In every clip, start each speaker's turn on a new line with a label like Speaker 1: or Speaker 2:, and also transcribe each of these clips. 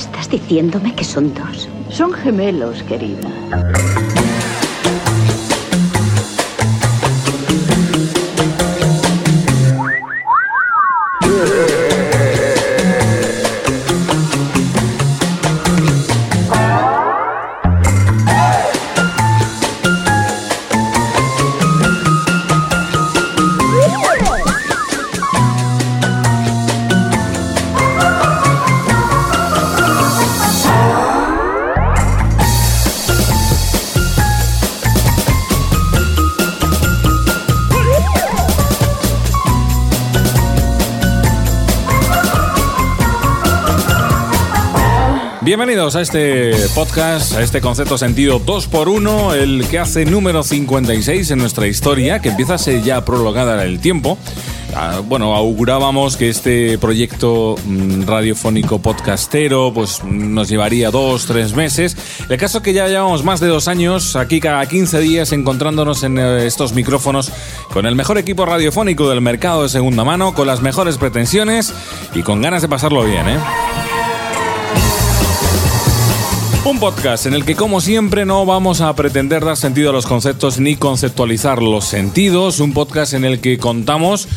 Speaker 1: ¿Estás diciéndome que son dos?
Speaker 2: Son gemelos, querida.
Speaker 3: Bienvenidos a este podcast, a este concepto sentido 2x1, el que hace número 56 en nuestra historia, que empieza a ser ya prolongada el tiempo. Ah, Bueno, augurábamos que este proyecto mm, radiofónico podcastero pues mm, nos llevaría dos, tres meses. El caso es que ya llevamos más de dos años aquí cada 15 días encontrándonos en eh, estos micrófonos con el mejor equipo radiofónico del mercado de segunda mano, con las mejores pretensiones y con ganas de pasarlo bien, ¿eh? Un podcast en el que, como siempre, no vamos a pretender dar sentido a los conceptos ni conceptualizar los sentidos. Un podcast en el que contamos,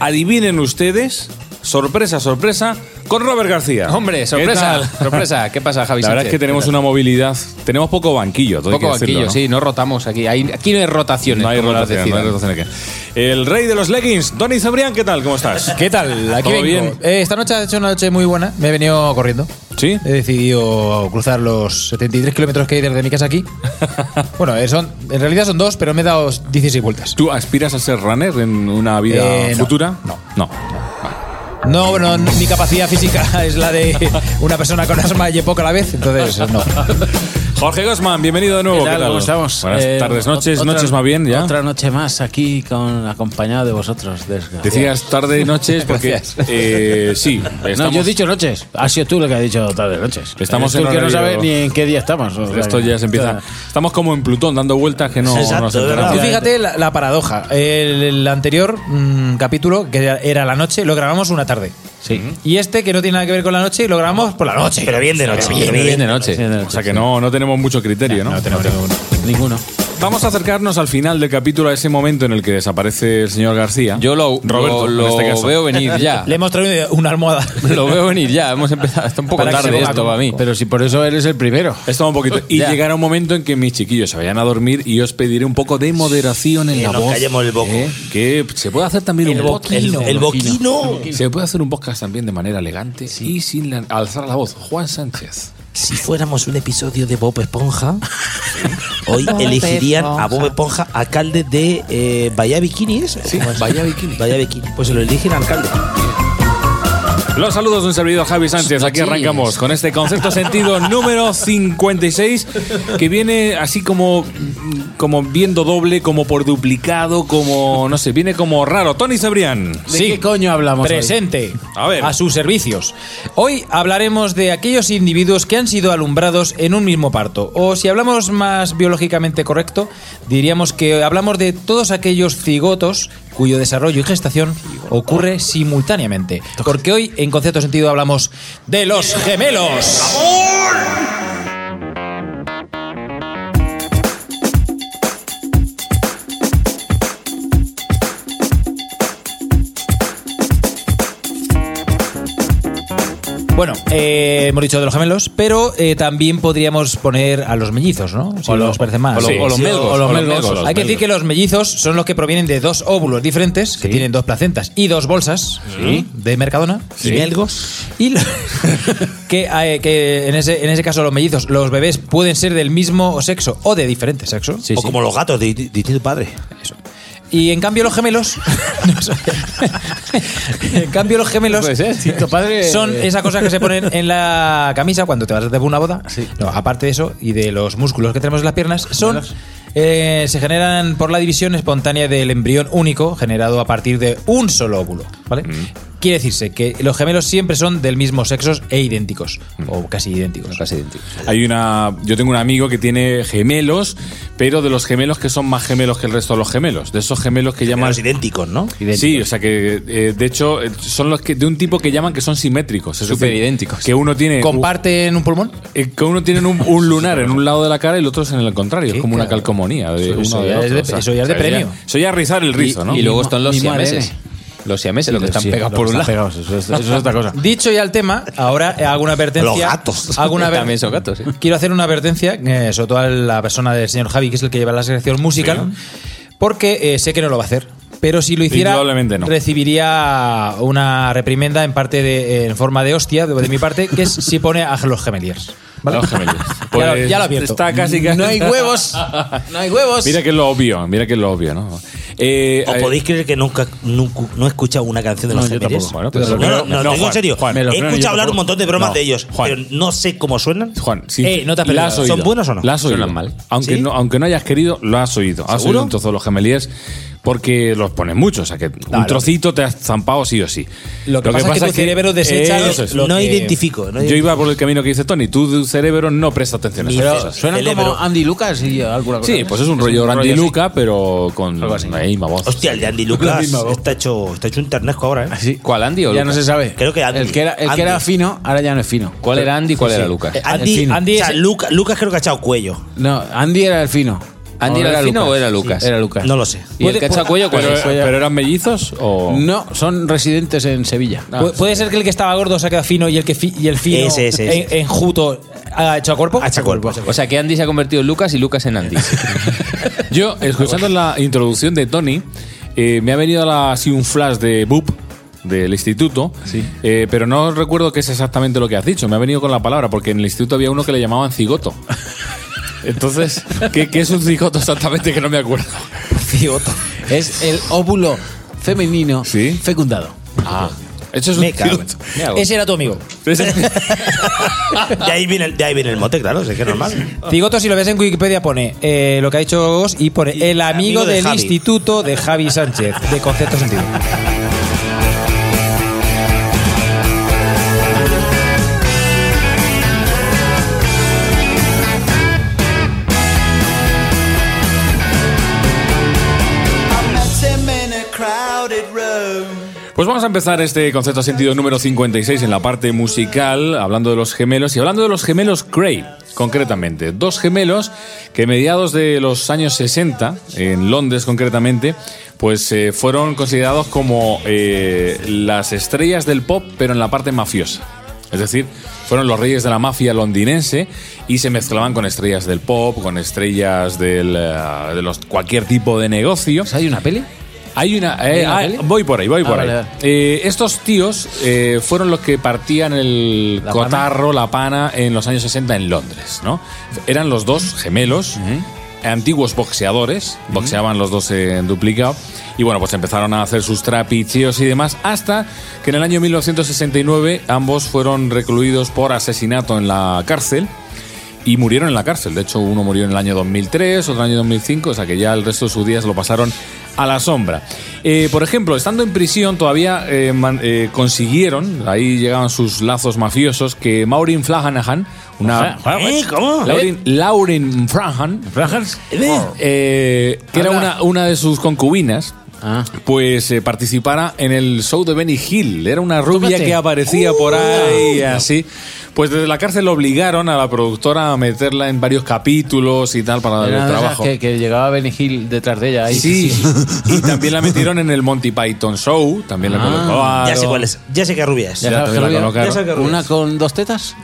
Speaker 3: adivinen ustedes, sorpresa, sorpresa, con Robert García.
Speaker 4: Hombre,
Speaker 3: ¿Qué
Speaker 4: sorpresa,
Speaker 3: tal?
Speaker 4: sorpresa. ¿Qué pasa, Javi?
Speaker 3: La verdad
Speaker 4: Sánchez?
Speaker 3: es que tenemos
Speaker 4: ¿Qué
Speaker 3: una movilidad, tenemos poco banquillo, todo
Speaker 4: tal?
Speaker 3: hay que
Speaker 4: poco
Speaker 3: decirlo,
Speaker 4: banquillo,
Speaker 3: ¿no?
Speaker 4: sí, este no rotamos aquí. Hay- aquí no hay rotaciones.
Speaker 3: No hay
Speaker 4: como las
Speaker 3: rotación, no hay
Speaker 4: decidan.
Speaker 3: rotación aquí. El rey de los leggings, Donny Cebrián, ¿qué tal? ¿Cómo estás?
Speaker 5: ¿Qué tal? Aquí
Speaker 3: ¿Todo
Speaker 5: vengo.
Speaker 3: bien?
Speaker 5: Eh, esta noche ha hecho una noche muy buena. Me he venido corriendo.
Speaker 3: ¿Sí?
Speaker 4: Eh,
Speaker 5: He decidido cruzar los 73 kilómetros que hay desde mi casa aquí. bueno, eh, son, en realidad son dos, pero me he dado 16 vueltas.
Speaker 3: ¿Tú aspiras a ser runner en una vida
Speaker 5: Eh, no.
Speaker 3: futura?
Speaker 5: No.
Speaker 3: No.
Speaker 5: No, bueno, mi capacidad física es la de una persona con asma y EPOC a la vez, entonces no.
Speaker 3: Jorge Gosman, bienvenido de nuevo. ¿Qué tal?
Speaker 6: ¿Cómo estamos?
Speaker 3: Buenas
Speaker 6: Eh,
Speaker 3: tardes,
Speaker 6: ot-
Speaker 3: noches,
Speaker 6: otra-
Speaker 3: noches más bien, ¿ya?
Speaker 6: Otra noche más aquí con acompañado de vosotros. desgraciados.
Speaker 3: Decías tarde y noches porque eh, sí,
Speaker 6: No,
Speaker 3: estamos,
Speaker 6: yo he dicho noches. Ha sido tú lo que has dicho tarde noches.
Speaker 3: Estamos
Speaker 6: Eres tú
Speaker 3: en
Speaker 6: el que no
Speaker 3: horario-
Speaker 6: sabes ni en qué día estamos. o sea
Speaker 3: esto
Speaker 6: que-
Speaker 3: ya se empieza. Estamos como en Plutón dando vueltas que no
Speaker 6: Exacto,
Speaker 3: nos
Speaker 6: Ah,
Speaker 5: Tú
Speaker 3: enteramos.
Speaker 6: ¿verdad?
Speaker 5: fíjate la, la paradoja. El, el anterior mm, capítulo, que era- era la noche, lo grabamos una tarde.
Speaker 6: Sí.
Speaker 5: Y este, que no tiene nada que ver con la noche, lo grabamos por la noche. Pero bien de noche.
Speaker 4: Bien, bien de noche.
Speaker 3: O sea que no, no tenemos mucho criterio, ¿no?
Speaker 6: Ninguno.
Speaker 3: Vamos a acercarnos al final del capítulo a ese momento en el que desaparece el señor García.
Speaker 4: Yo lo,
Speaker 3: Roberto,
Speaker 4: lo-
Speaker 3: en
Speaker 4: lo
Speaker 3: este caso.
Speaker 4: veo venir ya.
Speaker 5: Le hemos traído una almohada.
Speaker 4: lo veo venir ya. Hemos empezado. Está un poco
Speaker 5: Para que se
Speaker 4: tarde
Speaker 5: ponga
Speaker 4: esto
Speaker 5: con-
Speaker 4: para mí.
Speaker 6: Pero si por eso eres el primero.
Speaker 3: Estaba un poquito. Y
Speaker 4: Ya.
Speaker 3: llegará un momento en que mis chiquillos se vayan a dormir y os pediré un poco de moderación en la
Speaker 7: nos
Speaker 3: voz.
Speaker 7: callemos el boco.
Speaker 3: ¿eh? Que se puede hacer también un poquito.
Speaker 7: El, el boquino.
Speaker 3: Se puede hacer un podcast también de manera elegante y sin la- alzar la voz. Juan Sánchez.
Speaker 7: Si fuéramos un episodio de Bob Esponja, hoy elegirían a Bob Esponja alcalde de eh, Bahía Bikini, ¿es? ¿Cómo es?
Speaker 3: Bahía Bikini.
Speaker 7: Bahía Bikini. Pues se lo eligen alcalde.
Speaker 3: Los saludos de un servidor Javi Sánchez. Aquí arrancamos con este concepto sentido número 56 que viene así como, como viendo doble, como por duplicado, como no sé, viene como raro. Tony Cebrián.
Speaker 6: ¿De qué coño hablamos? hoy?
Speaker 5: Presente.
Speaker 3: A
Speaker 5: A
Speaker 3: ver.
Speaker 5: sus servicios. Hoy hablaremos de aquellos individuos que han sido alumbrados en un mismo parto. O si hablamos más biológicamente correcto, diríamos que hablamos de todos aquellos cigotos cuyo desarrollo y gestación ocurre simultáneamente. Porque hoy, en concepto sentido, hablamos de los gemelos. Bueno, eh, hemos dicho de los gemelos, pero eh, también podríamos poner a los mellizos, ¿no? Si os parece más.
Speaker 3: o lo-
Speaker 5: Sí.
Speaker 3: o los
Speaker 5: Sí,
Speaker 3: melgos,
Speaker 5: o los
Speaker 3: Ah, o los
Speaker 5: melgos.
Speaker 3: melgos,
Speaker 5: Hay que
Speaker 3: los
Speaker 5: decir que los mellizos son los que provienen de dos óvulos diferentes, que tienen dos placentas y dos bolsas de Mercadona.
Speaker 7: ¿Y Melgos?
Speaker 5: Y lo- que, eh, que en, ese, en ese caso los mellizos, los bebés pueden ser del mismo sexo o de diferente sexo.
Speaker 7: o como los gatos de de distinto padre.
Speaker 5: Y en cambio los gemelos... No sé. en cambio los gemelos
Speaker 4: Puede ser.
Speaker 6: Tito padre.
Speaker 5: son esas cosas que se ponen en la camisa cuando te vas de una boda. No, aparte de eso y de los músculos que tenemos en las piernas, son... eh, se
Speaker 4: Mm.
Speaker 5: generan por la división espontánea del embrión único generado a partir de un solo óvulo, ¿vale? Quiere decirse que los gemelos siempre son del mismo sexo e idénticos, o casi idénticos.
Speaker 4: Mm. Casi idéntico.
Speaker 3: Hay una, yo tengo un amigo que tiene gemelos, pero de los gemelos que son más gemelos que el resto de los gemelos, de esos gemelos que llaman.
Speaker 7: Más idénticos, ¿no?
Speaker 3: Sí, o sea que eh, de hecho eh, son los que de un tipo que llaman que son simétricos, es decir,
Speaker 4: Superidénticos.
Speaker 3: Que uno tiene
Speaker 4: ¿Comparten un pulmón?
Speaker 3: eh, que uno tiene un, un lunar en un lado de la cara y el otro es en el contrario, es como una calcomanía de uno
Speaker 5: eso
Speaker 3: del
Speaker 5: ya es
Speaker 3: otro,
Speaker 5: de-
Speaker 3: o sea,
Speaker 5: eso ya es de
Speaker 3: o sea,
Speaker 5: premio.
Speaker 3: Eso ya es rizar el rizo, ¿no?
Speaker 4: Y luego están los
Speaker 6: Mismo ADN.
Speaker 4: siameses. Los siameses, los que están
Speaker 6: Sí,
Speaker 4: pegados
Speaker 6: los
Speaker 4: por un
Speaker 6: están
Speaker 4: lado.
Speaker 6: pegados, eso, es, eso es otra cosa.
Speaker 5: Dicho ya el tema, ahora eh, hago una advertencia.
Speaker 7: Los gatos.
Speaker 5: Hago una adver-
Speaker 4: También son gatos, ¿eh?
Speaker 5: Quiero hacer una advertencia, eh, sobre todo a la persona del señor Javi, que es el que lleva la selección musical, porque eh, sé que no lo va a hacer. Pero si lo hiciera,
Speaker 3: Indudablemente no.
Speaker 5: recibiría una reprimenda en parte de, eh, en forma de hostia de, de mi parte, que es si pone a los gemeliers. ¿vale?
Speaker 3: Los gemelos.
Speaker 5: Ya lo-
Speaker 3: Pues
Speaker 5: ya lo advierto.
Speaker 3: Está casi casi-
Speaker 4: No hay huevos. No hay huevos.
Speaker 3: Mira que es lo obvio, mira que es lo obvio, ¿no? Eh,
Speaker 7: ¿O
Speaker 3: eh,
Speaker 7: podéis creer que nunca, nunca no he escuchado una canción de
Speaker 6: No,
Speaker 7: los
Speaker 6: yo
Speaker 7: gemelos?
Speaker 6: tampoco.
Speaker 3: Bueno, pues-
Speaker 7: no, no, no,
Speaker 3: No,
Speaker 7: lo digo
Speaker 3: Juan,
Speaker 7: en serio.
Speaker 3: Juan.
Speaker 6: Me lo
Speaker 7: he
Speaker 6: creo, yo
Speaker 7: escuchado hablar
Speaker 6: tampoco.
Speaker 7: un montón de bromas
Speaker 3: No,
Speaker 7: de ellos,
Speaker 3: Juan.
Speaker 7: pero no sé cómo suenan.
Speaker 3: Juan, sí.
Speaker 5: Eh, no te has
Speaker 3: la
Speaker 5: perdido.
Speaker 3: has oído.
Speaker 7: ¿Son buenos o no?
Speaker 3: La has oído.
Speaker 4: Suenan mal.
Speaker 3: Aunque,
Speaker 7: ¿Sí?
Speaker 3: no, aunque no hayas querido, lo has oído. Has
Speaker 7: ¿Seguro?
Speaker 3: oído un trozo de los gemeliers porque los pones muchos. O sea, que un trocito te has zampado sí o sí.
Speaker 5: Lo que pasa es que tu cerebro desecha
Speaker 3: Eso Eh, es.
Speaker 5: lo
Speaker 7: Eh, no
Speaker 5: que-
Speaker 7: identifico. no
Speaker 3: Yo iba por el camino que dice Tony. Tú, cerebro, no presta atención a esas
Speaker 7: Pero-
Speaker 3: cosas.
Speaker 6: Suenan
Speaker 7: Cerebro.
Speaker 6: como Andy Lucas y alguna cosa.
Speaker 3: Sí, pues es un rollo Randy Luca, pero con
Speaker 6: Algo así.
Speaker 3: la misma voz.
Speaker 7: Hostia, el de Andy
Speaker 6: La
Speaker 7: Lucas
Speaker 6: misma voz.
Speaker 7: está hecho, está hecho un ternasco ahora, ¿eh?
Speaker 4: ¿Cuál, Andy o
Speaker 6: Ya
Speaker 4: Lucas?
Speaker 6: no se sabe.
Speaker 7: Creo que Andy.
Speaker 6: El que era, el que era
Speaker 7: Andy.
Speaker 6: fino, ahora ya no es fino.
Speaker 4: ¿Cuál era Andy y cuál era Lucas?
Speaker 7: Andy,
Speaker 6: fino.
Speaker 7: o sea, Luca- Lucas creo que ha echado cuello.
Speaker 6: No, Andy era el fino.
Speaker 4: ¿Andy
Speaker 6: ¿O
Speaker 4: era el fino
Speaker 6: Lucas?
Speaker 4: o era Lucas?
Speaker 6: Sí, Era Lucas.
Speaker 7: No lo sé.
Speaker 4: ¿Y el que echa cuello cuál
Speaker 3: pero,
Speaker 4: es?
Speaker 3: pero eran mellizos o.?
Speaker 6: No, son residentes en Sevilla.
Speaker 4: Ah.
Speaker 3: Ah,
Speaker 5: ¿Pu- ¿Puede ser que el que estaba gordo se ha quedado fino y el que fi- y el fino
Speaker 7: Ese, ese, ese.
Speaker 5: en- enjuto ha hecho a cuerpo? Pues,
Speaker 7: Ha hecho cuerpo.
Speaker 4: O sea que Andy se ha convertido en Lucas y Lucas en Andy.
Speaker 3: Yo, escuchando la introducción de Tony, eh, me ha venido a la- así un flash de Boop del instituto, Eh, pero no recuerdo qué es exactamente lo que has dicho, me ha venido con la palabra, porque en el instituto había uno que le llamaban cigoto. Entonces, ¿qué, qué es un cigoto exactamente que no me acuerdo?
Speaker 6: Es
Speaker 5: eh,
Speaker 6: el óvulo femenino
Speaker 3: Sí.
Speaker 6: fecundado.
Speaker 3: Ah, eso es un
Speaker 7: Me cago.
Speaker 3: cigoto.
Speaker 5: Ese era tu amigo.
Speaker 7: De ahí viene el, de ahí viene el mote, claro, es que es normal.
Speaker 5: Cigoto, si lo ves en Wikipedia, pone eh, lo que ha dicho Gos y pone el amigo,
Speaker 7: amigo de
Speaker 5: del
Speaker 7: Javi.
Speaker 5: instituto de Javi Sánchez, de concepto sentido.
Speaker 3: Pues vamos a empezar este concepto sentido número 56 en la parte musical, hablando de los gemelos y hablando de los gemelos Cray, concretamente. Dos gemelos que mediados de los años 60, en Londres concretamente, pues eh, fueron considerados como eh, las estrellas del pop, pero en la parte mafiosa. Es decir, fueron los reyes de la mafia londinense y se mezclaban con estrellas del pop, con estrellas del, eh, de los, cualquier tipo de negocio.
Speaker 6: O sea, ¿Hay una peli?
Speaker 3: Hay una. eh,
Speaker 6: ¿Hay una
Speaker 3: ah,
Speaker 6: peli?
Speaker 3: voy por ahí, voy
Speaker 6: Ah,
Speaker 3: por
Speaker 6: vale,
Speaker 3: ahí.
Speaker 6: vale.
Speaker 3: Eh, estos tíos eh, fueron los que partían el
Speaker 6: La
Speaker 3: cotarro, la pana, en los años 60 en Londres, ¿no? Eran los dos gemelos. Antiguos boxeadores, boxeaban los dos en duplicado, y bueno, pues empezaron a hacer sus trapicheos y demás, hasta que en el año 1969 ambos fueron recluidos por asesinato en la cárcel, y murieron en la cárcel. De hecho, uno murió en el año 2003, otro en el año 2005, o sea que ya el resto de sus días lo pasaron a la sombra. Eh, por ejemplo, estando en prisión todavía eh, man- eh, consiguieron, ahí llegaban sus lazos mafiosos, que Maureen Flanagan,
Speaker 6: Ah,
Speaker 3: una...
Speaker 4: Ah,
Speaker 7: ¿Eh? ¿Cómo?
Speaker 3: Lauren, Lauren Flanagan, eh, que era una, una de sus concubinas,
Speaker 6: Ah.
Speaker 3: pues eh, participara en el show de Benny Hill. Era una rubia que aparecía
Speaker 6: Uh.
Speaker 3: por ahí, así. Pues desde la cárcel obligaron a la productora a meterla en varios capítulos y tal para darle
Speaker 6: Era una de esas
Speaker 3: trabajo.
Speaker 6: Que, que llegaba Benny Hill detrás de ella. ahí.
Speaker 3: Sí, y también la metieron en el Monty Python Show, también la
Speaker 6: Ah.
Speaker 3: colocaron.
Speaker 7: Ya sé cuál es, ya sé qué rubia es.
Speaker 6: Ya sabes
Speaker 3: también
Speaker 6: que
Speaker 3: la
Speaker 6: lo había.
Speaker 3: colocaron.
Speaker 7: Ya sé que
Speaker 6: ¿Una con dos tetas?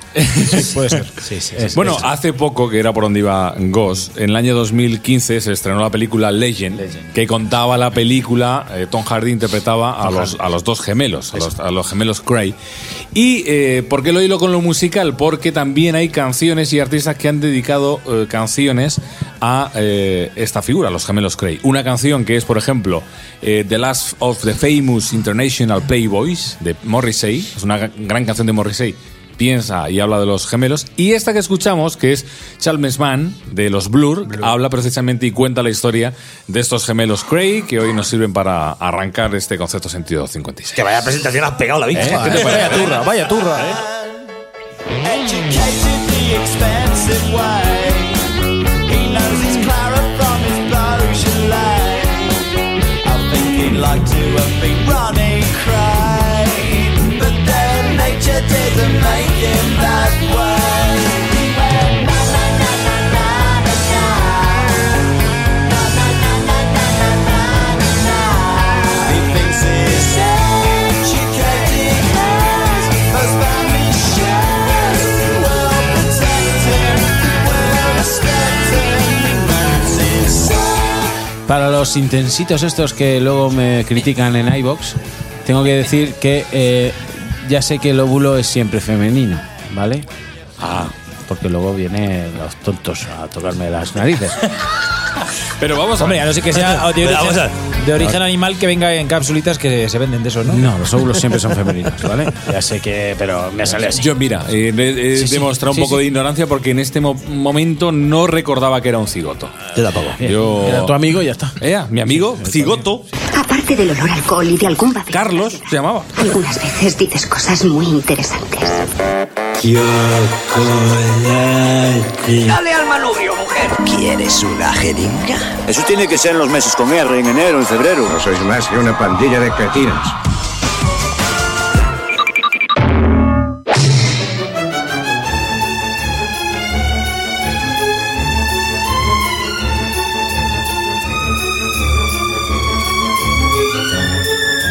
Speaker 5: Puede ser.
Speaker 6: Es-
Speaker 3: Bueno, hace poco, que era por donde iba Ghost, en el año 2015 se estrenó la película Legend, que contaba la película, eh, Tom Hardy interpretaba a los, a los dos gemelos, a los, a los gemelos Cray. ¿Y eh, por qué lo hilo con lo musical? Porque también hay canciones y artistas que han dedicado eh, canciones a eh, esta figura, a los gemelos Cray. Una canción que es, por ejemplo, eh, The Last of the Famous International Playboys de Morrissey, es una gran canción de Morrissey piensa y habla de los gemelos. Y esta que escuchamos, que es Chalmers Mann, de los Blur, habla precisamente y cuenta la historia de estos gemelos Cray, que hoy nos sirven para arrancar este concepto sentido 56.
Speaker 7: Que vaya presentación has pegado la vida.
Speaker 3: ¿Eh? ¿Qué te parece?
Speaker 5: Vaya turra, vaya turra.
Speaker 8: Educated the expensive way. He knows he's Clara from his Beaujolais. I think he'd like to have been Ronnie Cray. But then nature didn't make him that way. He went na na na na na na na. Na na na na na na na na na. He thinks he's educated as a Spanish chef. Well protected, well respected. That's his
Speaker 6: Para los intensitos estos que luego me critican en iBox, tengo que decir que eh, ya sé que el óvulo es siempre femenino, ¿vale? Ah, porque luego vienen los tontos a tocarme las narices.
Speaker 3: Pero vamos a
Speaker 5: Hombre, a no ser que sea de
Speaker 7: Venga, vamos
Speaker 5: origen,
Speaker 7: a
Speaker 5: de origen animal que venga en cápsulitas que se venden de eso, ¿no?
Speaker 6: No, los óvulos siempre son femeninos, ¿vale? Ya sé que, pero me sale así.
Speaker 3: Yo, mira, he he
Speaker 6: Sí, sí.
Speaker 3: demostrado
Speaker 6: Sí,
Speaker 3: un poco
Speaker 6: sí.
Speaker 3: de ignorancia porque en este mo- momento no recordaba que era un cigoto.
Speaker 7: Yo tampoco.
Speaker 3: Yo-
Speaker 6: Era tu amigo y ya está.
Speaker 3: Eh, mi amigo, cigoto,
Speaker 1: Aparte del olor a alcohol y de algún babeo.
Speaker 3: Carlos, se llamaba.
Speaker 1: Algunas veces dices cosas muy interesantes.
Speaker 9: Dale al manubrio, mujer. ¿Quieres una jeringa?
Speaker 10: Eso tiene que ser en los meses con R, en enero, en febrero. No sois más que una pandilla de cretinos.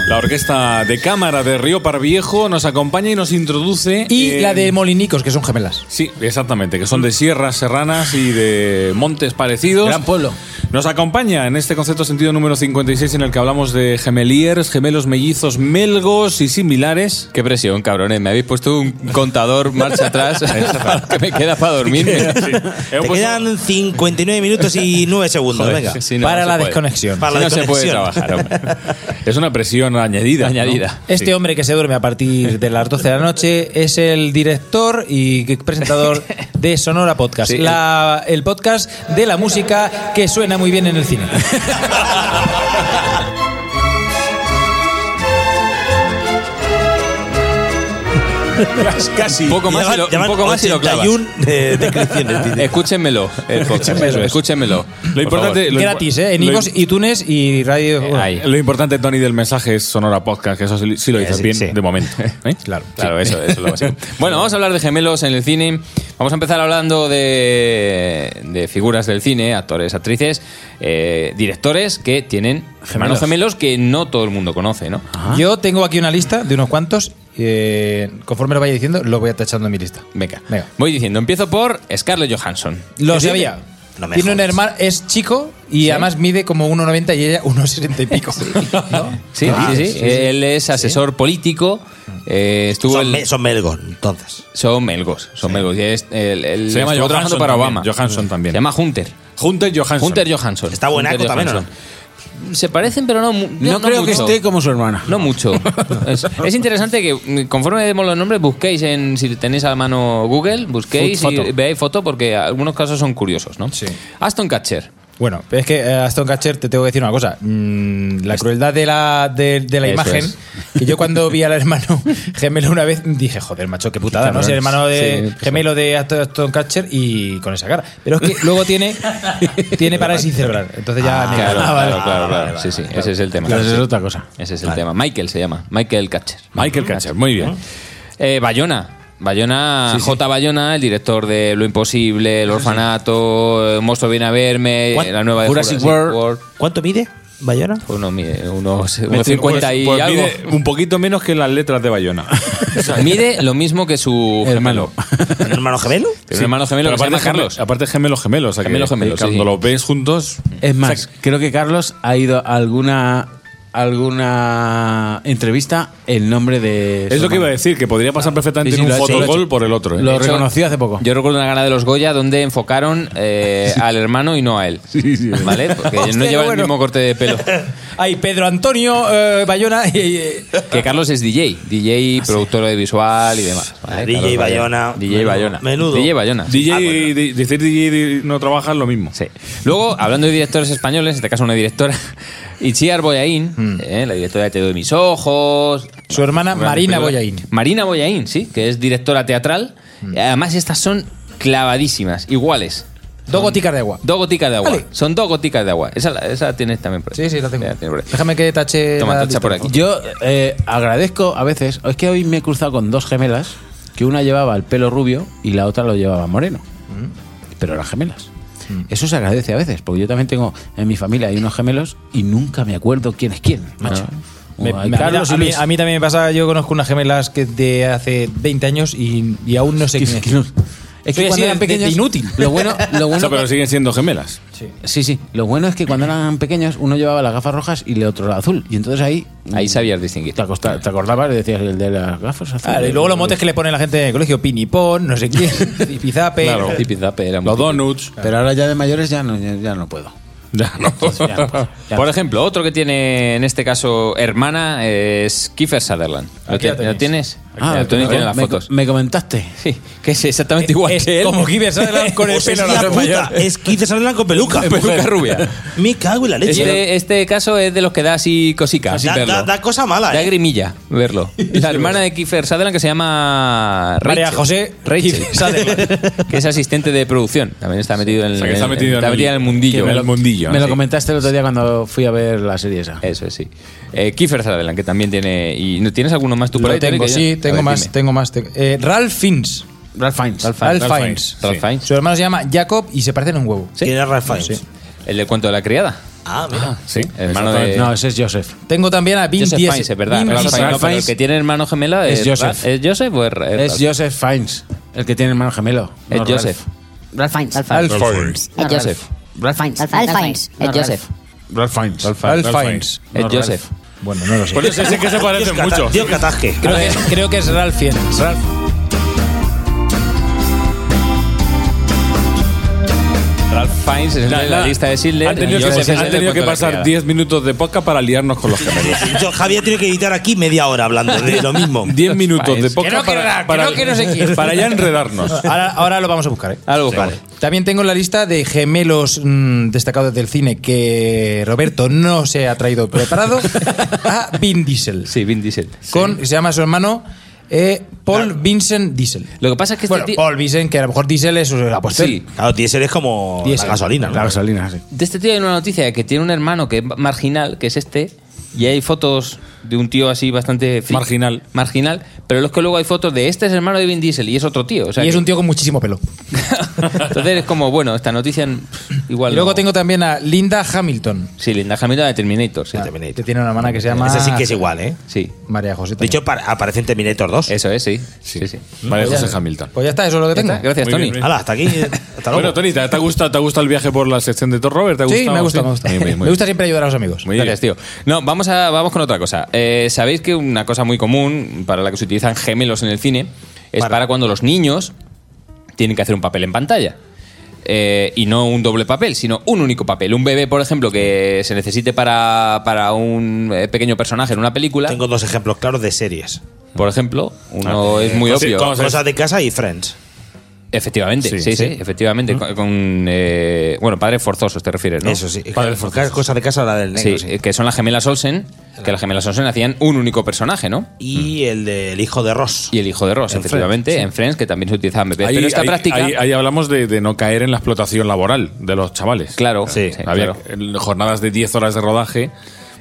Speaker 3: La orquesta de cámara de Río Parviejo nos acompaña y nos introduce.
Speaker 5: Y
Speaker 3: en-
Speaker 5: la de Molinicos, que son gemelas.
Speaker 3: Sí, exactamente, que son de sierras serranas y de montes parecidos.
Speaker 5: Gran pueblo.
Speaker 3: Nos acompaña en este concepto sentido número 56 en el que hablamos de gemeliers, gemelos mellizos, melgos y similares.
Speaker 4: Qué presión, cabrones. Me habéis puesto un contador marcha atrás para que me queda para dormirme.
Speaker 3: Hemos
Speaker 7: Te
Speaker 3: puesto-
Speaker 7: quedan 59 minutos y 9 segundos.
Speaker 4: Joder,
Speaker 7: venga.
Speaker 4: sí, no,
Speaker 5: para
Speaker 4: no
Speaker 5: la
Speaker 4: se puede.
Speaker 5: desconexión.
Speaker 7: Para la
Speaker 4: Si no se puede
Speaker 7: desconexión.
Speaker 4: trabajar, hombre.
Speaker 3: Es una presión añadida. ¿no?
Speaker 4: Añadida.
Speaker 5: Este
Speaker 3: Sí.
Speaker 5: hombre que se duerme a partir de las 12 de la noche es el director y presentador de Sonora Podcast,
Speaker 4: Sí, el-
Speaker 5: la- el podcast de la música que suena muy bien en el cine.
Speaker 7: Casi.
Speaker 4: Un poco más y lo- un poco más y lo clavas.
Speaker 7: de, descripciones, dice.
Speaker 4: Escúchenmelo. el podcast.
Speaker 5: Escúchenmelo.
Speaker 4: Escúchenmelo.
Speaker 3: Lo importante, lo impo-
Speaker 5: Gratis, ¿eh? En
Speaker 3: lo- Eh,
Speaker 5: iVoox, iTunes y Radio... bueno,
Speaker 4: ahí.
Speaker 3: Lo importante, Tony, del mensaje es Sonora Podcast, que eso sí, sí lo dices
Speaker 4: sí,
Speaker 3: bien
Speaker 4: sí.
Speaker 3: de momento. ¿eh?
Speaker 4: Claro, claro, eso, eso es lo básico. Bueno, vamos a hablar de gemelos en el cine. Vamos a empezar hablando de, de figuras del cine, actores, actrices, eh, directores que tienen hermanos gemelos Ah, que no todo el mundo conoce, ¿no?
Speaker 5: Yo tengo aquí una lista de unos cuantos. eh, conforme lo vaya diciendo, lo voy tachando en mi lista.
Speaker 4: Venga,
Speaker 5: Venga.
Speaker 4: voy diciendo. Empiezo por Scarlett Johansson.
Speaker 5: Lo
Speaker 4: ¿Sí?
Speaker 5: sabía.
Speaker 7: No me
Speaker 5: Tiene un
Speaker 7: jodas.
Speaker 5: hermano, es chico y además mide como 1,90 y ella 1,60 y pico. ¿No?
Speaker 4: Sí, sí, sí, Él es asesor político. eh, estuvo
Speaker 7: Son,
Speaker 4: el-
Speaker 7: me- son melgón, entonces.
Speaker 4: son melgos, son melgos. Y es- él- él
Speaker 3: Se llama
Speaker 4: estuvo trabajando
Speaker 3: Johansson
Speaker 4: para
Speaker 3: también,
Speaker 4: Obama.
Speaker 3: Johansson también.
Speaker 4: Se llama Hunter.
Speaker 3: Hunter Johansson.
Speaker 4: Hunter Johansson.
Speaker 7: Está buenaco
Speaker 4: Hunter
Speaker 7: también, ¿o no?
Speaker 4: Johansson. Se parecen, pero no, mu-
Speaker 6: No, creo que
Speaker 4: mucho.
Speaker 6: esté como su hermana.
Speaker 4: No mucho. Es, es interesante que mm, conforme demos los nombres, busquéis en, si tenéis a la mano Google, busquéis
Speaker 3: Foto.
Speaker 4: y veáis foto porque algunos casos son curiosos, ¿no?
Speaker 5: Sí.
Speaker 4: Aston Catcher.
Speaker 5: Bueno, es que eh, Aston Catcher te tengo que decir una cosa. Mm, la crueldad de la, de, de la
Speaker 4: Eso
Speaker 5: imagen,
Speaker 4: es.
Speaker 5: que yo cuando vi al hermano gemelo una vez dije, joder, macho, qué putada, ¿no?
Speaker 4: cabrón.
Speaker 5: Es el hermano de,
Speaker 4: Sí, pues,
Speaker 5: gemelo de Aston, Aston Catcher y con esa cara. Pero es que luego tiene, tiene parálisis cerebral. Entonces ya... me-
Speaker 4: claro,
Speaker 5: Ah, vale.
Speaker 4: claro, claro, claro. Sí, sí, ese es el tema.
Speaker 6: Entonces es otra cosa.
Speaker 4: Ese es el tema. Michael se llama. Michael Catcher.
Speaker 3: Michael Catcher, muy bien.
Speaker 4: Eh, Bayona. Bayona, J. Bayona, el director de Lo Imposible, El Orfanato, El Monstruo Viene a
Speaker 5: Eh,
Speaker 4: Verme,
Speaker 7: ¿Cuán-
Speaker 4: la nueva de
Speaker 7: Jurassic World. ¿Cuánto mide Bayona?
Speaker 4: Uno, mide unos, unos 50 y
Speaker 3: Pues- pues
Speaker 4: algo.
Speaker 3: mide un poquito menos que las letras de Bayona.
Speaker 4: O sea, mide lo mismo que su gemelo.
Speaker 7: ¿Un hermano gemelo?
Speaker 4: Tiene un hermano gemelo
Speaker 3: Pero
Speaker 4: que se
Speaker 3: aparte
Speaker 4: llama
Speaker 3: gemelo-
Speaker 4: Carlos.
Speaker 3: Aparte gemelos gemelos. o sea que-
Speaker 4: Gemelos gemelos,
Speaker 3: que Cuando
Speaker 4: sí, sí.
Speaker 3: los ves juntos...
Speaker 6: Es más, creo que Carlos ha ido a alguna alguna entrevista el nombre de.
Speaker 3: Es lo que iba a decir, que podría pasar perfectamente
Speaker 6: Ah, Sí,
Speaker 3: en
Speaker 6: sí,
Speaker 3: un
Speaker 6: lo ha hecho, lo ha
Speaker 3: fotogol
Speaker 6: hecho.
Speaker 3: por el otro. ¿eh?
Speaker 6: Lo
Speaker 4: De hecho,
Speaker 6: reconocí hace poco.
Speaker 4: Yo recuerdo una gana de los Goya donde enfocaron eh, al hermano y no a él. ¿Vale? Porque no
Speaker 5: Hostia,
Speaker 4: lleva el
Speaker 5: bueno.
Speaker 4: mismo corte de pelo.
Speaker 5: Hay Pedro Antonio eh, Bayona y, eh, Ah,
Speaker 4: Que Carlos es DJ. DJ, productor audiovisual y demás. ¿vale?
Speaker 7: DJ
Speaker 4: Carlos
Speaker 7: Bayona.
Speaker 4: DJ Bayona.
Speaker 7: Menudo.
Speaker 4: DJ Bayona.
Speaker 6: Ah,
Speaker 3: DJ, di- decir DJ no trabaja es lo mismo.
Speaker 4: Sí. Luego, hablando de directores españoles, en este caso una directora, Itziar Boyaín, eh, la directora de Te doy mis ojos.
Speaker 5: Su hermana
Speaker 4: Gran
Speaker 5: Marina
Speaker 4: película.
Speaker 5: Boyaín.
Speaker 4: Marina Boyaín, sí, que es directora teatral.
Speaker 5: Mm.
Speaker 4: Eh, Además, estas son clavadísimas, iguales.
Speaker 5: dos goticas de agua.
Speaker 4: Dos goticas de agua.
Speaker 5: Vale.
Speaker 4: Son dos goticas de agua. Esa, la- esa tienes también por ahí.
Speaker 5: Sí, sí, la tengo.
Speaker 4: Ya, tiene por ahí.
Speaker 5: Déjame que tache.
Speaker 4: Toma,
Speaker 5: la
Speaker 4: tacha
Speaker 5: lista,
Speaker 4: por aquí.
Speaker 5: favor.
Speaker 6: Yo eh, agradezco a veces. Es que hoy me he cruzado con dos gemelas que una llevaba el pelo rubio y la otra lo llevaba moreno.
Speaker 5: Mm.
Speaker 6: Pero eran gemelas. Eso se agradece a veces, porque yo también tengo en mi familia hay unos gemelos y nunca me acuerdo quién es quién, macho. O
Speaker 5: Ah. Me-
Speaker 6: hay
Speaker 5: me- a, mí,
Speaker 6: Carlos y
Speaker 5: a mí-
Speaker 6: Luis.
Speaker 5: a mí también me pasa, yo conozco unas gemelas que de hace 20 años y, y aún no sé
Speaker 6: Que-
Speaker 5: quién es.
Speaker 6: que no- Es
Speaker 5: Soy
Speaker 6: que
Speaker 5: así
Speaker 6: cuando
Speaker 5: de-
Speaker 6: eran
Speaker 5: de- de
Speaker 6: pequeños.
Speaker 5: inútil.
Speaker 6: Lo bueno, lo
Speaker 3: O
Speaker 6: bueno
Speaker 3: sea, pero siguen siendo gemelas.
Speaker 6: Sí, sí. Lo bueno es que cuando eran pequeños, uno llevaba las gafas rojas y el otro la azul. Y entonces ahí. mm,
Speaker 4: Ahí sabías distinguir.
Speaker 6: Te, acosta- te acordabas y decías el de las gafas azules.
Speaker 5: Claro, y luego los motes que le pone la gente en el colegio, pinipón, no sé quién, zipizape.
Speaker 4: Zipizape era muy
Speaker 3: Los donuts.
Speaker 6: Pero ahora ya de mayores ya no, ya, ya no puedo.
Speaker 3: Ya no.
Speaker 6: Ya no puedo. Ya
Speaker 4: Por
Speaker 6: no.
Speaker 4: ejemplo, otro que tiene en este caso hermana es Kiefer Sutherland. ¿Lo, ti-
Speaker 5: Aquí la tenéis.
Speaker 4: ¿lo tienes?
Speaker 6: Ah,
Speaker 4: Ah, tú no
Speaker 6: me-
Speaker 4: tienes las
Speaker 6: me,
Speaker 4: fotos.
Speaker 6: me comentaste.
Speaker 4: Sí, que es exactamente igual
Speaker 5: Es
Speaker 4: que él.
Speaker 5: como Kiefer Sutherland con el
Speaker 7: Hostia
Speaker 5: pelo largo.
Speaker 7: puta, es 15 salen con peluca.
Speaker 3: Pues,
Speaker 4: Peluca rubia.
Speaker 7: Me cago en la leche.
Speaker 4: Este, este caso es de los que da así cosica, así
Speaker 7: da,
Speaker 4: verlo.
Speaker 7: da- da cosa mala,
Speaker 4: Da
Speaker 7: ¿eh?
Speaker 4: grimilla verlo. La hermana de Kiefer Sutherland que se llama Rachel.
Speaker 5: María José
Speaker 4: Rachel,
Speaker 5: Kiefer Sutherland.
Speaker 4: que es asistente de producción. También está metido en,
Speaker 3: O sea, que
Speaker 4: en-
Speaker 3: está metido en,
Speaker 4: metida en el mundillo.
Speaker 3: En el mundillo.
Speaker 6: Me lo
Speaker 3: sí.
Speaker 6: comentaste el otro día cuando fui a ver la serie esa.
Speaker 4: Eso es, sí. Eh, Kiefer Sutherland, que también tiene. ¿Y no tienes alguno más tú por
Speaker 5: Lo
Speaker 4: ahí?
Speaker 5: tengo,
Speaker 4: Terry, que
Speaker 5: sí,
Speaker 4: yo-
Speaker 5: tengo
Speaker 4: A ver,
Speaker 5: más,
Speaker 4: dime.
Speaker 5: tengo más. tengo- eh, Ralph Fiennes.
Speaker 6: Ralph Fiennes.
Speaker 5: Ralph
Speaker 3: Ralph
Speaker 5: Fiennes.
Speaker 3: Fiennes.
Speaker 4: Ralph
Speaker 3: Sí.
Speaker 4: Fiennes.
Speaker 5: Su hermano se llama Jacob y se parecen un huevo.
Speaker 7: ¿Quién era Ralph Fiennes?
Speaker 5: Sí.
Speaker 4: El del cuento de la criada.
Speaker 7: Ah, mira.
Speaker 3: Sí.
Speaker 4: Hermano de.
Speaker 6: No, ese es Joseph.
Speaker 5: Tengo también a Vin
Speaker 4: Joseph
Speaker 5: Diesel.
Speaker 4: Fiennes, es verdad.
Speaker 5: Vin
Speaker 4: Ralph
Speaker 5: Diesel.
Speaker 4: Fiennes, no,
Speaker 6: Ralph
Speaker 4: pero el
Speaker 6: Fiennes
Speaker 4: que tiene hermano gemela
Speaker 6: es
Speaker 4: es,
Speaker 6: Joseph.
Speaker 4: Ra- ¿Es Joseph o es, Ra-
Speaker 6: Es
Speaker 4: Ralph?
Speaker 6: Joseph Fiennes, el que tiene hermano gemelo.
Speaker 4: Es
Speaker 6: no
Speaker 4: Joseph.
Speaker 1: Ralph Fiennes. Ralph
Speaker 5: Ralph Fiennes.
Speaker 1: Fiennes.
Speaker 4: Ralph Joseph.
Speaker 1: Ralph Fiennes.
Speaker 11: Ralph Fiennes.
Speaker 1: No,
Speaker 11: Es Joseph.
Speaker 6: Ralph Fiennes. Ralph
Speaker 5: Ralph
Speaker 3: Ralph
Speaker 5: Fiennes.
Speaker 4: Es
Speaker 6: No, Ralph.
Speaker 4: Joseph.
Speaker 5: Bueno, no lo sé.
Speaker 3: Por eso sí que se parecen mucho.
Speaker 7: Dios catasque.
Speaker 5: Creo que, creo que es Ralph Fiennes.
Speaker 4: Ralph Fiennes es el de la lista de Schindler.
Speaker 3: Han tenido
Speaker 4: y
Speaker 3: que,
Speaker 4: Joseph es el
Speaker 3: han
Speaker 4: del
Speaker 3: tenido que
Speaker 4: cuento de la
Speaker 3: pasar
Speaker 4: criada.
Speaker 3: 10 minutos de podcast para liarnos con los gemelos.
Speaker 7: Yo, Javier tiene que editar aquí media hora hablando de lo mismo.
Speaker 3: 10 minutos de podcast
Speaker 5: no, que
Speaker 3: para,
Speaker 5: no, que
Speaker 3: para-
Speaker 5: no, que no sé quién.
Speaker 3: para ya enredarnos.
Speaker 5: Ahora, ahora lo vamos a buscar, ¿eh?
Speaker 4: Algo vale.
Speaker 5: También tengo en la lista de gemelos mm, destacados del cine que Roberto no se ha traído preparado a Vin Diesel.
Speaker 4: Sí, Vin Diesel.
Speaker 5: Con, Se llama su hermano eh, Paul Vincent Diesel.
Speaker 4: Lo que pasa es que este
Speaker 5: bueno,
Speaker 4: tío-
Speaker 5: Paul Vincent, que a lo mejor Diesel es su apuesta.
Speaker 4: Sí.
Speaker 7: Claro, Diesel es como
Speaker 5: Diesel.
Speaker 7: la
Speaker 3: Eh,
Speaker 7: gasolina. ¿no?
Speaker 6: La gasolina, sí.
Speaker 4: De este tío hay una noticia de que tiene un hermano que es marginal, que es este, y hay fotos de un tío así bastante fit-
Speaker 3: Marginal.
Speaker 4: marginal, pero es que luego hay fotos de este es hermano de Vin Diesel y es otro tío. O sea
Speaker 5: y es
Speaker 4: que-
Speaker 5: un tío con muchísimo pelo.
Speaker 4: Entonces es como, bueno, esta noticia pff, igual.
Speaker 5: Y luego
Speaker 4: no.
Speaker 5: tengo también a Linda Hamilton.
Speaker 4: Sí, Linda Hamilton de Terminator. Sí.
Speaker 7: Terminator.
Speaker 5: Que tiene una hermana que se llama.
Speaker 7: Ese sí que es igual, ¿eh?
Speaker 4: Sí,
Speaker 5: María José.
Speaker 7: De
Speaker 5: también.
Speaker 7: hecho, pa- aparece en Terminator 2.
Speaker 4: eso es, sí. sí. sí.
Speaker 3: Vale, José Hamilton.
Speaker 5: Pues ya está, eso es lo que tengo.
Speaker 4: Está, Gracias,
Speaker 3: Muy
Speaker 4: Tony.
Speaker 3: bien, bien.
Speaker 7: Hala, hasta aquí. Hasta luego.
Speaker 3: Bueno, Tony, ¿te, te ha gustado, ¿te ha gustado el viaje por la sección de Thor Robert? ¿Te ha
Speaker 5: Sí,
Speaker 3: gustado?
Speaker 5: me gusta, me gusta.
Speaker 3: Muy bien, muy
Speaker 5: Me gusta
Speaker 3: bien.
Speaker 5: siempre ayudar a los amigos.
Speaker 3: Muy bien.
Speaker 4: Gracias, tío. No, vamos, a, vamos con otra cosa. Eh, Sabéis que una cosa muy común para la que se utilizan gemelos en el cine es para, cuando los niños tienen que hacer un papel en pantalla. Eh, y no un doble papel, sino un único papel. Un bebé, por ejemplo, que se necesite para, para un eh, pequeño personaje en una película.
Speaker 7: Tengo dos ejemplos claros de series.
Speaker 4: Por ejemplo, uno Ah, es muy pues
Speaker 3: Cosi-
Speaker 4: obvio.
Speaker 3: cosas-
Speaker 7: Cosas de casa y Friends.
Speaker 4: Efectivamente, sí,
Speaker 3: Sí,
Speaker 4: sí, efectivamente. Con, con, eh, bueno, padres forzosos te refieres, ¿no?
Speaker 7: Eso sí. Cosas de casa, la del
Speaker 4: Sí,
Speaker 7: negro. sí.
Speaker 4: eh, que son las gemelas Olsen, que las gemelas Olsen hacían un único personaje, ¿no? mm.
Speaker 7: Y el del hijo de Ross.
Speaker 4: Y el hijo de Ross,
Speaker 7: En
Speaker 4: efectivamente, en Friends, que también se utilizaba en bebés. Pero esta práctica,
Speaker 3: ahí- ahí hablamos de, de no caer en la explotación laboral de los chavales.
Speaker 4: claro,
Speaker 7: Sí,
Speaker 4: Oh, sí,
Speaker 3: Había
Speaker 4: claro,
Speaker 3: eh, jornadas de 10 horas de rodaje.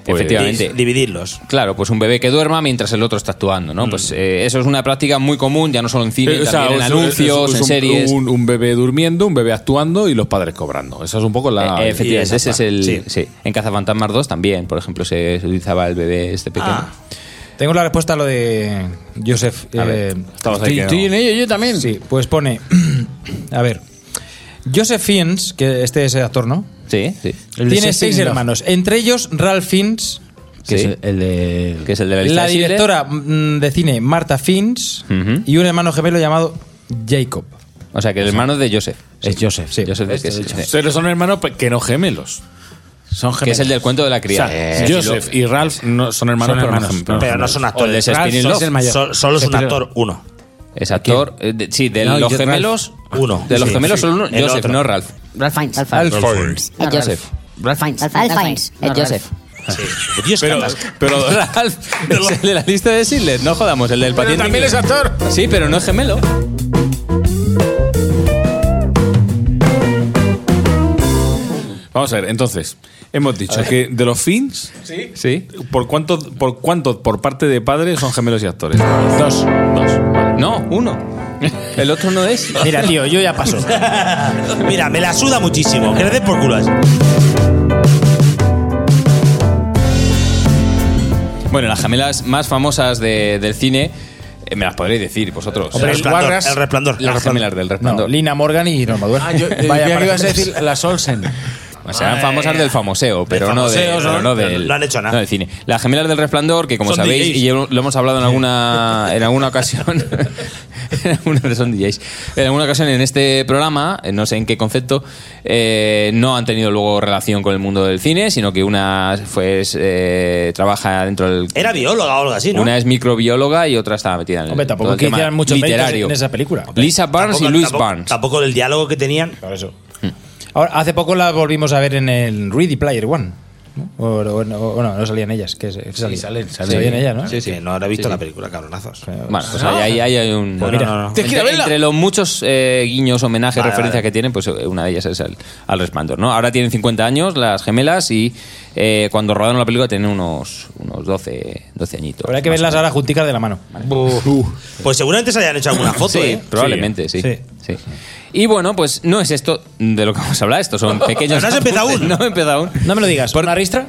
Speaker 3: pues-
Speaker 4: Efectivamente.
Speaker 7: Di- Dividirlos.
Speaker 4: Claro, pues un bebé que duerma mientras el otro está actuando, ¿no? Pues eh, eso es una práctica muy común, ya no solo en cine,
Speaker 3: Eh, o sea,
Speaker 4: también
Speaker 3: es-
Speaker 4: en
Speaker 3: es-
Speaker 4: anuncios,
Speaker 3: es
Speaker 4: en
Speaker 3: un-
Speaker 4: series.
Speaker 3: Un, un bebé durmiendo, un bebé actuando y los padres cobrando. Esa es un poco la.
Speaker 4: Eh, efectivamente,
Speaker 7: y
Speaker 4: ese es el. Sí.
Speaker 7: sí.
Speaker 4: En Cazafantasmas 2 también, por ejemplo, se, se utilizaba el bebé este pequeño.
Speaker 5: Tengo la respuesta a lo de Joseph.
Speaker 3: A ver,
Speaker 5: eh,
Speaker 3: estabas ahí que no.
Speaker 5: ello, yo también. Sí, pues pone. a ver. Joseph Fiennes, que este es el actor, ¿no?
Speaker 4: Sí, sí.
Speaker 5: Tiene seis
Speaker 6: Love.
Speaker 5: hermanos, entre ellos Ralph Fiennes,
Speaker 6: que
Speaker 4: Sí.
Speaker 6: es el de...
Speaker 4: que es el de la lista
Speaker 5: La
Speaker 4: de Schindler.
Speaker 5: directora mm, de cine Marta Fins
Speaker 4: Ujú.
Speaker 5: y un hermano gemelo llamado Jacob.
Speaker 4: O sea, que el hermano de Joseph.
Speaker 6: Es Joseph, sí.
Speaker 4: Joseph,
Speaker 6: Este
Speaker 4: que, es,
Speaker 6: de hecho.
Speaker 4: sí.
Speaker 3: Pero son hermanos pe- que no gemelos.
Speaker 6: Son
Speaker 4: Que es el del cuento de la
Speaker 3: O
Speaker 4: cría. eh,
Speaker 3: sea, Joseph y Ralph no, son hermanos,
Speaker 6: Son
Speaker 3: pero,
Speaker 6: hermanos,
Speaker 3: no gemelos.
Speaker 7: Pero no son
Speaker 4: O el de
Speaker 7: actores.
Speaker 4: Shakespeare in
Speaker 7: Son-
Speaker 4: Love.
Speaker 6: el mayor.
Speaker 7: son- Solo es un
Speaker 6: Shakespeare in Love.
Speaker 7: actor uno.
Speaker 4: Es actor. eh, de- sí, de
Speaker 6: No,
Speaker 4: los
Speaker 6: y Ralph.
Speaker 4: gemelos.
Speaker 7: Uno.
Speaker 4: De los
Speaker 7: Sí,
Speaker 4: gemelos
Speaker 7: sí.
Speaker 4: solo uno.
Speaker 7: El
Speaker 4: Joseph,
Speaker 7: otro.
Speaker 4: no Ralph.
Speaker 11: Ralph Fiennes.
Speaker 4: Ralph
Speaker 11: Es
Speaker 4: Ralph. Joseph.
Speaker 11: Ralph Fiennes.
Speaker 1: Ralph Fiennes.
Speaker 11: Es
Speaker 1: No,
Speaker 11: Joseph.
Speaker 7: Dios,
Speaker 3: Pero,
Speaker 7: Carlos.
Speaker 3: pero-
Speaker 4: Ralph. Es el de la lista de Schindler. No jodamos, el del paciente.
Speaker 3: también
Speaker 4: inglés.
Speaker 3: es actor.
Speaker 4: Sí, pero no es gemelo.
Speaker 3: Vamos a ver, entonces, hemos dicho que de los Fins,
Speaker 4: Sí.
Speaker 3: ¿por cuánto, por cuánto por parte de padres son gemelos y actores? Dos. Dos.
Speaker 4: No, uno. El otro no es.
Speaker 5: Mira, tío, yo ya paso.
Speaker 7: Mira, me la suda muchísimo. Que le den por culo a eso.
Speaker 4: Bueno, las gemelas más famosas de- del cine eh, me las podréis decir vosotros.
Speaker 7: El resplandor.
Speaker 5: guarras-
Speaker 7: el resplandor.
Speaker 4: las gemelas del
Speaker 5: No,
Speaker 4: resplandor.
Speaker 5: Lina Morgan y Norma Duer.
Speaker 6: Ah, yo yo
Speaker 5: Vaya Ah,
Speaker 6: creía que ibas a
Speaker 5: parejas.
Speaker 6: decir las Olsen.
Speaker 4: O sea, eran famosas
Speaker 5: eh,
Speaker 4: del famoseo, pero
Speaker 7: famoseo,
Speaker 4: no, de, pero
Speaker 7: son-
Speaker 4: no del.
Speaker 7: no han hecho nada.
Speaker 4: no del cine. Las gemelas del resplandor, que como
Speaker 7: Son
Speaker 4: sabéis,
Speaker 7: DJs.
Speaker 4: y yo- lo hemos hablado en alguna, en alguna ocasión. en alguna- son DJs. En alguna ocasión en este programa, eh, no sé en qué concepto, eh, no han tenido luego relación con el mundo del cine, sino que una fue, eh, trabaja dentro del.
Speaker 7: Era bióloga o algo así, ¿no?
Speaker 4: Una es microbióloga y otra estaba metida en el.
Speaker 5: Hombre, tampoco
Speaker 4: todo el
Speaker 5: que
Speaker 4: tema
Speaker 5: hicieran muchos méritos
Speaker 4: literario.
Speaker 5: en esa película.
Speaker 4: Lisa Barnes
Speaker 7: Tampoco-
Speaker 4: y Louis
Speaker 7: tampoco-
Speaker 4: Barnes.
Speaker 7: Tampoco el diálogo que tenían.
Speaker 5: Por eso. Ahora, hace poco la volvimos a ver en el Ready Player One. ¿no? O, o- o- o no, no salían ellas. Que se- salían.
Speaker 6: salen, salen.
Speaker 5: Salían ellas, ¿no?
Speaker 7: Sí, no habrá visto la película, cabronazos.
Speaker 4: Bueno, pues ahí, ahí- ahí hay un.
Speaker 7: Pues mira, No, no, no.
Speaker 4: Entre, entre los muchos eh, guiños, homenajes,
Speaker 7: Vale,
Speaker 4: referencias
Speaker 7: vale.
Speaker 4: que tienen, pues eh, una de ellas es al, al resplandor. ¿no? Ahora tienen 50 años las gemelas y eh, cuando rodaron la película tenían unos, unos 12, 12 añitos.
Speaker 5: Habrá que
Speaker 4: más
Speaker 5: verlas
Speaker 4: o menos.
Speaker 5: ahora junticas de la mano.
Speaker 7: Pues seguramente se hayan hecho alguna foto,
Speaker 4: Sí,
Speaker 7: ¿eh?
Speaker 4: probablemente, sí.
Speaker 5: Sí.
Speaker 4: sí. Y bueno, pues no es esto de lo que vamos a hablar, estos son pequeños.
Speaker 7: No has empezado
Speaker 4: apuntes.
Speaker 7: aún.
Speaker 4: Pues No he empezado aún.
Speaker 5: No me lo digas. ¿Una ristra?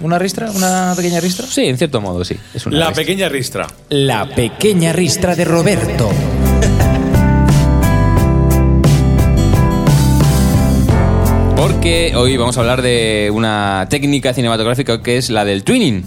Speaker 5: ¿Una ristra? ¿Una pequeña ristra?
Speaker 4: Sí, en cierto modo, sí. Es una
Speaker 3: La
Speaker 4: bestia.
Speaker 3: pequeña ristra.
Speaker 5: La pequeña ristra de Roberto.
Speaker 4: Porque hoy vamos a hablar de una técnica cinematográfica que es la del twinning.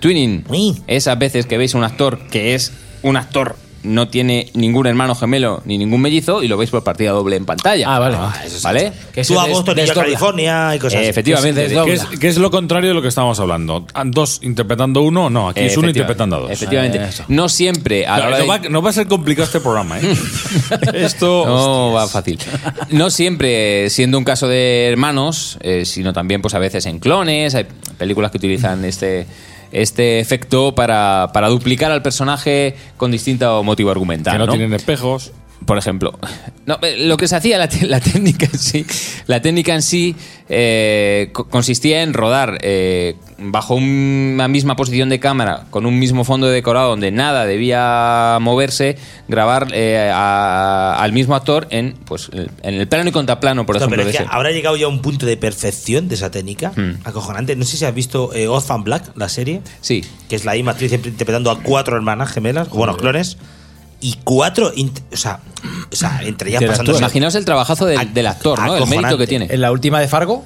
Speaker 4: Twinning.
Speaker 7: Uy.
Speaker 4: Es a veces que veis a un actor que es un actor, no tiene ningún hermano gemelo ni ningún mellizo y lo veis por partida doble en pantalla.
Speaker 6: Ah, vale.
Speaker 4: ¿Vale?
Speaker 6: Que se
Speaker 7: Tú a
Speaker 6: des-
Speaker 7: Boston y yo a
Speaker 6: desdobla.
Speaker 7: California y cosas así.
Speaker 4: Efectivamente.
Speaker 6: Que se
Speaker 3: ¿Qué
Speaker 6: desdobla.
Speaker 3: es, que es lo contrario de lo que estábamos hablando? Ah, ¿Dos interpretando uno? No, aquí es uno
Speaker 4: Efectivamente,
Speaker 3: interpretando a dos.
Speaker 4: Efectivamente.
Speaker 6: Ah, eso.
Speaker 4: no siempre a la
Speaker 3: Claro,
Speaker 4: hora
Speaker 3: no,
Speaker 4: de-
Speaker 3: va, no va a ser complicado este programa, ¿eh? Esto.
Speaker 4: No va fácil. No siempre eh, siendo un caso de hermanos, eh, sino también pues a veces en clones, hay películas que utilizan este este efecto para, para duplicar al personaje con distinto motivo argumental.
Speaker 3: que no,
Speaker 4: ¿no?
Speaker 3: tienen espejos.
Speaker 4: por ejemplo. No, eh, lo que se hacía la, te- la técnica en sí, la técnica en sí eh, co- consistía en rodar eh, bajo un- una misma posición de cámara, con un mismo fondo decorado donde nada debía moverse, grabar eh, a- al mismo actor en, pues, en el plano y contraplano, por
Speaker 7: No,
Speaker 4: ejemplo.
Speaker 7: pero es
Speaker 4: de
Speaker 7: que
Speaker 4: ese.
Speaker 7: habrá llegado ya a un punto de perfección de esa técnica
Speaker 4: Hmm.
Speaker 7: acojonante. No sé si has visto eh, Orphan Black, la serie,
Speaker 4: Sí.
Speaker 7: que es la misma actriz interpretando a cuatro hermanas gemelas, o bueno, clones, y cuatro, int- o, sea, o sea, entre ellas pasando.
Speaker 4: Imaginaos el trabajazo del,
Speaker 7: A-
Speaker 4: del actor, ¿no? El
Speaker 7: acojonante.
Speaker 4: mérito que tiene.
Speaker 5: En la última de Fargo.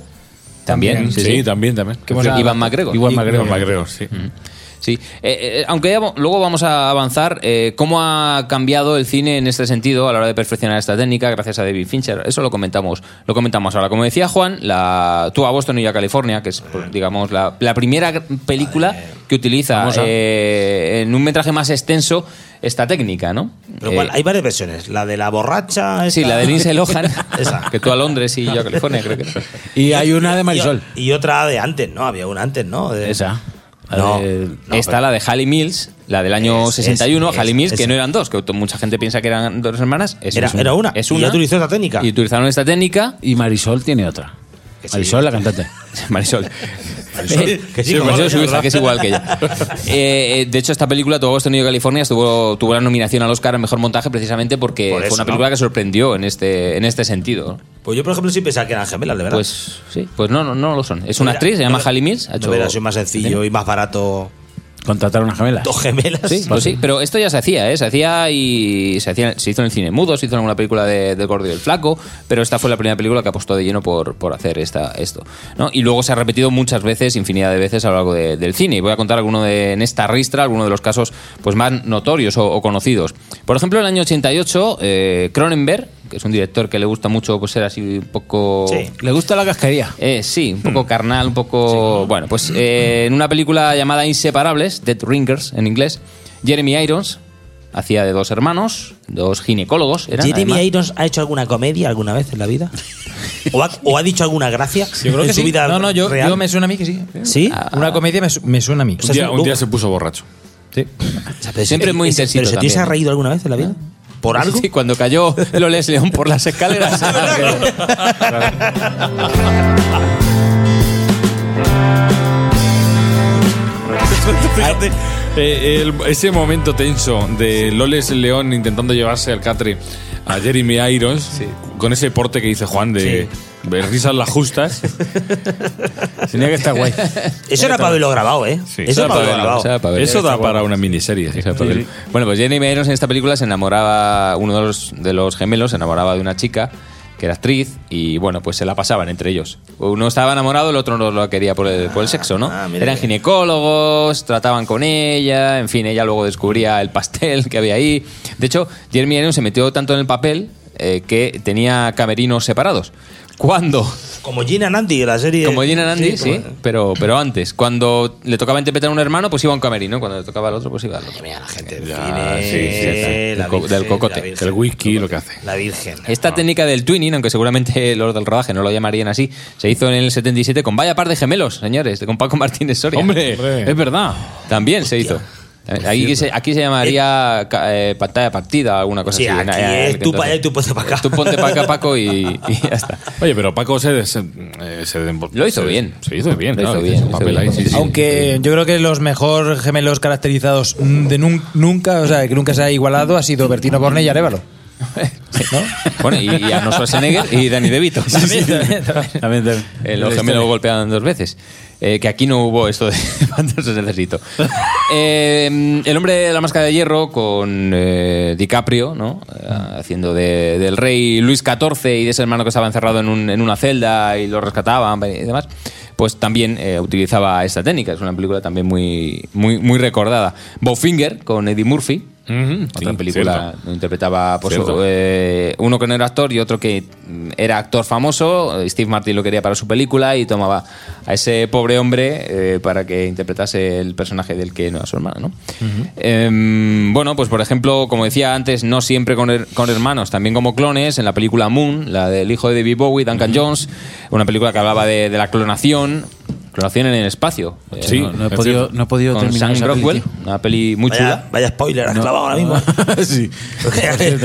Speaker 4: También,
Speaker 3: Sí,
Speaker 4: sí, sí.
Speaker 3: también, también.
Speaker 5: Qué buena-
Speaker 4: Iván McGregor.
Speaker 3: Igual
Speaker 5: Y-
Speaker 3: Magreo, Magreo, sí.
Speaker 4: Sí, Eh, eh, aunque ya vo- luego vamos a avanzar, eh, ¿cómo ha cambiado el cine en este sentido a la hora de perfeccionar esta técnica gracias a David Fincher? Eso lo comentamos, lo comentamos ahora. Como decía Juan, la Tú a Boston y yo a California, que es, pues, digamos, la, la primera gr- película que utiliza eh, en un metraje más extenso esta técnica, ¿no?
Speaker 7: Pero
Speaker 4: Eh,
Speaker 7: cuál, hay varias versiones. La de la borracha.
Speaker 4: sí,
Speaker 7: esta-
Speaker 4: la de Lindsay Lohan,
Speaker 7: Esa.
Speaker 4: que tú a Londres y yo a California, creo que era.
Speaker 6: Y hay una de Marisol.
Speaker 7: Y, y otra de antes, ¿no? Había una antes, ¿no? De-
Speaker 6: Esa. La
Speaker 7: No.
Speaker 6: de-
Speaker 4: Está Eh, la de Halle Mills, la del año
Speaker 7: Es- es-
Speaker 4: 61,
Speaker 7: es-
Speaker 4: Halle Mills, que
Speaker 7: es-
Speaker 4: no eran dos, que to- mucha gente piensa que eran dos hermanas. Es-
Speaker 7: Era-
Speaker 4: es un-
Speaker 7: era una.
Speaker 4: Es
Speaker 7: Y
Speaker 4: una.
Speaker 7: ya utilizó esa técnica.
Speaker 4: Y utilizaron esta técnica.
Speaker 6: Y Marisol tiene otra.
Speaker 7: Que sí.
Speaker 6: Marisol, la cantante.
Speaker 4: Marisol. Eh,
Speaker 7: que sí,
Speaker 4: sí,
Speaker 7: como
Speaker 4: Marisol
Speaker 7: no,
Speaker 4: es su hija,
Speaker 7: es verdad.
Speaker 4: que es igual que ella. Eh, eh, de hecho, esta película, Todo Boston y California, estuvo, tuvo la nominación al Oscar a Mejor Montaje precisamente porque
Speaker 7: Por
Speaker 4: fue
Speaker 7: eso,
Speaker 4: una
Speaker 7: ¿no?
Speaker 4: película que sorprendió en este, en este sentido.
Speaker 7: Pues yo, por ejemplo, sí pensaba que eran gemelas, de verdad.
Speaker 4: Pues sí, pues no, no, no lo son. Es una
Speaker 7: Mira,
Speaker 4: actriz, se
Speaker 7: no
Speaker 4: llama
Speaker 7: me-
Speaker 4: Halle Mills. ha
Speaker 7: no
Speaker 4: hecho-
Speaker 7: verás, soy más sencillo y más barato.
Speaker 6: Contratar una gemela.
Speaker 7: Dos gemelas.
Speaker 4: Sí, pues sí, pero esto ya se hacía, ¿eh? Se hacía y se, hacía, se hizo en el cine mudo, se hizo en alguna película de, del Gordo y el Flaco, pero esta fue la primera película que apostó de lleno por, por hacer esta, esto. ¿no? Y luego se ha repetido muchas veces, infinidad de veces a lo largo de- del cine. Y voy a contar alguno de, en esta ristra, algunos de los casos pues, más notorios o, o conocidos. Por ejemplo, en el año 88, eh, Cronenberg, que es un director que le gusta mucho pues, ser así un poco...
Speaker 7: Sí.
Speaker 6: Le gusta la casquería.
Speaker 4: Eh, sí, un
Speaker 7: Mm.
Speaker 4: poco carnal, un poco... Bueno, pues eh, en una película llamada Inseparables, Dead Ringers en inglés, Jeremy Irons hacía de dos hermanos, dos ginecólogos. Eran,
Speaker 7: ¿Jeremy
Speaker 4: además.
Speaker 7: Irons ha hecho alguna comedia alguna vez en la vida? ¿O ha, o ha dicho alguna gracia
Speaker 5: Yo creo
Speaker 7: en
Speaker 5: que
Speaker 7: su
Speaker 5: sí.
Speaker 7: vida
Speaker 5: No, no, yo,
Speaker 7: real? Ah.
Speaker 5: yo me Ah, suena a mí que sí.
Speaker 7: ¿Sí?
Speaker 5: Una comedia me, su- me suena a mí.
Speaker 3: Un día, un día se puso borracho.
Speaker 7: O sea, pero
Speaker 4: Siempre
Speaker 7: ese-
Speaker 4: muy
Speaker 7: ese-
Speaker 4: intensito
Speaker 7: ¿Pero ese tío se ha
Speaker 4: también.
Speaker 7: reído alguna vez en la vida? ¿Por algo?
Speaker 4: Sí, cuando cayó lo Les León por las escaleras.
Speaker 3: Fíjate, eh, el- ese momento tenso de Loles León intentando llevarse al catre a Jeremy Irons, con ese porte que dice Juan de, de risas las justas.
Speaker 6: Tenía que estar guay.
Speaker 7: Eso era para haberlo grabado, ¿eh? Eso era para haberlo grabado.
Speaker 4: Eso era para ver.
Speaker 3: Eso da para una miniserie.
Speaker 4: Sí. Bueno, pues Jenny Irons en esta película se enamoraba, uno de los, de los gemelos se enamoraba de una chica que era actriz y bueno, pues se la pasaban entre ellos. Uno estaba enamorado, el otro no lo quería por el, por el sexo, ¿no?
Speaker 7: Ah, mira.
Speaker 4: Eran ginecólogos, trataban con ella, en fin, ella luego descubría el pastel que había ahí. De hecho, Jeremy Irons se metió tanto en el papel eh, que tenía camerinos separados. Cuando
Speaker 7: Como Gina Nandi, la serie.
Speaker 4: como Gina Nandi, sí,
Speaker 7: como-
Speaker 4: pero, pero antes. Cuando le tocaba interpretar a un hermano, pues iba a un camerino. Cuando le tocaba al otro, pues iba al otro.
Speaker 7: Mira, la gente del
Speaker 3: Ya,
Speaker 7: cine,
Speaker 3: sí, sí, sí.
Speaker 7: la
Speaker 4: Del co-
Speaker 7: virgen,
Speaker 4: del cocote,
Speaker 7: la virgen.
Speaker 3: El whisky lo que hace.
Speaker 7: La Virgen.
Speaker 4: Esta técnica del twinning, aunque seguramente los del rodaje no lo llamarían así, se hizo en el 77 con vaya par de gemelos, señores, de con Paco Martínez Soria.
Speaker 3: Hombre, es verdad.
Speaker 4: También se hizo. Aquí se, aquí se llamaría ca- eh, pantalla partida o alguna cosa
Speaker 7: Sí,
Speaker 4: así.
Speaker 7: aquí
Speaker 4: Era- era-
Speaker 7: es tú pa' allá y tú ponte pa' acá.
Speaker 4: Tú ponte para acá, Paco, y, y ya está.
Speaker 3: Oye, pero Paco se, des- eh, se dem-
Speaker 4: Lo hizo
Speaker 3: se-
Speaker 4: bien.
Speaker 3: Se hizo bien,
Speaker 4: Lo
Speaker 3: claro,
Speaker 4: hizo
Speaker 3: hizo
Speaker 4: bien,
Speaker 3: su
Speaker 4: hizo
Speaker 3: papel
Speaker 4: bien.
Speaker 3: ahí, sí, sí.
Speaker 5: Aunque yo creo que los mejor gemelos caracterizados de nun- nunca, o sea, que nunca se ha igualado, ha sido Bertino Borne y Arevalo.
Speaker 4: Bueno, y, y Arnold Schwarzenegger y Danny DeVito.
Speaker 6: También, también.
Speaker 4: Eh, los gemelos golpeaban dos veces. Eh, que aquí no hubo esto de cuántos os necesito. Eh, el hombre de la máscara de hierro con eh, DiCaprio, ¿no? Eh, haciendo de- del rey Luis XIV y de ese hermano que estaba encerrado en, un- en una celda y lo rescataban y demás. Pues también eh, utilizaba esta técnica. Es una película también muy, muy, muy recordada. Bowfinger con Eddie Murphy.
Speaker 3: Ujú,
Speaker 4: Otra
Speaker 3: sí,
Speaker 4: película
Speaker 3: cierto.
Speaker 4: lo interpretaba por
Speaker 3: Cierto.
Speaker 4: su- eh, uno que no era actor y otro que mm, era actor famoso. Eh, Steve Martin lo quería para su película y tomaba a ese pobre hombre eh, para que interpretase el personaje del que no era su hermano. ¿no? Em, bueno, pues por ejemplo, como decía antes, no siempre con, her- con hermanos, también como clones. En la película Moon, la del hijo de David Bowie, Duncan Jones, una película que hablaba de, de la clonación. Clonación en el espacio. eh,
Speaker 3: Sí,
Speaker 6: No, no he
Speaker 3: es
Speaker 6: podido,
Speaker 3: cierto.
Speaker 6: no he podido
Speaker 4: con
Speaker 6: terminar.
Speaker 4: Sam
Speaker 6: esa peli,
Speaker 4: Rockwell,
Speaker 6: tío.
Speaker 4: una peli muy chula.
Speaker 7: Vaya, vaya spoiler, has clavado ahora mismo.
Speaker 6: sí.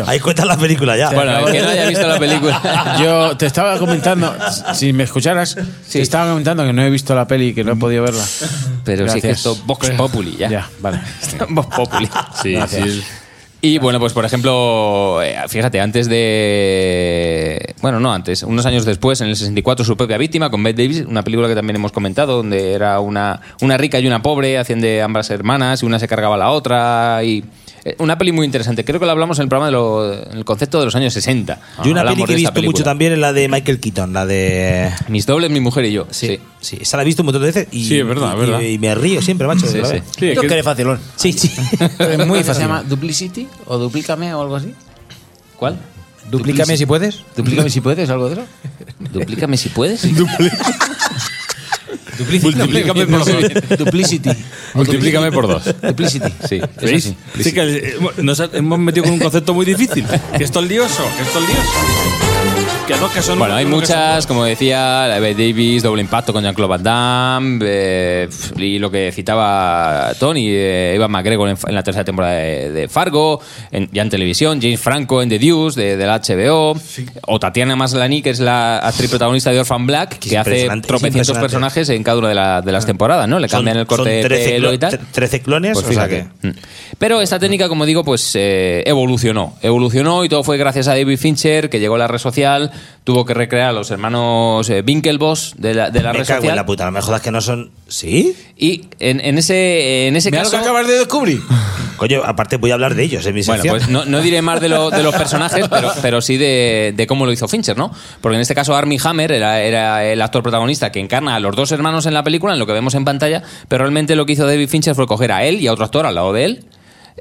Speaker 7: Ahí cuentas la película ya.
Speaker 4: Bueno, el que no haya visto la película.
Speaker 6: Yo te estaba comentando, si me escucharas, te estaba comentando que no he visto la peli y que no he
Speaker 3: Mm.
Speaker 6: podido verla.
Speaker 4: Pero sí que
Speaker 6: Gracias.
Speaker 4: esto Vox Populi, ya.
Speaker 6: Ya, vale.
Speaker 4: Vox Populi.
Speaker 3: Sí, sí.
Speaker 4: Y bueno, pues por ejemplo, eh, fíjate, antes de. Bueno, no antes, unos años después, en el 64, su propia víctima, con Bette Davis, una película que también hemos comentado, donde era una, una rica y una pobre, hacían de ambas hermanas, y una se cargaba a la otra, y. eh, Una peli muy interesante. Creo que lo hablamos en el programa de lo- en el concepto de los años 60.
Speaker 7: Yo una
Speaker 4: Hablamos
Speaker 7: peli que
Speaker 4: de
Speaker 7: he visto
Speaker 4: esta
Speaker 7: mucho
Speaker 4: película.
Speaker 7: también es la de Michael Keaton, la de.
Speaker 4: Mis dobles, mi mujer y yo.
Speaker 7: Sí,
Speaker 4: sí.
Speaker 7: sí. Esa la he visto un montón de veces y,
Speaker 3: Sí, es verdad,
Speaker 7: y-
Speaker 3: es verdad.
Speaker 7: y me río siempre, macho.
Speaker 4: Sí,
Speaker 7: de la
Speaker 4: sí.
Speaker 7: vez.
Speaker 3: Sí, es que-
Speaker 5: facilón.
Speaker 7: sí. sí.
Speaker 5: Es muy fácil.
Speaker 6: Duplicity o Duplícame o algo así?
Speaker 4: ¿Cuál?
Speaker 5: Duplícame si puedes.
Speaker 6: Duplícame si puedes, algo de eso.
Speaker 4: Duplícame si puedes.
Speaker 3: Multiplícame por dos.
Speaker 6: Duplicity.
Speaker 3: Multiplícame por dos.
Speaker 6: Duplicity.
Speaker 4: Sí, es
Speaker 3: ¿Veis?
Speaker 4: así.
Speaker 3: Sí que eh, nos ha- hemos metido con un concepto muy difícil. Que esto es lioso, que esto es lioso. Que no, que son...
Speaker 4: Bueno, hay
Speaker 3: no, que son-
Speaker 4: muchas, como decía, la de Davis, doble impacto con Jean-Claude Van Damme, eh, pf, y lo que citaba Tony, eh, Evan McGregor en, en la tercera temporada de, de Fargo, en- ya en televisión, James Franco en The Deuce, de, de la HBO, o Tatiana Maslany, que es la actriz protagonista de Orphan Black, que hace
Speaker 7: impresionante, es
Speaker 4: tropecientos
Speaker 7: impresionante.
Speaker 4: personajes en cada una de, la- de las temporadas, ¿no? Le cambian el corte de pelo
Speaker 7: clo-
Speaker 4: y tal.
Speaker 7: tre- 13 clones,
Speaker 4: Pues
Speaker 7: o sea que.
Speaker 4: fíjate. Mm. Pero esta técnica, como digo, pues eh, evolucionó. Evolucionó y todo fue gracias a David Fincher, que llegó a la red social, Social tuvo que recrear a los hermanos eh, Winklevoss de la, de la
Speaker 7: Me
Speaker 4: red
Speaker 7: cago en
Speaker 4: social.
Speaker 7: la puta, no me jodas que no son. ¿Sí?
Speaker 4: Y en, en ese, en ese
Speaker 5: Mira
Speaker 4: caso.
Speaker 5: lo que acabas de descubrir.
Speaker 7: Coño, aparte voy a hablar de ellos en mi
Speaker 4: Bueno,
Speaker 7: sección.
Speaker 4: pues no, no diré más de, lo- de los personajes, pero, pero sí de, de cómo lo hizo Fincher, ¿no? Porque en este caso Armie Hammer era, era el actor protagonista que encarna a los dos hermanos en la película, en lo que vemos en pantalla, pero realmente lo que hizo David Fincher fue coger a él y a otro actor al lado de él,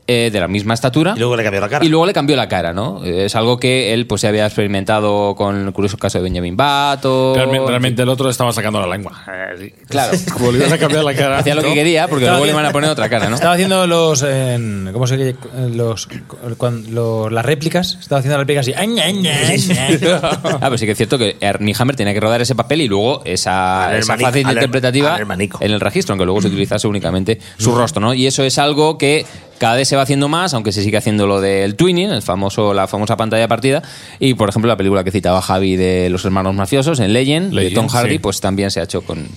Speaker 4: eh, de la misma estatura.
Speaker 7: Y luego le cambió la cara.
Speaker 4: Y luego le cambió la cara, ¿no? Eh, Es algo que él pues se había experimentado con el curioso caso de Benjamin Bato.
Speaker 3: Realmente, realmente el otro estaba sacando la lengua.
Speaker 4: Claro.
Speaker 3: Como le ibas a cambiar la cara.
Speaker 4: Hacía lo que quería porque
Speaker 5: Estaba
Speaker 4: luego le
Speaker 5: haciendo-
Speaker 4: iban a poner otra cara, ¿no?
Speaker 5: Estaba haciendo los. en- ¿Cómo se dice? Los, cuan- los- las réplicas. Estaba haciendo las réplicas así. "Añ, añ, añ, añ".
Speaker 4: Ah, pero sí que es cierto que Ernie Hammer tenía que rodar ese papel y luego esa,
Speaker 7: Al
Speaker 4: esa
Speaker 7: hermanico,
Speaker 4: fácil
Speaker 7: al her-
Speaker 4: interpretativa
Speaker 7: al hermanico.
Speaker 4: en el registro, aunque luego se utilizase únicamente su rostro, ¿no? Y eso es algo que cada vez se va haciendo más, aunque se sigue haciendo lo del twinning, el famoso, la famosa pantalla de partida. Y, por ejemplo, la película que citaba Javi de los hermanos mafiosos, en Legend, de
Speaker 3: Legend,
Speaker 4: Tom Hardy,
Speaker 3: sí.
Speaker 4: pues también se ha hecho con... de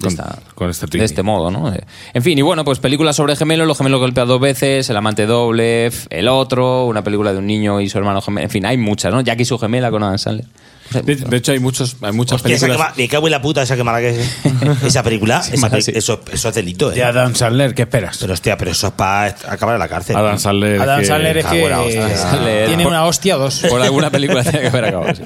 Speaker 3: Con-
Speaker 4: esta-
Speaker 3: con este
Speaker 4: de
Speaker 3: twinning.
Speaker 4: este modo, ¿no? Eh, En fin, y bueno, pues películas sobre gemelos, los gemelos golpeados dos veces, el amante doble, f- el otro, una película de un niño y su hermano gemelo, en fin, hay muchas, ¿no? Jack y su gemela con Adam Sandler. Pues hay
Speaker 3: De,
Speaker 4: muchas.
Speaker 3: de hecho, hay, muchos, hay muchas
Speaker 7: Hostia, esa que
Speaker 3: películas.
Speaker 7: ma- me cago en la puta esa que mala que es. Esa película, esa
Speaker 4: mala,
Speaker 7: peli-
Speaker 4: sí.
Speaker 7: eso, eso es delito, ¿eh?
Speaker 6: De Adam Sandler, ¿qué esperas?
Speaker 7: Pero hostia, pero eso es para acabar en la cárcel.
Speaker 3: Adam Sandler.
Speaker 5: Adam
Speaker 3: que-
Speaker 5: Sandler es
Speaker 7: cago en la hostia.
Speaker 5: que.
Speaker 4: Sandler.
Speaker 5: Tiene una hostia o dos.
Speaker 4: Por alguna película tiene que haber acabado. sí.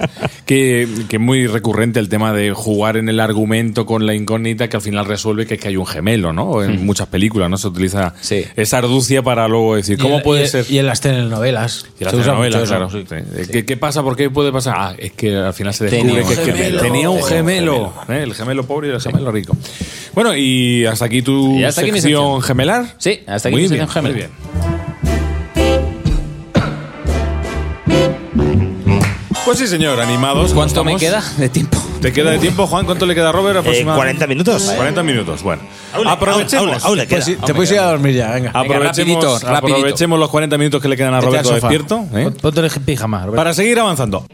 Speaker 3: que, que es muy recurrente el tema de jugar en el argumento con la incógnita que al final resuelve que es que hay un gemelo, ¿no? En muchas películas, ¿no? Se utiliza
Speaker 4: Sí.
Speaker 3: esa arducia para luego decir, ¿cómo
Speaker 6: Y-
Speaker 3: puede
Speaker 6: y-
Speaker 3: ser?
Speaker 6: Y en las telenovelas.
Speaker 3: Y la
Speaker 6: Se usa
Speaker 3: telenovela,
Speaker 6: mucho eso.
Speaker 3: claro. Sí. ¿Qué, qué pasa? ¿Por qué puede pasar? Ah, es que al final se descubre
Speaker 4: Tenía un
Speaker 3: que, es que tenía
Speaker 4: gemelo.
Speaker 3: un
Speaker 4: Tenía un
Speaker 3: gemelo. ¿eh? El gemelo pobre y el gemelo rico. Bueno, y hasta aquí tu
Speaker 4: Y hasta aquí mi
Speaker 3: sección
Speaker 4: sección.
Speaker 3: gemelar.
Speaker 4: Sí, hasta aquí
Speaker 3: muy
Speaker 4: mi
Speaker 3: bien,
Speaker 4: sección gemelar.
Speaker 3: Muy bien. Pues sí, señor, animados. ¿cómo
Speaker 4: ¿Cuánto me
Speaker 3: estamos?
Speaker 4: queda de tiempo?
Speaker 3: ¿Te queda de tiempo, Juan? ¿Cuánto le queda a Robert?
Speaker 7: Eh,
Speaker 3: Aproximadamente
Speaker 7: 40 minutos.
Speaker 3: 40 minutos, bueno.
Speaker 7: Aún le-
Speaker 3: Aprovechemos.
Speaker 7: aún- aún- aún le queda.
Speaker 6: Sí, te puedes ir a dormir ya, venga.
Speaker 3: Ah, Aprovechemos,
Speaker 4: rapidito, rapidito.
Speaker 3: aprovechemos los 40 minutos que le quedan a
Speaker 6: Vete al
Speaker 3: Roberto
Speaker 6: sofá.
Speaker 3: despierto. ¿eh?
Speaker 5: Pon- Ponte el pijama. Roberto.
Speaker 3: Para seguir avanzando.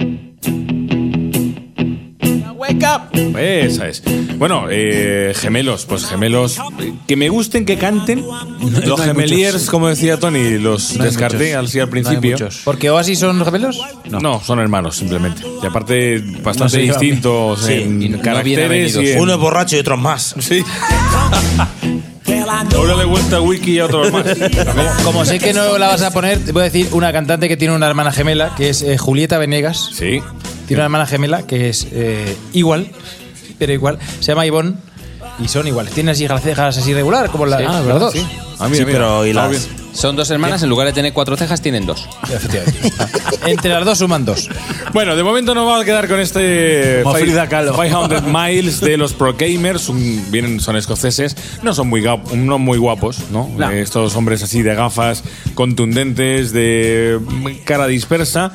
Speaker 3: Esa es. Bueno, eh, gemelos, pues gemelos eh, que me gusten que canten. los
Speaker 6: hay
Speaker 3: gemeliers, como decía Tony, los
Speaker 6: hay
Speaker 3: descarté
Speaker 6: muchos.
Speaker 3: al, sí, al
Speaker 6: No hay
Speaker 3: principio.
Speaker 6: muchos.
Speaker 5: ¿Porque Oasis son gemelos?
Speaker 3: No. son hermanos, simplemente. Y aparte, bastante
Speaker 6: se llevan bien.
Speaker 3: distintos
Speaker 7: Sí,
Speaker 3: en
Speaker 4: y no bien
Speaker 3: caracteres.
Speaker 4: avenidos.
Speaker 3: y en-
Speaker 7: Uno es borracho y otro es más.
Speaker 3: Sí. A uno le gusta whisky y a otro más.
Speaker 5: Como sé que no la vas a poner, te voy a decir una cantante que tiene una hermana gemela, que es eh, Julieta Venegas.
Speaker 3: Sí.
Speaker 5: Tiene una hermana gemela que es eh, igual, pero igual. Se llama Ivonne y son iguales. Tiene así las cejas así regular, como la,
Speaker 4: Sí,
Speaker 5: las
Speaker 4: claro,
Speaker 5: dos.
Speaker 4: sí.
Speaker 3: Ah, mira,
Speaker 7: sí,
Speaker 3: mira.
Speaker 7: pero y
Speaker 3: Ah,
Speaker 7: las-
Speaker 3: bien.
Speaker 4: Son dos hermanas, en lugar de tener cuatro cejas, tienen dos.
Speaker 5: Efectivamente. Entre las dos suman dos.
Speaker 3: Bueno, de momento nos vamos a quedar con este
Speaker 6: Como
Speaker 3: five-
Speaker 6: Frida Kahlo.
Speaker 3: 500 Miles de los Pro Gamers. un- vienen, son escoceses. No son muy, gap- no muy guapos, ¿no?
Speaker 6: No.
Speaker 3: Eh, estos hombres así de gafas contundentes, de cara dispersa.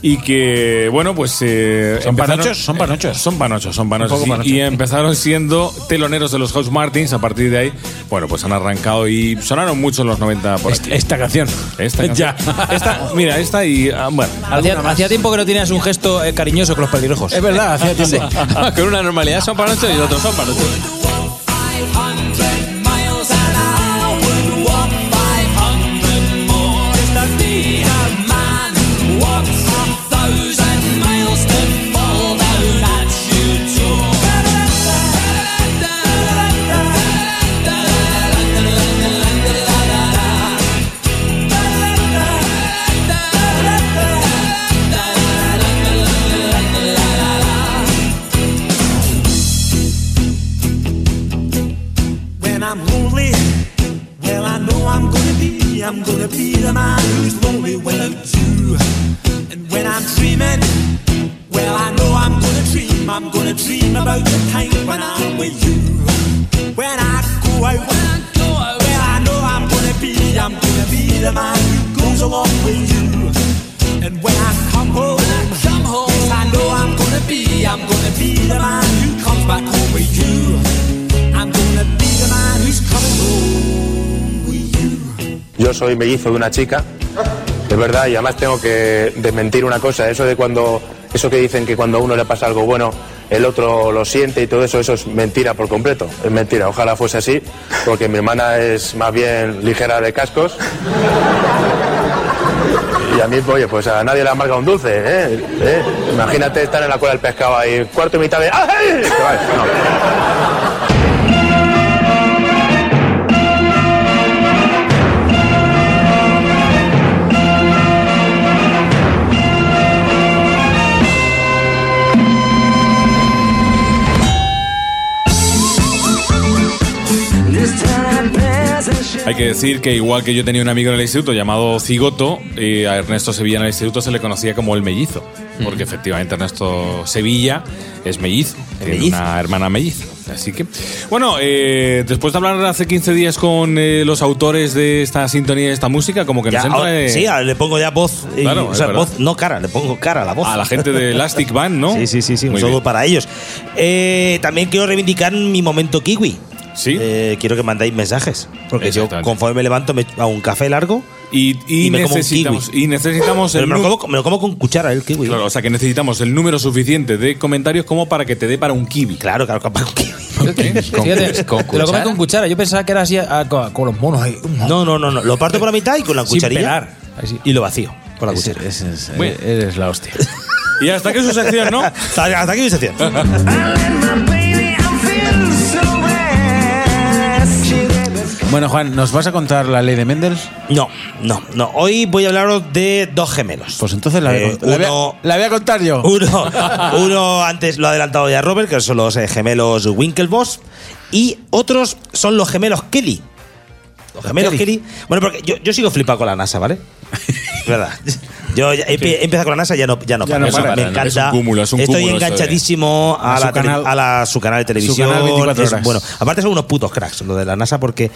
Speaker 3: Y que, bueno, pues. eh,
Speaker 6: ¿Son
Speaker 3: empezaron-
Speaker 6: panochos? Son panochos.
Speaker 3: Son panochos, son panochos.
Speaker 6: Un poco
Speaker 3: Y-
Speaker 6: panochos.
Speaker 3: Y empezaron siendo teloneros de los House Martins. A partir de ahí, bueno, pues han arrancado y sonaron mucho en los 90 por aquí.
Speaker 6: Esta, esta canción.
Speaker 3: Esta canción.
Speaker 6: Este Ya.
Speaker 3: Esta- mira, esta y. ah, bueno.
Speaker 5: Hacía, hacía tiempo que no tenías un gesto eh, cariñoso con los pelirrojos.
Speaker 6: Es verdad, hacía tiempo.
Speaker 4: con una normalidad son para ocho y los otros son para ocho.
Speaker 11: When I'm lonely, well I know I'm gonna be, I'm gonna be the man who's lonely without you. And when I'm dreaming, well I know I'm gonna dream, I'm gonna dream about the time when I'm with you. When I go out, well I know I'm gonna be, I'm gonna be the man who goes along with you. And when I come home, yes I know I'm gonna be, I'm gonna be the man who comes back home with you. I'm gonna be the man who's coming home with you.
Speaker 10: Yo soy mellizo de una chica, es verdad, y además tengo que desmentir una cosa, eso de cuando, eso que dicen que cuando a uno le pasa algo bueno, el otro lo siente y todo eso, eso es mentira por completo, es mentira, ojalá fuese así, porque mi hermana es más bien ligera de cascos Y a mí, oye, pues a nadie le ha marcado un dulce, ¿eh? ¿Eh? Imagínate estar en la cola del pescado ahí, cuarto y mitad de... ¡Ay! Te vas, no.
Speaker 3: Hay que decir que igual que yo tenía un amigo en el instituto llamado Cigoto, eh, a Ernesto Sevilla en el instituto se le conocía como el mellizo, porque efectivamente Ernesto Sevilla es mellizo, tiene
Speaker 7: mellizo.
Speaker 3: una hermana mellizo. Así que, bueno, eh, después de hablar hace 15 días con eh, los autores de esta sintonía, de esta música, como que
Speaker 7: Ya,
Speaker 3: nos entra...
Speaker 7: ahora-
Speaker 3: eh,
Speaker 7: sí, ahora le pongo ya voz. y-
Speaker 3: Claro,
Speaker 7: o
Speaker 3: es
Speaker 7: sea,
Speaker 3: verdad.
Speaker 7: voz, no cara, le pongo cara a la voz.
Speaker 3: A la gente de Elastic Band, ¿no?
Speaker 7: Sí, sí, sí, sí.
Speaker 3: Muy
Speaker 7: Un saludo
Speaker 3: bien.
Speaker 7: para ellos. Eh, también quiero reivindicar mi momento kiwi.
Speaker 3: Sí.
Speaker 7: Eh, quiero que mandáis mensajes. Porque yo,
Speaker 3: Exactamente.
Speaker 7: conforme me levanto, me hago un café largo.
Speaker 3: Y, y
Speaker 7: Y me como un
Speaker 3: necesitamos,
Speaker 7: kiwi.
Speaker 3: y necesitamos
Speaker 7: Pero
Speaker 3: el
Speaker 7: me lo,
Speaker 3: nu-
Speaker 7: como, me lo como con cuchara el kiwi.
Speaker 3: Claro, o sea que necesitamos el número suficiente de comentarios como para que te dé para un kiwi.
Speaker 7: Claro, claro, para un kiwi.
Speaker 5: Fíjate,
Speaker 4: con
Speaker 5: te lo comes
Speaker 4: cuchara?
Speaker 5: con cuchara. Yo pensaba que era así ah, con, con los monos ahí.
Speaker 7: No, no, no, no. Lo parto por la mitad y con la
Speaker 5: Sin
Speaker 7: cucharilla.
Speaker 5: pelar. Así.
Speaker 7: Y lo vacío con la
Speaker 6: Ese-
Speaker 7: cuchara.
Speaker 6: ese es- eh,
Speaker 3: Bueno.
Speaker 6: eres la hostia.
Speaker 3: Y hasta que su sección, ¿no?
Speaker 7: Hasta, hasta aquí mi sección.
Speaker 6: Bueno, Juan, ¿nos vas a contar la ley de Mendel?
Speaker 7: No, no, no. Hoy voy a hablaros de dos gemelos.
Speaker 6: Pues entonces la, voy a
Speaker 7: Eh,
Speaker 6: cont- la voy a-
Speaker 7: uno-
Speaker 6: la voy a contar yo.
Speaker 7: Uno, uno antes lo ha adelantado ya Robert, que son los eh, gemelos Winklevoss. Y otros son los gemelos Kelly. Los gemelos Kelly. Bueno, porque yo, yo sigo flipado con la NASA, ¿vale? ¿Verdad? Yo ya he, he empezado con la NASA y ya no, ya no,
Speaker 6: Ya
Speaker 7: paro.
Speaker 6: no
Speaker 7: Eso
Speaker 6: para,
Speaker 7: Me
Speaker 6: ¿no?
Speaker 7: encanta.
Speaker 3: Es un cúmulo, es un
Speaker 7: Estoy
Speaker 3: cúmulo eso de-
Speaker 7: enganchadísimo a,
Speaker 6: A su
Speaker 7: la tele-
Speaker 6: canal-
Speaker 7: a la- su canal de televisión.
Speaker 6: canal 24
Speaker 7: Es-
Speaker 6: horas.
Speaker 7: bueno, aparte son unos putos cracks los de la NASA porque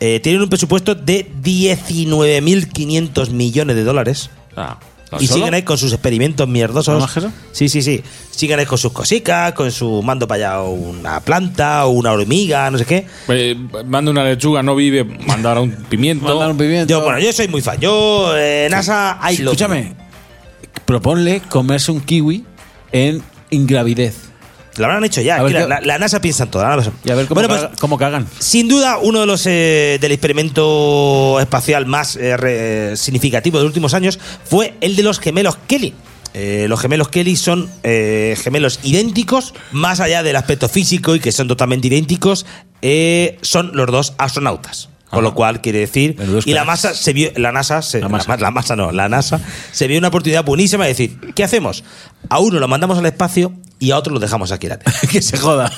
Speaker 7: eh, tienen un presupuesto de 19.500 millones de dólares.
Speaker 3: Ah,
Speaker 7: Y
Speaker 3: ¿solo?
Speaker 7: siguen ahí con sus experimentos mierdosos.
Speaker 6: ¿No más que eso?
Speaker 7: Sí, sí, sí. Siguen ahí con sus cositas, con su mando para allá una planta o una hormiga, no sé qué.
Speaker 3: Eh, manda una lechuga, no vive, mandar un pimiento.
Speaker 6: Mandar un pimiento.
Speaker 7: Yo, bueno, yo soy muy fan. Yo, eh, NASA, hay lo
Speaker 6: Escúchame, proponle comerse un kiwi en ingravidez
Speaker 7: Lo habrán hecho ya.
Speaker 6: A ver,
Speaker 7: Aquí la,
Speaker 6: yo-
Speaker 7: la- la NASA piensa en todo. la NASA.
Speaker 6: y a ver cómo,
Speaker 7: Bueno, pues,
Speaker 6: caga- cómo cagan.
Speaker 7: Sin duda, uno de los eh, del experimento espacial más eh, re- significativo de los últimos años fue el de los gemelos Kelly. Eh, los gemelos Kelly son eh, gemelos idénticos, más allá del aspecto físico y que son totalmente idénticos, eh, son los dos astronautas. Con lo cual quiere decir.
Speaker 6: Menudos
Speaker 7: Y la
Speaker 6: cracks.
Speaker 7: masa se vio. La NASA se-
Speaker 6: La
Speaker 7: la
Speaker 6: masa.
Speaker 7: ma- la masa no, la NASA se vio una oportunidad buenísima de decir, ¿qué hacemos? A uno lo mandamos al espacio y a otro lo dejamos aquí en la Tierra.
Speaker 6: que se joda.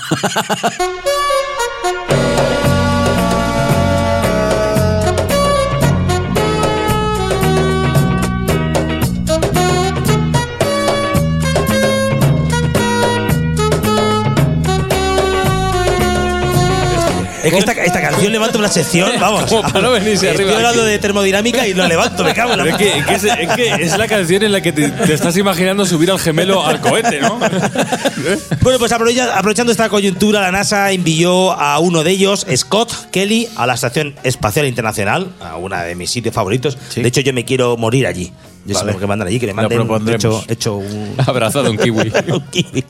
Speaker 7: Es que esta, esta canción levanto una sección, vamos.
Speaker 4: Como para no venirse
Speaker 7: Estoy
Speaker 4: arriba
Speaker 7: hablando
Speaker 4: aquí.
Speaker 7: de termodinámica y lo levanto, me cago en la
Speaker 3: Pero es, que,
Speaker 7: puta.
Speaker 3: es que es, es que es la canción en la que te, te estás imaginando subir al gemelo al cohete, ¿no?
Speaker 7: Bueno, pues aprovecha- aprovechando esta coyuntura, la NASA envió a uno de ellos, Scott Kelly, a la Estación Espacial Internacional, a una de mis sitios favoritos. De hecho, yo me quiero morir allí. Yo sé por qué mandan allí, que me manden de
Speaker 6: propondremos.
Speaker 7: hecho, hecho un,
Speaker 4: Abrazado un kiwi.
Speaker 7: Un kiwi.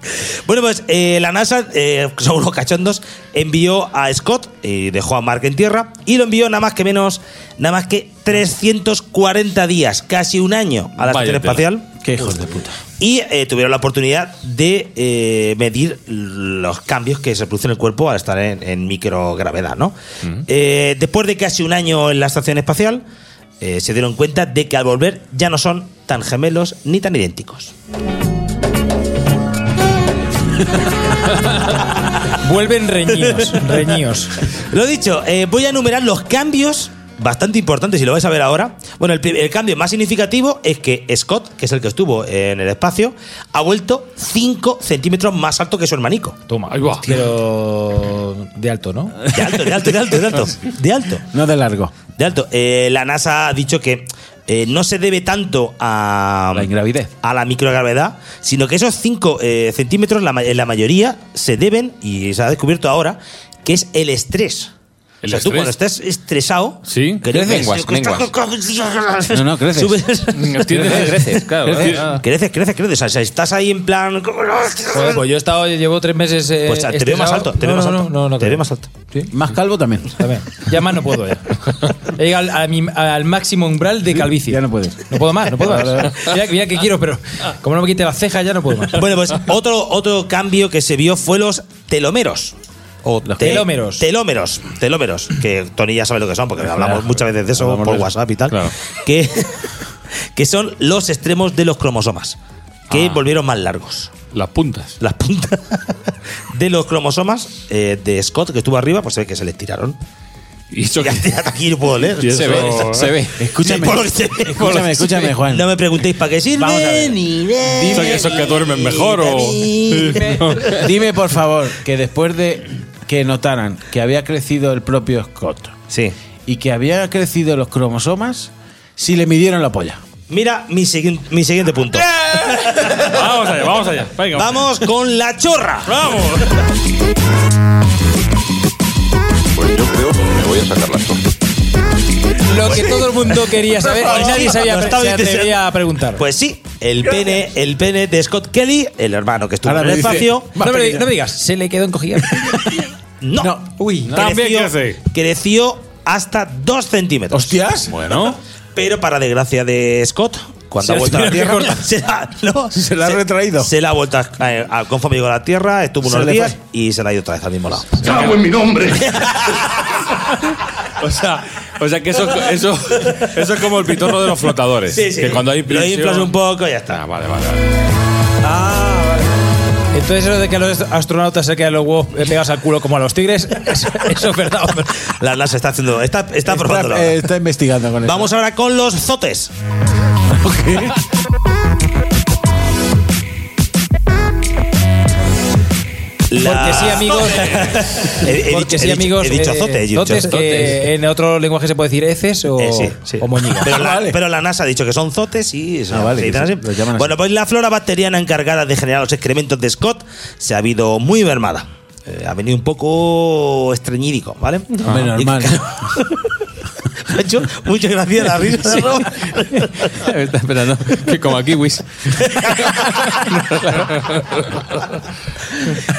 Speaker 7: bueno, pues eh, la NASA, eh, que son unos cachondos, envió a Scott, eh, dejó a Mark en tierra, y lo envió nada más que menos, nada más que 340 días, casi un año, a la
Speaker 3: Vaya
Speaker 7: Estación
Speaker 3: tela.
Speaker 7: Espacial.
Speaker 6: Qué hijos de puta.
Speaker 7: Y eh, tuvieron la oportunidad de eh, medir los cambios que se producen en el cuerpo al estar en, en microgravedad, ¿no? Eh, después de casi un año en la estación espacial, eh, se dieron cuenta de que al volver ya no son tan gemelos ni tan idénticos.
Speaker 5: Vuelven reñidos, reñidos.
Speaker 7: Lo dicho, eh, voy a enumerar los cambios bastante importantes, y lo vais a ver ahora. Bueno, el, pri- el cambio más significativo es que Scott, que es el que estuvo en el espacio, ha vuelto 5 centímetros más alto que su hermanico.
Speaker 5: Toma, Pero de alto, ¿no?
Speaker 7: De alto, de alto, de alto, de alto. De alto.
Speaker 6: No de largo.
Speaker 7: De alto. Eh, la NASA ha dicho que eh, no se debe tanto a
Speaker 6: La ingravidez.
Speaker 7: a la microgravedad, sino que esos eh, 5 centímetros, la, ma- en la mayoría, se deben, y se ha descubierto ahora, que es el estrés. O sea, tú cuando estás estresado,
Speaker 3: ¿Sí?
Speaker 7: que
Speaker 4: Creces,
Speaker 7: dices,
Speaker 4: lenguas,
Speaker 7: "Estás-
Speaker 6: No, no, creces.
Speaker 7: Subes-
Speaker 4: Creces, creces,
Speaker 7: ¿eh?
Speaker 4: claro. Ah.
Speaker 7: creces, creces, creces. O sea, estás ahí en plan.
Speaker 5: Joder, pues yo he estado, llevo tres meses. eh,
Speaker 7: Pues te veo
Speaker 5: estresado.
Speaker 7: más alto, te veo
Speaker 5: No,
Speaker 7: más
Speaker 5: no,
Speaker 7: alto.
Speaker 5: no, no, no
Speaker 7: te veo
Speaker 5: creo.
Speaker 7: más alto.
Speaker 6: Más calvo también.
Speaker 5: También. Ya más no puedo, ya. He llegado al, a mi- al máximo umbral de calvicie.
Speaker 6: Ya no puedes.
Speaker 5: No puedo más, no puedo más. Mira, mira que quiero, pero como no me quite las cejas, ya no puedo más.
Speaker 7: Bueno, pues otro, otro cambio que se vio fue los telomeros. O te-
Speaker 5: telómeros.
Speaker 7: Telómeros. Telómeros. Que Tony ya sabe lo que son, porque hablamos muchas veces de eso
Speaker 6: hablamos
Speaker 7: por
Speaker 6: de eso.
Speaker 7: WhatsApp y tal.
Speaker 6: Claro.
Speaker 7: Que, que son los extremos de los cromosomas.
Speaker 6: Ah.
Speaker 7: Que volvieron más largos.
Speaker 3: Las puntas.
Speaker 7: Las puntas de los cromosomas eh, de Scott, que estuvo arriba, pues se ve que se les tiraron.
Speaker 3: Y eso
Speaker 7: Ya,
Speaker 3: que-
Speaker 7: ya, aquí no puedo leer.
Speaker 3: Y eso-
Speaker 4: Se ve, se ve.
Speaker 6: Escúchame.
Speaker 7: Por lo que se ve.
Speaker 6: Escúchame, escúchame, Juan.
Speaker 7: No me preguntéis para qué sirve.
Speaker 6: Vamos a ver.
Speaker 7: ni de-
Speaker 3: Eso que- eso que duermen mejor o-
Speaker 7: ni de-
Speaker 6: Dime, por favor, que después de que notaran que había crecido el propio Scott
Speaker 7: Sí.
Speaker 6: y que había crecido los cromosomas, si le midieron la polla.
Speaker 7: Mira mi, siguien- mi siguiente punto.
Speaker 3: Vamos allá, vamos allá. Venga,
Speaker 7: Vamos con la chorra.
Speaker 3: vamos.
Speaker 5: Lo que todo el mundo quería saber
Speaker 7: Pues
Speaker 5: y nadie sabía,
Speaker 7: Lo
Speaker 5: se
Speaker 7: estaba
Speaker 5: atrevía
Speaker 7: diciendo.
Speaker 5: a preguntar.
Speaker 7: Pues sí, el pene, el pene de Scott Kelly, el hermano que estuvo
Speaker 6: Ahora
Speaker 7: en
Speaker 6: me
Speaker 7: el
Speaker 6: dice-
Speaker 7: espacio.
Speaker 5: no, me, di- no me digas, se le quedó encogida.
Speaker 7: No.
Speaker 5: Uy, no.
Speaker 3: También
Speaker 7: Creció-
Speaker 3: crece.
Speaker 7: Creció hasta dos centímetros.
Speaker 6: ¡Hostias!
Speaker 3: Bueno,
Speaker 7: Pero para desgracia de Scott, cuando
Speaker 5: Se
Speaker 7: ha
Speaker 5: la
Speaker 7: vuelto a la
Speaker 5: tuvieron que
Speaker 7: Tierra,
Speaker 5: cortar.
Speaker 7: se la, no,
Speaker 6: Se la ha retraído.
Speaker 7: Se la ha vuelto a, a- a- conforme llegó a la Tierra, estuvo
Speaker 6: Se
Speaker 7: unos
Speaker 6: le
Speaker 7: días y se la ha ido otra vez al mismo lado.
Speaker 10: ¡Cago en mi nombre!
Speaker 3: o sea, o sea que eso, eso, eso es como el pitorro de los flotadores. Que cuando hay
Speaker 7: Lo
Speaker 3: presión-
Speaker 7: inflas un poco y ya está.
Speaker 3: Ah, vale, vale. vale.
Speaker 5: Entonces, eso de que los astronautas se quedan los huevos pegados al culo como a los tigres, eso, eso es verdad. hombre.
Speaker 7: La NASA está haciendo. Está, está, probándolo ahora.
Speaker 6: eh, está investigando con eso.
Speaker 7: Vamos ahora con los zotes. La-
Speaker 5: Porque sí, amigos.
Speaker 7: He- he
Speaker 5: porque
Speaker 7: dicho-
Speaker 5: sí,
Speaker 7: he
Speaker 5: amigos.
Speaker 7: dicho- he dicho
Speaker 5: eh,
Speaker 7: zote, he dicho
Speaker 5: zotes,
Speaker 7: zote.
Speaker 5: que en otro lenguaje se puede decir heces o,
Speaker 7: Eh, sí, sí.
Speaker 5: o moñiga.
Speaker 7: Pero, la,
Speaker 5: Vale.
Speaker 7: pero la NASA ha dicho que son zotes y se
Speaker 6: Ah, vale,
Speaker 7: se
Speaker 6: que
Speaker 7: dicen
Speaker 6: sí,
Speaker 7: así.
Speaker 6: lo llaman así.
Speaker 7: Bueno, pues la flora bacteriana encargada de generar los excrementos de Scott se ha habido muy mermada. Eh, ha venido un poco estreñidico, ¿vale?
Speaker 6: Hombre,
Speaker 7: Y-
Speaker 6: normal.
Speaker 7: Me ha hecho mucha gracia la risa de Rob.
Speaker 4: Está esperando que como aquí, Wish.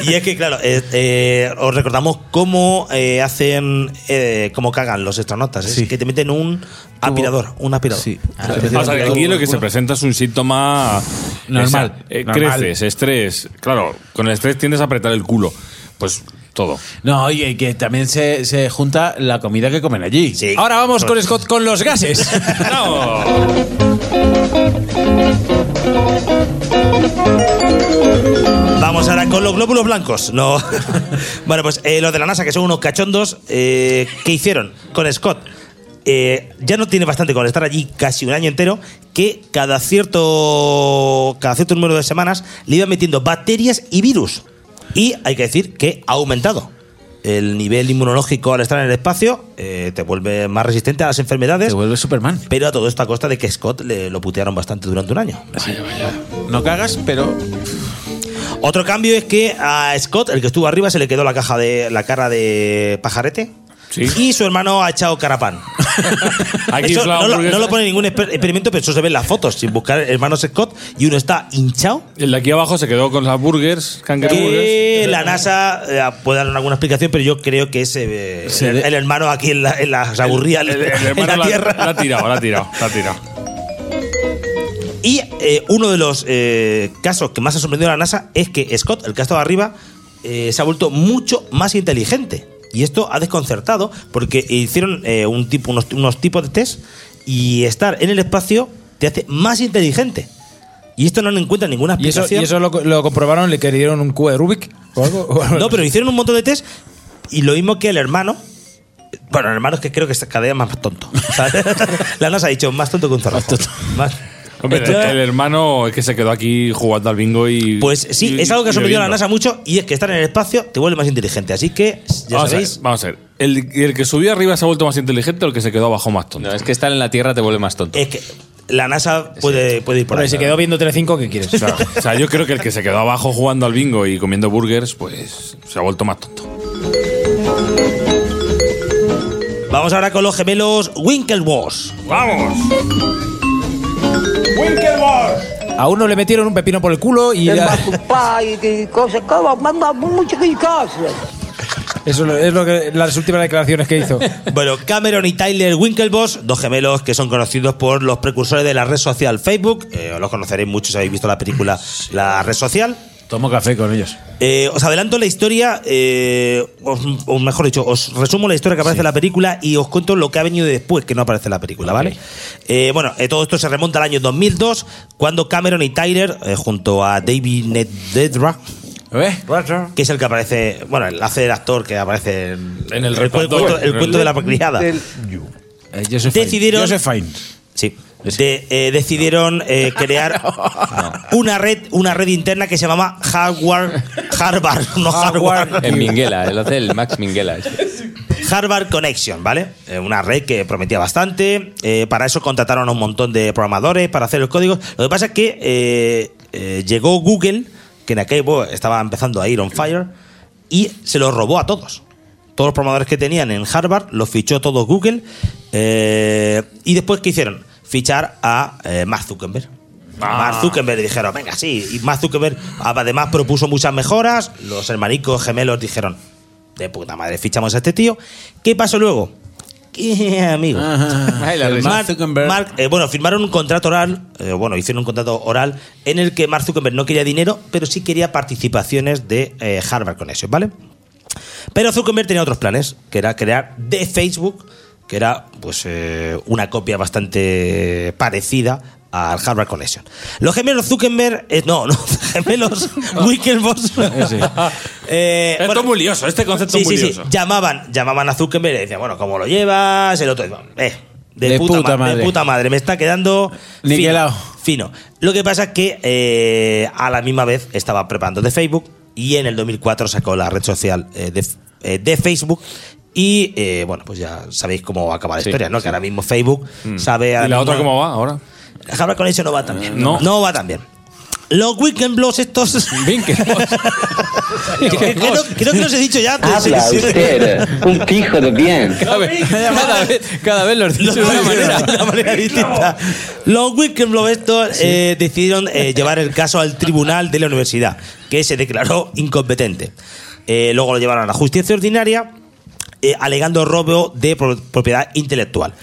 Speaker 7: Y es que, claro, eh, eh, os recordamos cómo eh, hacen, eh, cómo cagan los astronautas. Es
Speaker 6: Sí.
Speaker 7: que te meten un aspirador, un aspirador.
Speaker 6: Sí.
Speaker 7: Ah, te meten
Speaker 3: O
Speaker 7: un
Speaker 3: sea, que
Speaker 7: aspirador
Speaker 3: aquí
Speaker 7: por
Speaker 3: lo
Speaker 7: el
Speaker 3: que se
Speaker 7: culo.
Speaker 3: presenta es un síntoma
Speaker 6: Normal,
Speaker 3: Esa- eh,
Speaker 6: normal.
Speaker 3: Creces, estrés. Claro, con el estrés tiendes a apretar el culo. Pues todo.
Speaker 6: No, oye, que también se, se junta la comida que comen allí.
Speaker 7: Sí.
Speaker 5: Ahora vamos
Speaker 7: Pues-
Speaker 5: con Scott con los gases.
Speaker 3: ¡No!
Speaker 7: Vamos ahora con los glóbulos blancos. No. bueno, pues eh, los de la NASA, que son unos cachondos, eh, ¿qué hicieron con Scott? Eh, ya no tiene bastante con estar allí casi un año entero, que cada cierto, cada cierto número de semanas le iban metiendo bacterias y virus. Y hay que decir que ha aumentado. El nivel inmunológico al estar en el espacio eh, te vuelve más resistente a las enfermedades,
Speaker 6: Se vuelve Superman.
Speaker 7: pero a todo esto a costa de que Scott le, lo putearon bastante durante un año.
Speaker 6: No cagas, pero
Speaker 7: Otro cambio es que a Scott, el que estuvo arriba, se le quedó la caja de la cara de pajarete.
Speaker 3: Sí.
Speaker 7: Y su hermano ha echado carapán.
Speaker 3: Aquí
Speaker 7: Eso
Speaker 3: es la
Speaker 7: no, lo,
Speaker 3: hamburguesa.
Speaker 7: no lo pone en ningún exper- experimento, pero eso se ve en las fotos. Sin buscar hermanos Scott y uno está hinchado.
Speaker 3: El de aquí abajo se quedó con las burgers, kangaroo burgers.
Speaker 7: Que la NASA eh, puede dar alguna explicación, pero yo creo que ese, eh, el, el hermano aquí en la, en la se aburría
Speaker 3: El- el
Speaker 7: en
Speaker 3: hermano
Speaker 7: la tierra.
Speaker 3: La ha tirado, la ha tirado, la ha tirado.
Speaker 7: Y eh, uno de los eh, casos que más ha sorprendido a la NASA es que Scott, el que ha estado arriba, eh, se ha vuelto mucho más inteligente. Y esto ha desconcertado porque hicieron eh, un tipo, unos, unos tipos de test y estar en el espacio te hace más inteligente. Y esto no lo encuentra ninguna
Speaker 5: Y eso, y
Speaker 7: explicación.
Speaker 5: eso lo, lo comprobaron, le que le dieron un cubo de Rubik o algo. o algo.
Speaker 7: No, pero hicieron un montón de test y lo mismo que el hermano. Bueno, el hermano es que creo que es cada día más tonto. O sea, la NASA ha dicho más tonto que un zorro. Más-
Speaker 3: Hombre, el,
Speaker 7: Esto-
Speaker 3: el hermano es que se quedó aquí jugando al bingo y.
Speaker 7: Pues sí,
Speaker 3: y-
Speaker 7: es algo
Speaker 3: y
Speaker 7: que ha sorprendido a la
Speaker 3: bebiendo.
Speaker 7: NASA mucho y es que estar en el espacio te vuelve más inteligente. Así que, ya
Speaker 3: vamos,
Speaker 7: sabéis.
Speaker 3: A ver, vamos a ver. El, el que subió arriba se ha vuelto más inteligente o el que se quedó abajo más tonto.
Speaker 4: No, es que estar en la Tierra te vuelve más tonto.
Speaker 7: Es que la NASA puede, puede ir por
Speaker 5: Bueno,
Speaker 7: ahí.
Speaker 5: y se quedó viendo Telecinco, ¿qué quieres?
Speaker 3: Claro. O sea, yo creo que el que se quedó abajo jugando al bingo y comiendo burgers, pues se ha vuelto más tonto.
Speaker 7: Vamos ahora con los gemelos Winklevoss.
Speaker 3: ¡Vamos!
Speaker 5: A uno le metieron un pepino por el culo y ya- eso lo- es lo que las últimas declaraciones que hizo.
Speaker 7: Bueno, Cameron y Tyler Winklevoss, dos gemelos que son conocidos por los precursores de la red social Facebook. Eh, os los conoceréis muchos si habéis visto la película La Red Social.
Speaker 6: Tomo café con ellos.
Speaker 7: Eh, os adelanto la historia, eh, os- o mejor dicho, os resumo la historia que aparece en la película y os cuento lo que ha venido después que no aparece en la película, ¿vale? Eh, bueno, eh, todo esto se remonta al año 2002, cuando Cameron y Tyler, eh, junto a David Nedra, que es el que aparece, bueno, el hace el actor que aparece en,
Speaker 3: En el
Speaker 7: el,
Speaker 3: reparto,
Speaker 7: cuento, el
Speaker 3: en
Speaker 7: cuento de la criada.
Speaker 6: Eh, Joseph
Speaker 7: Decidieron-
Speaker 6: Fine. Joseph Fine.
Speaker 7: Sí. De- eh, decidieron eh, crear una red una red interna que se llamaba Hardware Harvard no Hardware
Speaker 4: En Minguela, el hotel Max Minguela.
Speaker 7: Harvard Connection, ¿vale? Eh, Una red que prometía bastante. Eh, para eso contrataron a un montón de programadores para hacer los códigos. Lo que pasa es que eh, eh, llegó Google, que en aquel momento estaba empezando a ir on fire, y se los robó a todos. Todos los programadores que tenían en Harvard los fichó todos Google. eh, y después, ¿qué hicieron? Fichar a eh, Mark Zuckerberg. Mark Zuckerberg dijeron, venga, sí. Y Mark Zuckerberg además propuso muchas mejoras. Los hermanicos gemelos dijeron, de puta madre, fichamos a este tío. ¿Qué pasó luego? ¿Qué, amigo?
Speaker 4: Ay, la
Speaker 6: El
Speaker 4: risa.
Speaker 6: Mark Zuckerberg.
Speaker 7: Mark, eh, bueno, firmaron un contrato oral, eh, bueno, hicieron un contrato oral en el que Mark Zuckerberg no quería dinero, pero sí quería participaciones de eh, Harvard Connection, ¿vale? Pero Zuckerberg tenía otros planes, que era crear de Facebook, que era pues eh, una copia bastante parecida al Harvard Connection. Los gemelos Zuckerberg, eh, no, no, gemelos Winklevoss. Eh,
Speaker 3: Esto
Speaker 7: bueno,
Speaker 3: es muy lioso, este concepto
Speaker 7: Sí,
Speaker 3: es muy
Speaker 7: sí, sí.
Speaker 3: lioso.
Speaker 7: Llamaban, llamaban a Zuckerberg y le decían, bueno, ¿cómo lo llevas? El otro decía, eh, de, puta, ma- de puta madre, me está quedando fino,
Speaker 6: Niquelao.
Speaker 7: Fino. Lo que pasa es que eh, a la misma vez estaba preparando de Facebook y en el 2004 sacó la red social eh, de, eh, de Facebook. Y eh, bueno, pues ya sabéis cómo acaba la
Speaker 4: Sí,
Speaker 7: historia, ¿no?
Speaker 4: sí.
Speaker 7: Que ahora mismo Facebook sabe.
Speaker 3: Mm. ¿Y
Speaker 7: ahora
Speaker 3: la
Speaker 7: mismo-
Speaker 3: otra cómo va ahora?
Speaker 7: Harvard Connection no va tan bien.
Speaker 3: No.
Speaker 7: va tan bien. Los Weekend Blogs estos. creo, creo- creo que los he dicho ya antes. Sí, sí.
Speaker 12: un pijo de bien.
Speaker 4: Cada vez, cada vez, cada vez los
Speaker 7: Los
Speaker 4: dices de una manera.
Speaker 7: de una manera distinta. Los Wicklow estos eh, decidieron eh, llevar el caso al tribunal de la universidad, que se declaró incompetente. Eh, luego lo llevaron a la justicia ordinaria, eh, alegando robo de pro- propiedad intelectual.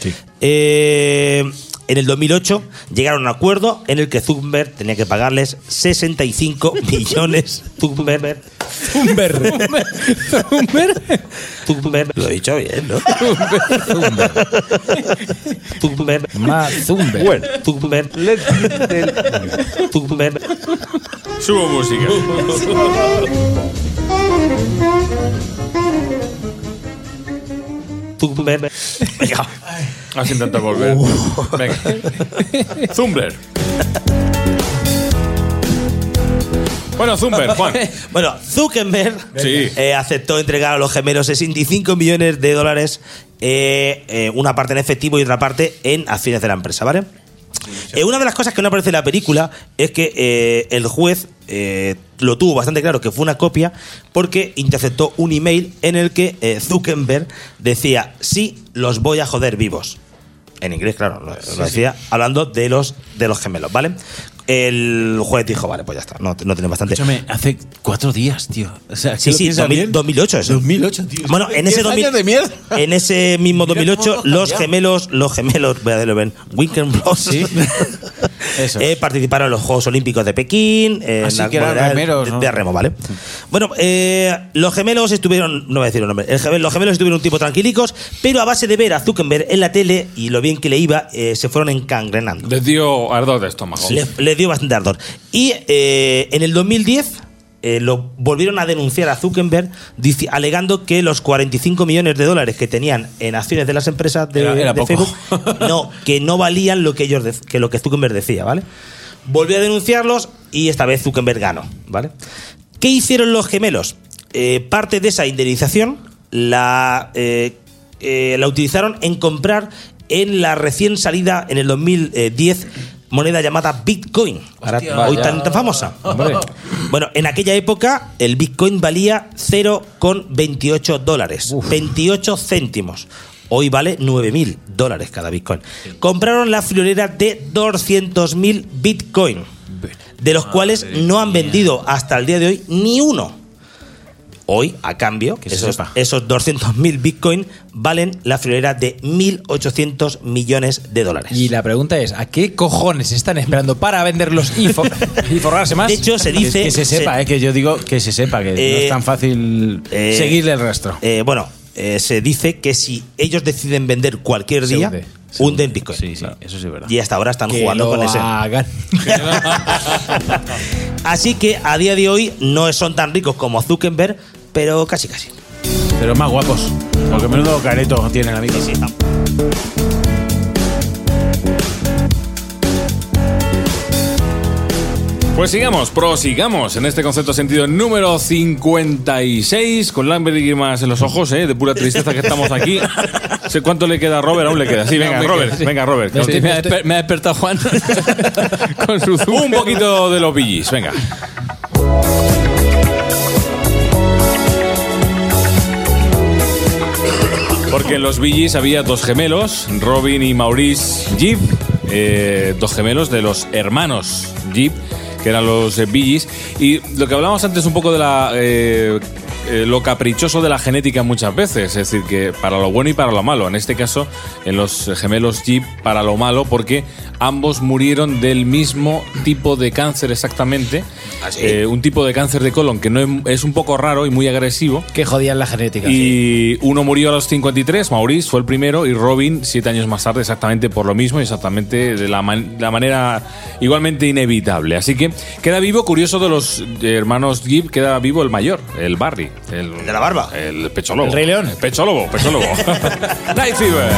Speaker 7: Eh, en el 2008 llegaron a un acuerdo en el que Zuckerberg tenía que pagarles 65 millones. Zuckerberg, Zuckerberg, lo he dicho bien, ¿no? Zuckerberg.
Speaker 5: Mark Zuckerberg.
Speaker 7: Bueno, Zuckerberg. Zuckerberg.
Speaker 3: Subo música.
Speaker 7: Zuckerberg. Venga.
Speaker 3: Has intentado volver. Venga. Uh. Zumbler. Bueno, Zumber, Juan.
Speaker 7: Bueno, Zuckerberg
Speaker 3: Sí.
Speaker 7: eh, aceptó entregar a los gemelos 65 millones de dólares, eh, eh, una parte en efectivo y otra parte en acciones de la empresa, ¿vale? Eh, una de las cosas que no aparece en la película es que eh, el juez eh, lo tuvo bastante claro que fue una copia porque interceptó un email en el que eh, Zuckerberg decía, sí, los voy a joder vivos. En inglés, claro, lo, lo decía, hablando de los, de los gemelos, ¿vale? El juez dijo, vale, pues ya está, no, no tiene bastante.
Speaker 6: Escúchame, hace cuatro días, tío. O sea,
Speaker 7: Sí, sí, 2000 2008 eso.
Speaker 6: 2008, tío.
Speaker 7: Bueno, en ese,
Speaker 6: 10 años
Speaker 7: 2000
Speaker 6: de mierda.
Speaker 7: en ese mismo
Speaker 6: Mira cómo
Speaker 7: 2008,
Speaker 6: hemos
Speaker 7: los
Speaker 6: cambiado.
Speaker 7: gemelos, los gemelos, voy a decirlo bien, Weekend Bros,
Speaker 6: Eso.
Speaker 7: eh, participaron en los Juegos Olímpicos de Pekín, eh,
Speaker 6: Así
Speaker 7: en la
Speaker 6: que eran
Speaker 7: modalidad
Speaker 6: remeros,
Speaker 7: de,
Speaker 6: ¿no?
Speaker 7: de remo, ¿vale? Bueno, eh, los gemelos estuvieron, no voy a decir el nombre, el gemel- los gemelos estuvieron un tiempo tranquilicos, pero a base de ver a Zuckerberg en la tele y lo bien que le iba, eh, se fueron encangrenando.
Speaker 3: Les dio ardor de estómago.
Speaker 7: Le, le dio bastante ardor. Y eh, en el 2010 eh, lo volvieron a denunciar a Zuckerberg dici- alegando que los 45 millones de dólares que tenían en acciones de las empresas de,
Speaker 6: Era- era
Speaker 7: de
Speaker 6: poco.
Speaker 7: Facebook no, que no valían lo que, ellos dec- que lo que Zuckerberg decía, ¿vale? Volvió a denunciarlos y esta vez Zuckerberg ganó, ¿vale? ¿Qué hicieron los gemelos? Eh, parte de esa indemnización la, eh, eh, la utilizaron en comprar en la recién salida en el 2010 moneda llamada Bitcoin, ahora- hoy tan, tan famosa. Bueno, en aquella época el Bitcoin valía 0,28 dólares, 28 céntimos. Hoy vale 9.000 dólares cada Bitcoin. Compraron la friolera de 200.000 Bitcoin, de
Speaker 6: Ah,
Speaker 7: los cuales no han vendido hasta el día de hoy ni uno. Hoy, a cambio,
Speaker 6: se
Speaker 7: esos,
Speaker 6: sepa.
Speaker 7: esos 200.000 Bitcoin valen la friolera de 1.800 millones de dólares.
Speaker 5: Y la pregunta es, ¿a qué cojones están esperando para venderlos y, for- y forrarse más?
Speaker 7: De hecho, se dice-
Speaker 6: Que se sepa, eh, que yo digo que se sepa, que no
Speaker 7: Eh,
Speaker 6: es tan fácil
Speaker 7: eh,
Speaker 6: seguirle el rastro.
Speaker 7: Eh, bueno, eh, se dice que si ellos deciden vender cualquier
Speaker 6: Se
Speaker 7: día,
Speaker 6: hunde,
Speaker 7: hunden Bitcoin.
Speaker 6: Eso sí es verdad.
Speaker 7: Y hasta ahora están
Speaker 5: Que
Speaker 7: jugando
Speaker 5: lo
Speaker 7: con ese.
Speaker 5: hagan.
Speaker 7: Así que a día de hoy no son tan ricos como Zuckerberg, pero casi casi.
Speaker 6: Pero más guapos. Porque menudo careto tiene el amigo.
Speaker 3: Pues sigamos, prosigamos en este concepto sentido número 56, con lágrimas en los ojos, ¿eh? de pura tristeza que estamos aquí. No sé cuánto le queda a Robert, aún le queda. Sí, venga,
Speaker 4: Aún me
Speaker 3: Robert,
Speaker 4: queda, sí.
Speaker 3: venga, Robert.
Speaker 4: Me,
Speaker 3: que
Speaker 4: estoy- me ha,
Speaker 5: este-
Speaker 3: nos-
Speaker 4: desper- me ha despertado Juan con su zumo.
Speaker 3: Un poquito de los billis, venga. Porque en los billis había dos gemelos, Robin y Maurice Jeep, eh, dos gemelos de los hermanos Jeep, que eran los eh, billis. Y lo que hablábamos antes un poco de la... eh, eh, lo caprichoso de la genética muchas veces, es decir, que para lo bueno y para lo malo. En este caso, en los gemelos Jeep, para lo malo, porque ambos murieron del mismo tipo de cáncer exactamente. Eh, un tipo de cáncer de colon que no es, es un poco raro y muy agresivo.
Speaker 5: Que jodían la genética.
Speaker 3: Y uno murió a los 53, Maurice fue el primero, y Robin siete años más tarde, exactamente por lo mismo, y exactamente de la, man- la manera igualmente inevitable. Así que queda vivo, curioso de los eh, hermanos Gibb, queda vivo el mayor, el Barry. El,
Speaker 7: de la barba.
Speaker 3: El pecho lobo.
Speaker 5: El Rey León.
Speaker 3: Pecho lobo, pecho lobo. Night Fever.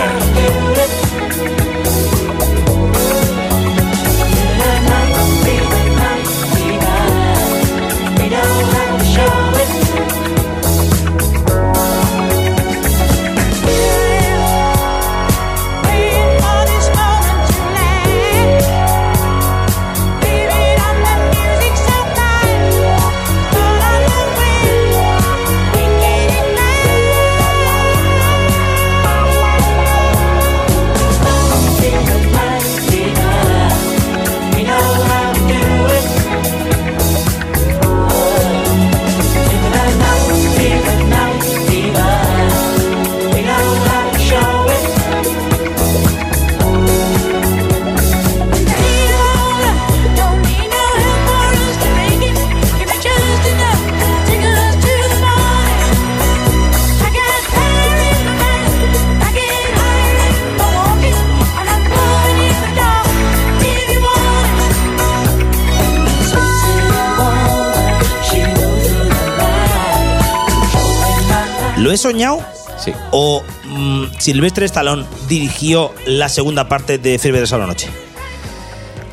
Speaker 7: ¿Lo he soñado?
Speaker 4: Sí.
Speaker 7: ¿O mm, Silvestre Stallone dirigió la segunda parte de Fiebre de Sábado Noche?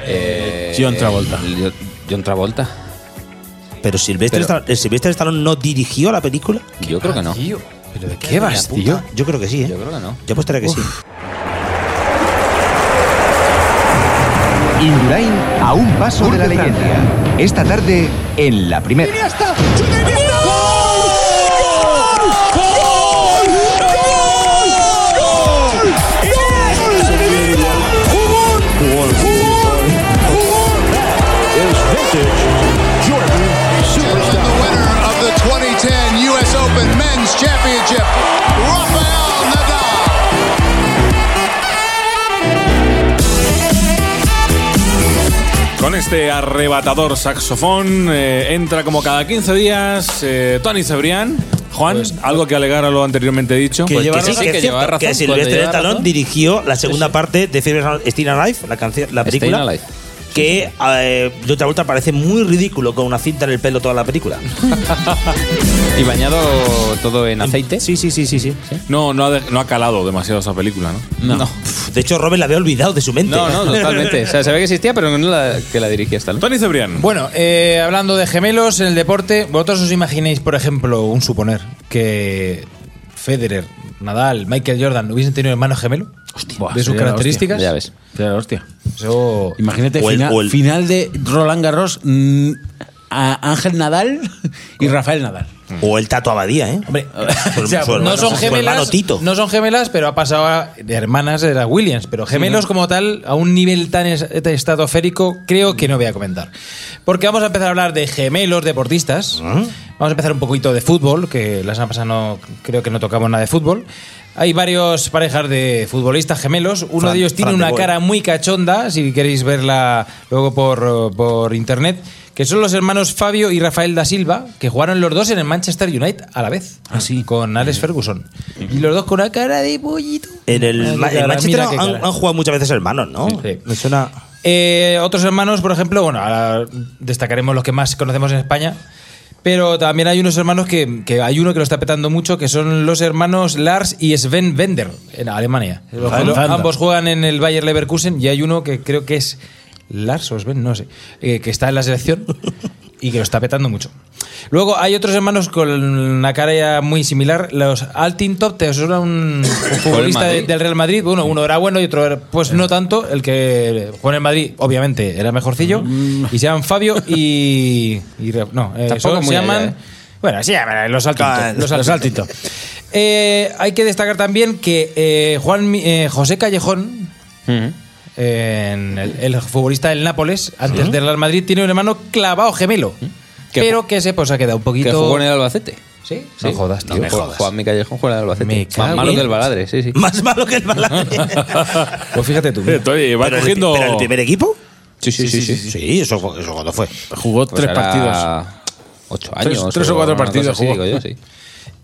Speaker 4: Eh,
Speaker 6: John Travolta.
Speaker 4: John- John Travolta.
Speaker 7: ¿Pero Silvestre,
Speaker 4: Pero-
Speaker 7: Stallone, eh, Sylvester Stallone no dirigió la película?
Speaker 4: Yo creo que no. Yo
Speaker 5: ¿Pero de qué vas, tío?
Speaker 7: Yo creo que sí, ¿eh?
Speaker 4: creo que no.
Speaker 7: Yo apostaría que sí.
Speaker 13: Indurain a un paso de la leyenda. Esta tarde en la primera.
Speaker 3: Con este arrebatador saxofón eh, entra como cada 15 días eh, Tony Cebrián. Juan,
Speaker 5: Pues,
Speaker 3: algo que alegar a lo anteriormente dicho.
Speaker 5: Que lleva
Speaker 7: pues que sí,
Speaker 5: razón,
Speaker 7: que,
Speaker 5: que
Speaker 7: es cierto,
Speaker 5: lleva razón,
Speaker 7: que
Speaker 5: cuando
Speaker 7: Silvestre
Speaker 5: lleva
Speaker 7: Stallone
Speaker 5: razón.
Speaker 7: dirigió la segunda parte de Fiebre de Steel Alive, la, canción, la
Speaker 4: Stayin'
Speaker 7: película.
Speaker 4: Alive.
Speaker 7: Que eh, de otra vuelta parece muy ridículo con una cinta en el pelo toda la película.
Speaker 4: Y bañado todo en aceite.
Speaker 7: Sí, sí, sí, sí, sí.
Speaker 3: No, no ha, de- no ha calado demasiado esa película, ¿no?
Speaker 4: No. No,
Speaker 7: De hecho, Robert la había olvidado de su mente.
Speaker 4: no, totalmente. O sea, se ve que existía, pero no la, que la dirigía
Speaker 5: ¿Mm?
Speaker 4: hasta
Speaker 3: Tony Cebrián.
Speaker 5: Bueno, eh, hablando de gemelos en el deporte, ¿vosotros os imagináis, por ejemplo, un suponer que Federer, Nadal, Michael Jordan hubiesen tenido hermano gemelo?
Speaker 6: Buah,
Speaker 5: ¿De sus
Speaker 6: sería la
Speaker 5: características?
Speaker 4: Ya ves.
Speaker 6: hostia. Sería la hostia.
Speaker 5: Eso-
Speaker 6: Imagínate
Speaker 7: O el-
Speaker 6: final,
Speaker 7: o el-
Speaker 6: final de Roland Garros mm, a Ángel Nadal y Rafael Nadal.
Speaker 7: O el Tato Abadía, ¿eh? Hombre,
Speaker 5: O sea, no son gemelas, no son gemelas, pero ha pasado a- de hermanas de la Williams, pero gemelos
Speaker 7: ¿no?
Speaker 5: como tal a un nivel tan es- estratosférico creo que no voy a comentar, porque vamos a empezar a hablar de gemelos deportistas.
Speaker 7: ¿Ah?
Speaker 5: Vamos a empezar un poquito de fútbol, que la semana pasada no creo que no tocamos nada de fútbol. Hay varios parejas de futbolistas gemelos. Uno
Speaker 7: Fran-
Speaker 5: de ellos tiene
Speaker 7: Fran de
Speaker 5: una
Speaker 7: Boer.
Speaker 5: cara muy cachonda, si queréis verla luego por, eh, por internet, que son los hermanos Fabio y Rafael da Silva, que jugaron los dos en el Manchester United a la vez. Así. Con Alex Ferguson. Y los dos con una cara de pollito.
Speaker 7: En
Speaker 5: Mira
Speaker 7: el
Speaker 5: qué
Speaker 7: Ma- en
Speaker 5: cara,
Speaker 7: Manchester
Speaker 5: mira
Speaker 7: han,
Speaker 5: qué cara.
Speaker 7: han jugado muchas veces hermanos, ¿no? Me suena.
Speaker 5: Eh, otros hermanos, por ejemplo, bueno, ahora destacaremos los que más conocemos en España. Pero también hay unos hermanos que, que hay uno que lo está petando mucho, que son los hermanos Lars y Sven Bender, en Alemania. Los-
Speaker 4: Anda.
Speaker 5: los- ambos juegan en el Bayer Leverkusen y hay uno que creo que es Lars o Sven, no sé, eh, que está en la selección y que lo está petando mucho. Luego hay otros hermanos con una cara ya muy similar, los Altintop, te suena un futbolista de-
Speaker 4: Madrid.
Speaker 5: del Real Madrid, bueno, uno era bueno y otro era, pues no tanto, el que juega en el Madrid obviamente era mejorcillo, y se llaman Fabio y... y Re- no, eh,
Speaker 4: Mm. Tampoco
Speaker 5: son- se
Speaker 4: muy allá,
Speaker 5: llaman...
Speaker 4: ¿eh?
Speaker 5: Bueno, se llaman los
Speaker 4: Ah,
Speaker 5: Altintop.
Speaker 4: los
Speaker 5: Altintop. Eh, hay que destacar también que eh, Juan, Mi- eh, José Callejón, en el, el futbolista del Nápoles, antes del Real Madrid, tiene un hermano clavado gemelo. Pero que se pues, ha quedado un poquito.
Speaker 4: Que jugó en el Albacete.
Speaker 5: Sí,
Speaker 4: No jodas, tío. Juan Mi Callejón juega en el Albacete.
Speaker 5: cago
Speaker 4: Más malo
Speaker 5: en-
Speaker 4: que el Baladre, sí, sí.
Speaker 7: Más malo que el Baladre.
Speaker 5: pues fíjate tú.
Speaker 6: Eh,
Speaker 3: Oye, va
Speaker 7: Pero el-
Speaker 3: cogiendo.
Speaker 7: pero el primer equipo?
Speaker 4: Sí, sí, sí. Sí, sí,
Speaker 7: eso, fue- eso cuando fue.
Speaker 6: Jugó
Speaker 4: Pues
Speaker 6: tres
Speaker 4: era
Speaker 6: partidos.
Speaker 4: Ocho
Speaker 6: Tres-
Speaker 4: años.
Speaker 6: tres o cuatro
Speaker 4: una cosa
Speaker 6: partidos
Speaker 4: así,
Speaker 6: jugó.
Speaker 4: digo yo, sí.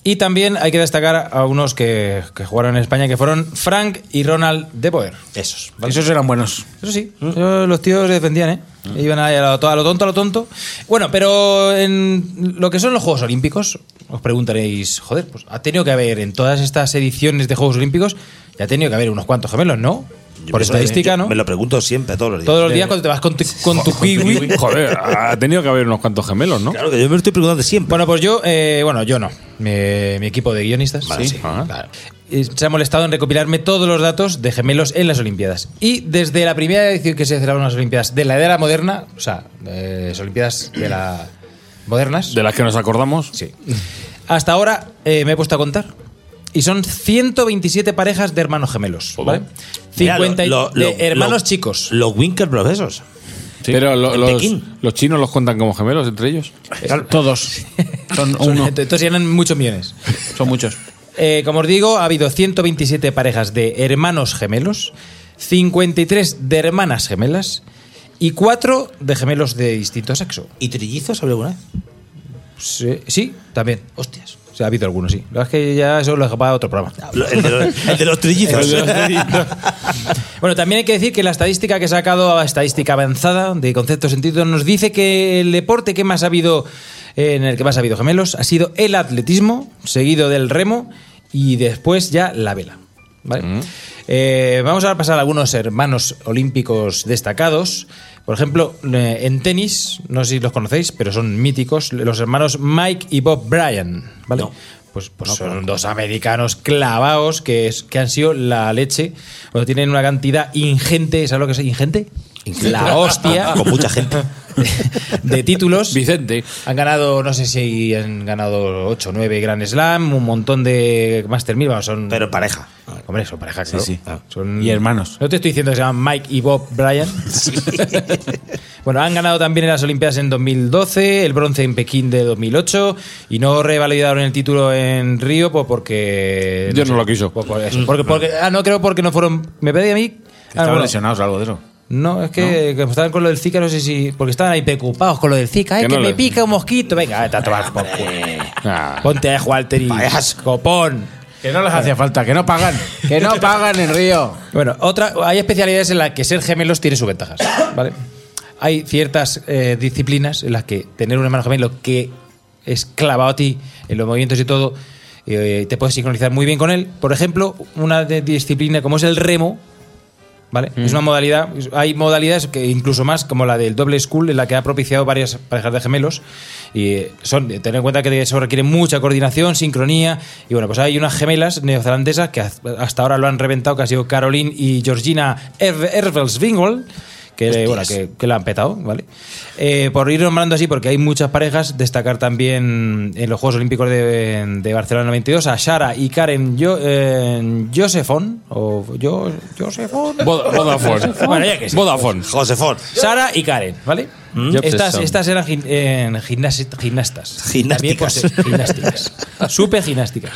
Speaker 5: Y también hay que destacar a unos que, que jugaron en España, que fueron Frank y Ronald de Boer.
Speaker 7: Esos.
Speaker 6: Esos eran buenos.
Speaker 5: Eso sí,
Speaker 7: Mm.
Speaker 5: eso los tíos se defendían, ¿eh? Iban ahí a lo, a lo tonto, a lo tonto. Bueno, pero en lo que son los Juegos Olímpicos, os preguntaréis, joder, pues ha tenido que haber en todas estas ediciones de Juegos Olímpicos, ya ha tenido que haber unos cuantos gemelos, ¿no?
Speaker 7: Yo
Speaker 5: Por
Speaker 7: me-
Speaker 5: estadística,
Speaker 7: yo
Speaker 5: ¿no?
Speaker 7: Me lo pregunto siempre, todos los días.
Speaker 5: Todos los días cuando te vas con tu, con tu kiwi.
Speaker 3: Joder, ha tenido que haber unos cuantos gemelos, ¿no?
Speaker 7: Claro que yo me lo estoy preguntando siempre.
Speaker 5: Bueno, pues yo, eh, bueno, yo no. Mi, mi equipo de guionistas
Speaker 7: Vale,
Speaker 5: sí,
Speaker 7: sí.
Speaker 5: claro. Eh, se ha molestado en recopilarme todos los datos de gemelos en las Olimpiadas. Y desde la primera edición que se celebraron las Olimpiadas de la era moderna, o sea, eh, las Olimpiadas de la modernas,
Speaker 3: De las que nos acordamos. Sí.
Speaker 5: hasta ahora eh, me he puesto a contar. Y son 127 parejas de hermanos gemelos. ¿vale? 50 y- de hermanos chicos.
Speaker 7: Los Winker Brothers esos.
Speaker 3: Pero lo-
Speaker 7: En
Speaker 3: los,
Speaker 7: Pekín.
Speaker 3: los chinos los cuentan como gemelos entre ellos.
Speaker 6: Todos. Son
Speaker 5: Son-
Speaker 6: uno.
Speaker 5: Entonces eran muchos millones.
Speaker 6: Son muchos.
Speaker 5: Eh, como os digo, ha habido 127 parejas de hermanos gemelos, 53 de hermanas gemelas y 4 de gemelos de distinto sexo.
Speaker 7: ¿Y trillizos hablé alguna vez?
Speaker 5: Sí, sí, también. Hostias. O sea, ha habido algunos, sí. La verdad es que ya eso lo dejo para otro programa.
Speaker 7: Lo- El de los, el de los trillizos.
Speaker 5: Bueno, también hay que decir que la estadística que he sacado, la estadística avanzada de conceptos sentidos, nos dice que el deporte que más ha habido, eh, en el que más ha habido gemelos, ha sido el atletismo, seguido del remo y después ya la vela. ¿vale? Eh, vamos a pasar a algunos hermanos olímpicos destacados. Por ejemplo, eh, en tenis, no sé si los conocéis, pero son míticos, los hermanos Mike y Bob Bryan. ¿vale? Pues, pues son dos americanos clavados que, es, que han sido la leche. Bueno, tienen una cantidad ingente, ¿sabes lo que es ingente? La hostia.
Speaker 7: Con mucha gente.
Speaker 5: de títulos.
Speaker 3: Vicente.
Speaker 5: Han ganado, no sé si han ganado 8 o 9 Grand Slam, un montón de Master 1000, vamos, son...
Speaker 7: Pero pareja.
Speaker 5: Hombre, son pareja,
Speaker 6: Sí,
Speaker 5: claro.
Speaker 6: sí.
Speaker 5: Ah, son-
Speaker 6: Y hermanos.
Speaker 5: No te estoy diciendo que se llaman Mike y Bob Bryan. bueno, han ganado también en las Olimpiadas en 2012, el bronce en Pekín de 2008 y no revalidaron el título en Río pues porque...
Speaker 3: Dios no lo quiso.
Speaker 5: Pues por eso, porque, porque- ah, no creo porque no fueron... Me pedí a mí... ah,
Speaker 6: Estaban
Speaker 5: bueno,
Speaker 6: lesionados o algo de eso.
Speaker 5: no, es que, que estaban con lo del Zika, no sé si. Porque estaban ahí preocupados con lo del Zika. Es
Speaker 3: Que
Speaker 5: que,
Speaker 3: no
Speaker 5: me
Speaker 3: le-
Speaker 5: pica un mosquito. Venga, te tomar por culo.
Speaker 3: Ah.
Speaker 5: Ponte a jugar al tenis. Copón.
Speaker 6: Que no les hacía falta, que no pagan. Que no pagan en Río.
Speaker 5: Bueno, otra, hay especialidades en las que ser gemelos tiene sus ventajas. ¿vale? Hay ciertas eh, disciplinas en las que tener un hermano gemelo que es clavado a ti en los movimientos y todo, eh, te puedes sincronizar muy bien con él. Por ejemplo, una de- disciplina como es el remo, ¿Vale? Es una modalidad. Hay modalidades que incluso más, como la del doble school, en la que ha propiciado varias parejas de gemelos. Y eh, son, tener en cuenta que eso requiere mucha coordinación, sincronía. Y bueno, pues hay unas gemelas neozelandesas que haz- hasta ahora lo han reventado, que han sido Caroline y Georgina Ervelswingold que, bueno, que, que la han petado, ¿vale? Eh, por ir nombrando así, porque hay muchas parejas, destacar también en los Juegos Olímpicos de, de Barcelona 92 a Shara y Karen Jo- eh, Josefón, o yo, Josefón.
Speaker 3: Vo- Vodafone.
Speaker 5: Bueno, ya que sí.
Speaker 3: Vodafone.
Speaker 7: Josefón.
Speaker 5: Sara y Karen, ¿vale?
Speaker 3: Mm.
Speaker 5: Estas,
Speaker 3: Josefón.
Speaker 5: estas eran gim- eh, gimnasi- gimnastas. También, pues,
Speaker 7: Gimnásticas.
Speaker 5: eh, gimnásticas. Supe gimnásticas.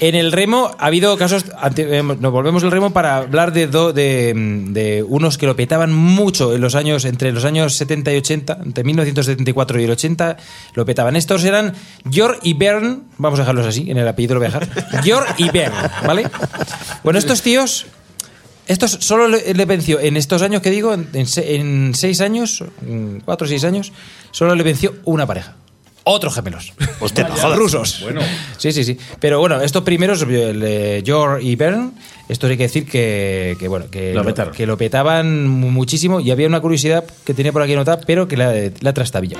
Speaker 5: En el remo ha habido casos. ante- eh, Nos volvemos al remo para hablar de, do- de, mm, de unos que lo petaban mucho en los años entre los años 70 y 80, entre 1974 y el 80 lo petaban. Estos eran Jor y Bern, vamos a dejarlos así, en el apellido lo voy a dejar. Jor y Bern, ¿vale? Bueno, estos tíos estos solo le, le venció en estos años que digo, en, en se- en seis años, en cuatro o seis años, solo le venció una pareja. Otros gemelos.
Speaker 7: Hostia,
Speaker 5: Vaya, rusos. Sí, sí, sí. Pero bueno, estos primeros, el, eh, Jor y Bern, esto hay que decir que, que, bueno, que
Speaker 6: Lo petaron.
Speaker 5: que lo petaban mu- muchísimo y había una curiosidad que tenía por aquí anotada, pero que la, la trastabilla.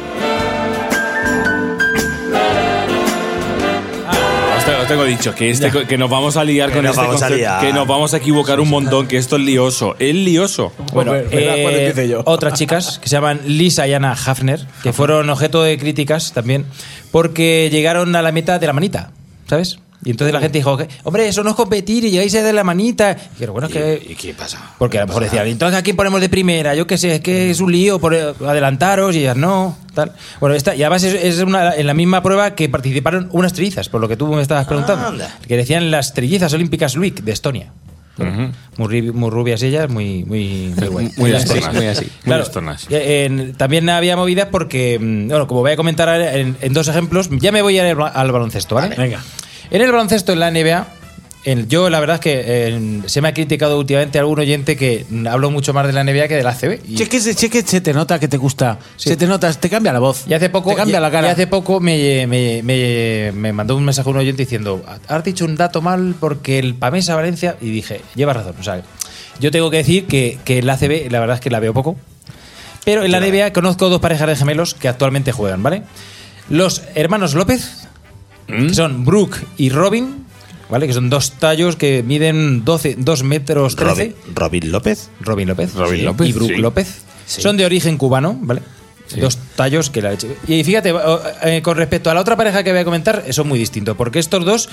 Speaker 3: Os te- os tengo dicho que, este, co- que nos vamos a liar
Speaker 7: Que
Speaker 3: con
Speaker 7: nos
Speaker 3: este
Speaker 7: vamos a
Speaker 3: concepto,
Speaker 7: liar.
Speaker 3: que nos vamos a equivocar un montón, que esto es lioso. Es lioso.
Speaker 5: Bueno, eh, otras chicas que se llaman Lisa y Anna Hafner, que fueron objeto de críticas también, porque llegaron a la meta de la manita, ¿sabes? Y entonces la gente dijo, que, hombre, eso no es competir y llegáis de la manita. Pero bueno, es que...
Speaker 7: ¿Y qué pasa?
Speaker 5: Porque a lo mejor decían, entonces aquí ponemos de primera, yo qué sé, es que es un lío por eh, adelantaros y ellas no, tal. Bueno, esta, y además es, es una- en la misma prueba que participaron unas trillizas, por lo que tú me estabas preguntando.
Speaker 7: Anda.
Speaker 5: Que decían las trillizas olímpicas Luik de Estonia. Muy, ri- muy rubias ellas, muy, muy, muy guay.
Speaker 3: Muy
Speaker 5: así,
Speaker 3: astornas.
Speaker 5: muy así.
Speaker 3: Muy
Speaker 5: Claro,
Speaker 3: astornas.
Speaker 5: eh, en- también había movidas porque, mm, bueno, como voy a comentar en, en dos ejemplos, ya me voy a ir al, ba- al baloncesto, ¿vale? Venga. En el baloncesto, en la NBA, en- yo la verdad es que eh, se me ha criticado últimamente algún oyente que mm, habló mucho más de la NBA que de la CB. Y,
Speaker 6: Cheque, se, cheque, se te nota que te gusta.
Speaker 5: Sí.
Speaker 6: Se te nota, te cambia la voz.
Speaker 5: y hace poco,
Speaker 6: Te cambia
Speaker 5: y-
Speaker 6: la cara.
Speaker 5: y hace poco me, me- me- me mandó un mensaje un oyente diciendo, has dicho un dato mal porque el Pamesa Valencia... Y dije, llevas razón. O sea, yo tengo que decir que, que el ACB, la verdad es que la veo poco. Pero en la NBA conozco dos parejas de gemelos que actualmente juegan, ¿vale? Los hermanos López,
Speaker 6: Mm.
Speaker 5: que son Brooke y Robin, ¿vale? Que son dos tallos que miden 12, 2 metros 13.
Speaker 7: Robin, Robin López.
Speaker 5: Robin López.
Speaker 3: Robin
Speaker 5: Sí.
Speaker 3: López,
Speaker 5: Y Brook
Speaker 3: sí.
Speaker 5: López. Son de origen cubano, ¿vale? Dos tallos que la Y fíjate, o- eh, con respecto a la otra pareja que voy a comentar, son muy distintos, porque estos dos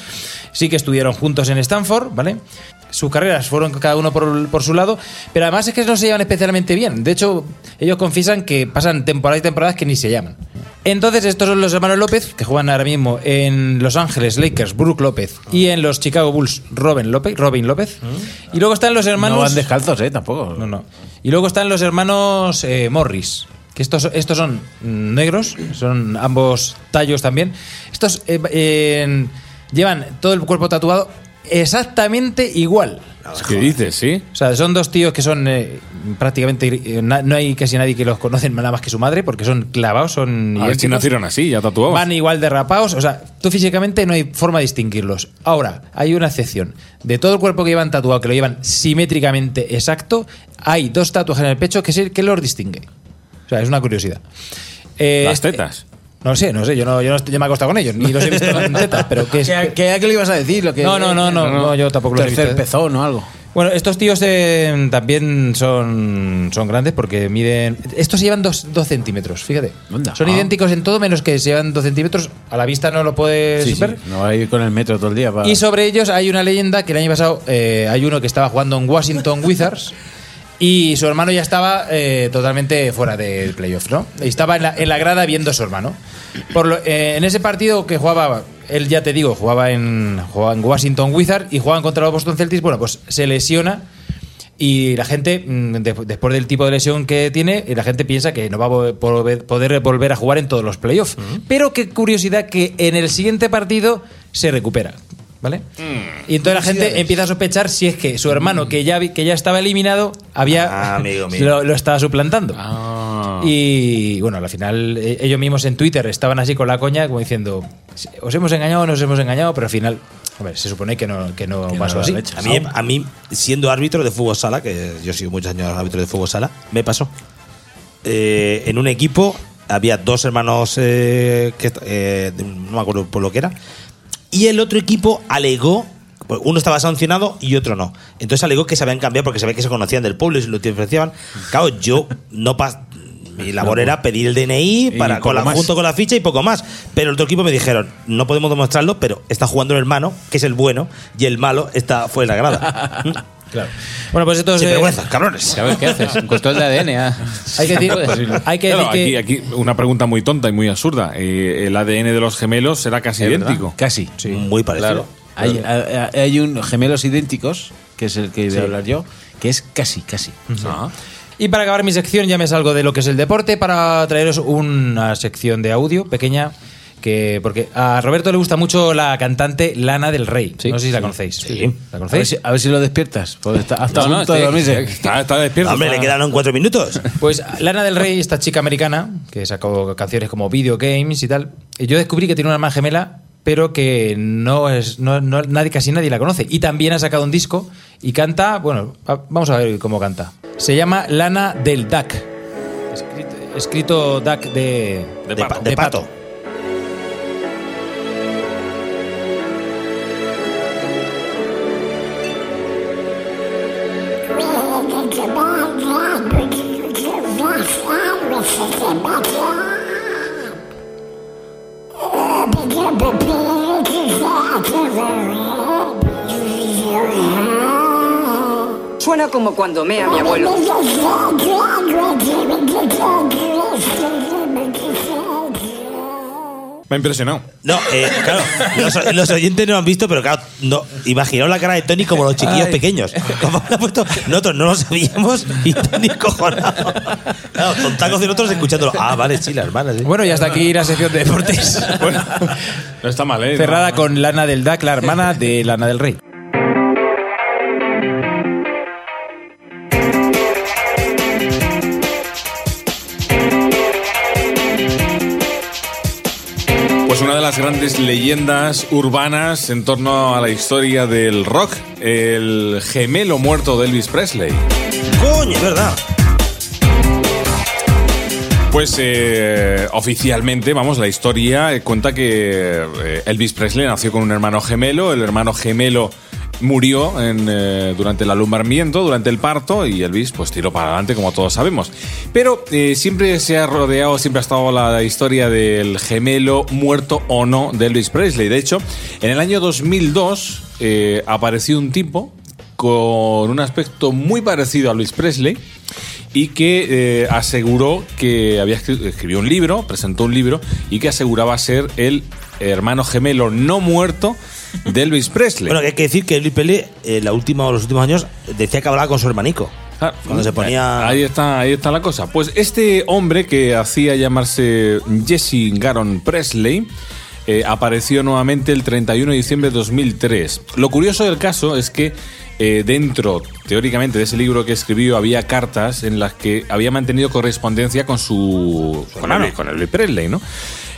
Speaker 5: sí que estudiaron juntos en Stanford, ¿vale? Sus carreras fueron cada uno por, por su lado, pero además es que no se llevan especialmente bien. De hecho, ellos confiesan que pasan temporadas y temporadas que ni se llaman. Entonces, estos son los hermanos López, que juegan ahora mismo en Los Ángeles Lakers, Brook López, y en los Chicago Bulls, Robin López. Robin López.
Speaker 3: Mm.
Speaker 5: Y luego están los hermanos.
Speaker 6: No van descalzos, ¿eh? Tampoco.
Speaker 5: No, no. Y luego están los hermanos eh, Morris. Que estos, estos son mm, negros, son ambos tallos también. Estos eh, eh, llevan todo el cuerpo tatuado exactamente igual.
Speaker 3: ¿Qué dices, sí?
Speaker 5: O sea, son dos tíos que son eh, prácticamente. eh, na- no hay casi nadie que los conocen nada más que su madre, porque son clavados, son.
Speaker 3: A ver si
Speaker 5: idénticos.
Speaker 3: nacieron así, ya tatuados.
Speaker 5: Van igual derrapados, o sea, tú físicamente no hay forma de distinguirlos. Ahora, hay una excepción. De todo el cuerpo que llevan tatuado, que lo llevan simétricamente exacto, hay dos tatuajes en el pecho que es el que los distingue. O sea, es una curiosidad. Eh,
Speaker 3: Las
Speaker 5: este-
Speaker 3: tetas.
Speaker 5: No sé, no sé, yo no, yo no estoy- yo me he acostado con ellos, ni los he visto con tetas, pero que es...
Speaker 6: ¿Qué, qué, qué le ibas a decir? Lo que,
Speaker 5: No, no, no, no, no, yo tampoco lo he
Speaker 6: Tercer
Speaker 5: visto, ¿eh?
Speaker 6: pezón o algo.
Speaker 5: Bueno, estos tíos eh, también son, son grandes porque miden. Estos se llevan 2 centímetros, fíjate.
Speaker 6: Anda.
Speaker 5: Son
Speaker 6: Ah.
Speaker 5: idénticos en todo, menos que se llevan 2 centímetros. A la vista no lo puedes
Speaker 6: Sí, sí,
Speaker 5: ver.
Speaker 6: No va a ir con el metro todo el día. Para...
Speaker 5: Y sobre ellos hay una leyenda que el año pasado eh, hay uno que estaba jugando en Washington Wizards y su hermano ya estaba eh, totalmente fuera del playoff, ¿no? Y estaba en la, en la grada viendo a su hermano. Por lo- eh, en ese partido que jugaba, él ya te digo, jugaba en, jugaba en Washington Wizards y jugaban contra los Boston Celtics, bueno, pues se lesiona. Y la gente, mm, de- después del tipo de lesión que tiene, eh, la gente piensa que no va a vo- volver- poder volver a jugar en todos los playoffs.
Speaker 7: Mm.
Speaker 5: Pero qué curiosidad que en el siguiente partido se recupera. ¿Vale?
Speaker 7: Mm.
Speaker 5: Y entonces la gente empieza a sospechar si es que su hermano, que ya, vi- que ya estaba eliminado, había
Speaker 7: Ah, amigo mío. Ah.
Speaker 5: Lo, lo estaba suplantando. Y bueno, al final eh, ellos mismos en Twitter estaban así con la coña, como diciendo, os hemos engañado, nos hemos engañado, pero al final, hombre, se supone que no, que no pasó así.
Speaker 7: A mí, a mí, siendo árbitro de fútbol sala, que yo he sido muchos años árbitro de fútbol sala, me pasó. Eh, en un equipo había dos hermanos, eh, que, eh, de un- no me acuerdo por lo que era, y el otro equipo alegó Pues Uno estaba sancionado y otro no. Entonces alegó que se habían cambiado porque se ve que se conocían del pueblo y se lo ofrecían. Claro, yo no pas mi labor era pedir el DNI para,
Speaker 14: poco
Speaker 7: con la,
Speaker 14: más.
Speaker 7: junto con la ficha y poco más. Pero el otro equipo me dijeron, no podemos demostrarlo, pero está jugando el hermano, que es el bueno, y el malo está fuera de la grada. Mm,
Speaker 5: Claro. Bueno, pues entonces.
Speaker 7: Sin vergüenza, cabrones.
Speaker 4: A ver, ¿qué haces? Un control de ADN. ah.
Speaker 5: Hay que decir- hay que
Speaker 3: Claro,
Speaker 5: decir
Speaker 3: aquí, aquí una pregunta muy tonta y muy absurda. Eh, el ADN de los gemelos será casi
Speaker 6: Es
Speaker 3: idéntico.
Speaker 6: verdad. Casi.
Speaker 7: Muy
Speaker 6: Claro. Hay, a- a- hay un gemelos idénticos, que es el que voy
Speaker 5: Sí.
Speaker 6: a hablar yo, que es casi, casi. Ah.
Speaker 5: Y para acabar mi sección ya me salgo de lo que es el deporte para traeros una sección de audio pequeña que porque a Roberto le gusta mucho la cantante Lana del Rey. no sé si la conocéis. ¿La
Speaker 6: A ver,
Speaker 5: conocéis?
Speaker 6: si, a ver si lo despiertas. porque está, hasta
Speaker 5: No, no,
Speaker 6: punto de
Speaker 5: estoy-
Speaker 6: dormirse.
Speaker 3: Está, despierto.
Speaker 7: Hombre, le quedaron cuatro minutos.
Speaker 5: Pues Lana del Rey, esta chica americana que sacó canciones como Video Games y tal, y yo descubrí que tiene una hermana gemela, pero que no es no- no- nadie casi nadie la conoce y también ha sacado un disco y canta, bueno, va- vamos a ver cómo canta. Se llama Lana del Duck. Escrito, escrito Duck de
Speaker 7: De pa- de pato.
Speaker 15: Suena como cuando mea mi abuelo.
Speaker 3: Me ha impresionado.
Speaker 7: No, eh, claro, los, los oyentes no lo han visto, pero claro, no, imaginaos la cara de Tony como los chiquillos
Speaker 5: Ay.
Speaker 7: pequeños. Como le ha puesto, nosotros no lo sabíamos y Tony cojonado. Claro, con tacos de nosotros escuchándolo. Ah, vale, sí, la hermana. sí.
Speaker 5: Bueno, y hasta aquí la sección de deportes.
Speaker 3: No está mal, ¿eh?
Speaker 5: Cerrada con Lana del Duck, la hermana de Lana del Rey.
Speaker 3: Pues una de las grandes leyendas urbanas en torno a la historia del rock, el gemelo muerto de Elvis Presley.
Speaker 7: Coño, es verdad.
Speaker 3: Pues eh, oficialmente, vamos, la historia eh, cuenta que eh, Elvis Presley nació con un hermano gemelo, el hermano gemelo murió en, eh, durante el alumbramiento, durante el parto, y Elvis pues tiró para adelante, como todos sabemos. Pero eh, siempre se ha rodeado, siempre ha estado la historia del gemelo muerto o no de Elvis Presley. De hecho, en el año 2002 eh, apareció un tipo con un aspecto muy parecido a Elvis Presley y que eh, aseguró que había escri- escribió un libro, presentó un libro y que aseguraba ser el hermano gemelo no muerto de Elvis Presley.
Speaker 7: Bueno, que hay que decir que Elvis Presley, eh, la última o los últimos años, decía que hablaba con su hermanico.
Speaker 3: Ah,
Speaker 7: Cuando se ponía-
Speaker 3: Ahí está, ahí está la cosa. Pues este hombre que hacía llamarse Jesse Garon Presley eh, apareció nuevamente el 31 de diciembre de 2003. Lo curioso del caso es que eh, dentro, teóricamente, de ese libro que escribió había cartas en las que había mantenido correspondencia con su, con Elvis- con Elvis Presley, ¿no?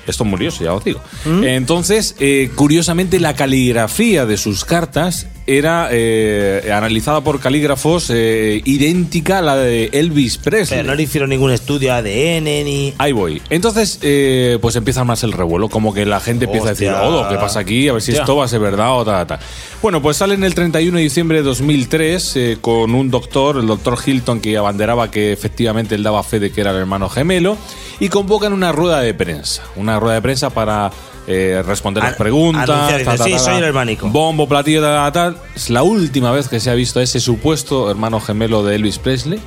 Speaker 3: Esto es muy curioso, ya os digo. Entonces, eh, curiosamente, la caligrafía de sus cartas era eh, analizada por calígrafos eh, idéntica a la de Elvis Presley.
Speaker 7: Pero no le hicieron ningún estudio ADN ni.
Speaker 3: Ahí voy. Entonces, eh, pues empieza más el revuelo, como que la gente empieza a
Speaker 7: Hostia.
Speaker 3: decir, oh, ¿qué pasa aquí? A ver si
Speaker 7: Hostia.
Speaker 3: esto va a ser verdad o tal, tal. Bueno, pues salen el 31 de diciembre de 2003 eh, con un doctor, el doctor Hilton, que abanderaba que efectivamente él daba fe de que era el hermano gemelo, y convocan una rueda de prensa, una rueda de prensa para eh, responder las
Speaker 7: An-
Speaker 3: preguntas.
Speaker 7: anunciar, dice, "Sí, soy el
Speaker 3: hermanico. Bombo, platillo, tal, tal, tal. Es la última vez que se ha visto ese supuesto hermano gemelo de Elvis Presley.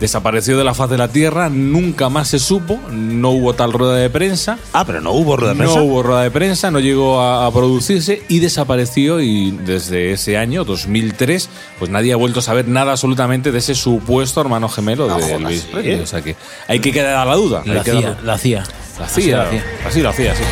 Speaker 3: Desapareció de la faz de la Tierra, nunca más se supo, no hubo tal rueda de prensa.
Speaker 7: Ah, pero no hubo rueda de prensa.
Speaker 3: No hubo rueda de prensa, no llegó a, a producirse y desapareció y desde ese año, 2003, pues nadie ha vuelto a saber nada absolutamente de ese supuesto hermano gemelo de Elvis
Speaker 7: ¿eh?
Speaker 3: Presley. O sea que hay que quedar a la duda.
Speaker 6: La
Speaker 3: hay que dar-
Speaker 6: hacía, la hacía.
Speaker 3: la hacía,
Speaker 6: Así la hacía.
Speaker 3: así lo hacía, sí.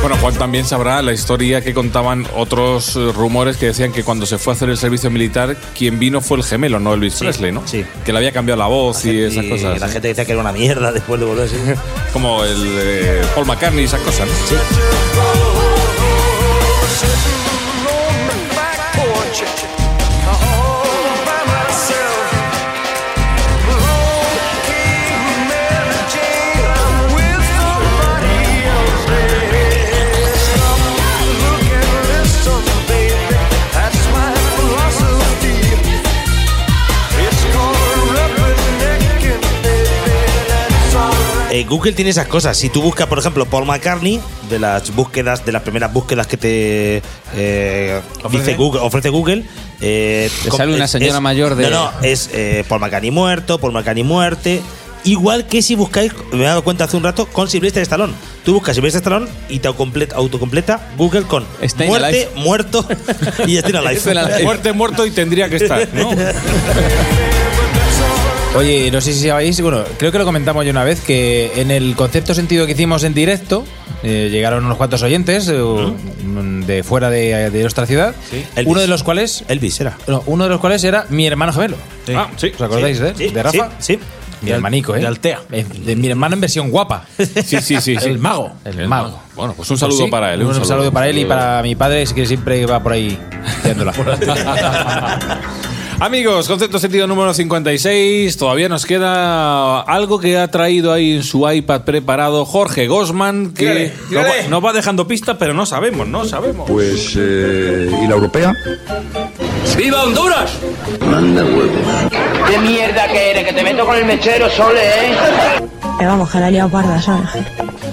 Speaker 3: Bueno, Juan también sabrá la historia que contaban otros eh, rumores que decían que cuando se fue a hacer el servicio militar, quien vino fue el gemelo, no Elvis Presley, ¿no? Sí. Que le había cambiado la voz y esas
Speaker 7: Y
Speaker 3: cosas.
Speaker 7: la
Speaker 3: ¿eh?
Speaker 7: gente decía que era una mierda después de volverse.
Speaker 3: Como el eh, Paul McCartney y esas cosas, ¿no?
Speaker 7: eh, Google tiene esas cosas. Si tú buscas, por ejemplo, Paul McCartney, de las búsquedas, de las primeras búsquedas que te eh, dice Google, ofrece Google, eh,
Speaker 4: Te
Speaker 7: com-
Speaker 4: sale una
Speaker 7: es-
Speaker 4: señora
Speaker 7: es-
Speaker 4: mayor de-
Speaker 7: No, no, es eh, Paul McCartney muerto, Paul McCartney muerte. Igual que si buscáis, me he dado cuenta hace un rato, con Silvestre Stallone. Tú buscas Silvestre Stallone y te autocompleta, autocompleta Google con
Speaker 4: Staying
Speaker 7: muerte,
Speaker 4: Alive.
Speaker 7: muerto y Staying
Speaker 3: Staying
Speaker 7: Alive.
Speaker 3: Alive. Muerte,
Speaker 7: muerto y tendría
Speaker 3: que estar, ¿no?
Speaker 5: Oye, no sé si sabéis, bueno, creo que lo comentamos ya una vez, que en el concepto sentido que hicimos en directo, eh, llegaron unos cuantos oyentes eh, o- mm, de fuera de, de nuestra ciudad, uno de los cuales...
Speaker 7: Elvis era.
Speaker 5: no, uno de los cuales era mi hermano gemelo. Ah, sí. ¿Os acordáis
Speaker 7: Sí,
Speaker 4: eh?
Speaker 5: de,
Speaker 7: sí,
Speaker 5: de Rafa?
Speaker 7: Sí, sí.
Speaker 5: Mi hermanico, ¿eh?
Speaker 7: de
Speaker 5: Altea. De mi hermano en versión guapa.
Speaker 3: Sí, sí, sí, sí.
Speaker 5: El mago. El,
Speaker 3: El
Speaker 5: mago.
Speaker 3: mago. Bueno, pues un saludo
Speaker 5: sí,
Speaker 3: para él,
Speaker 5: Un,
Speaker 3: un
Speaker 5: saludo,
Speaker 3: saludo.
Speaker 5: para él y
Speaker 3: Saludo.
Speaker 5: para mi padre, es que siempre va por ahí haciéndola.
Speaker 3: Amigos, concepto sentido número 56. Todavía nos queda algo que ha traído ahí en su iPad preparado Jorge Gosman, que
Speaker 14: Tírale, tírale.
Speaker 3: nos va- nos va dejando pistas, pero no sabemos, no sabemos.
Speaker 14: Pues, eh, ¿y la europea?
Speaker 16: ¡Viva Honduras!
Speaker 14: Manda huevo.
Speaker 16: ¿Qué mierda que eres? Que te meto con el mechero, Sole, ¿eh?
Speaker 17: Pero vamos, que la liado parda, ¿sabes?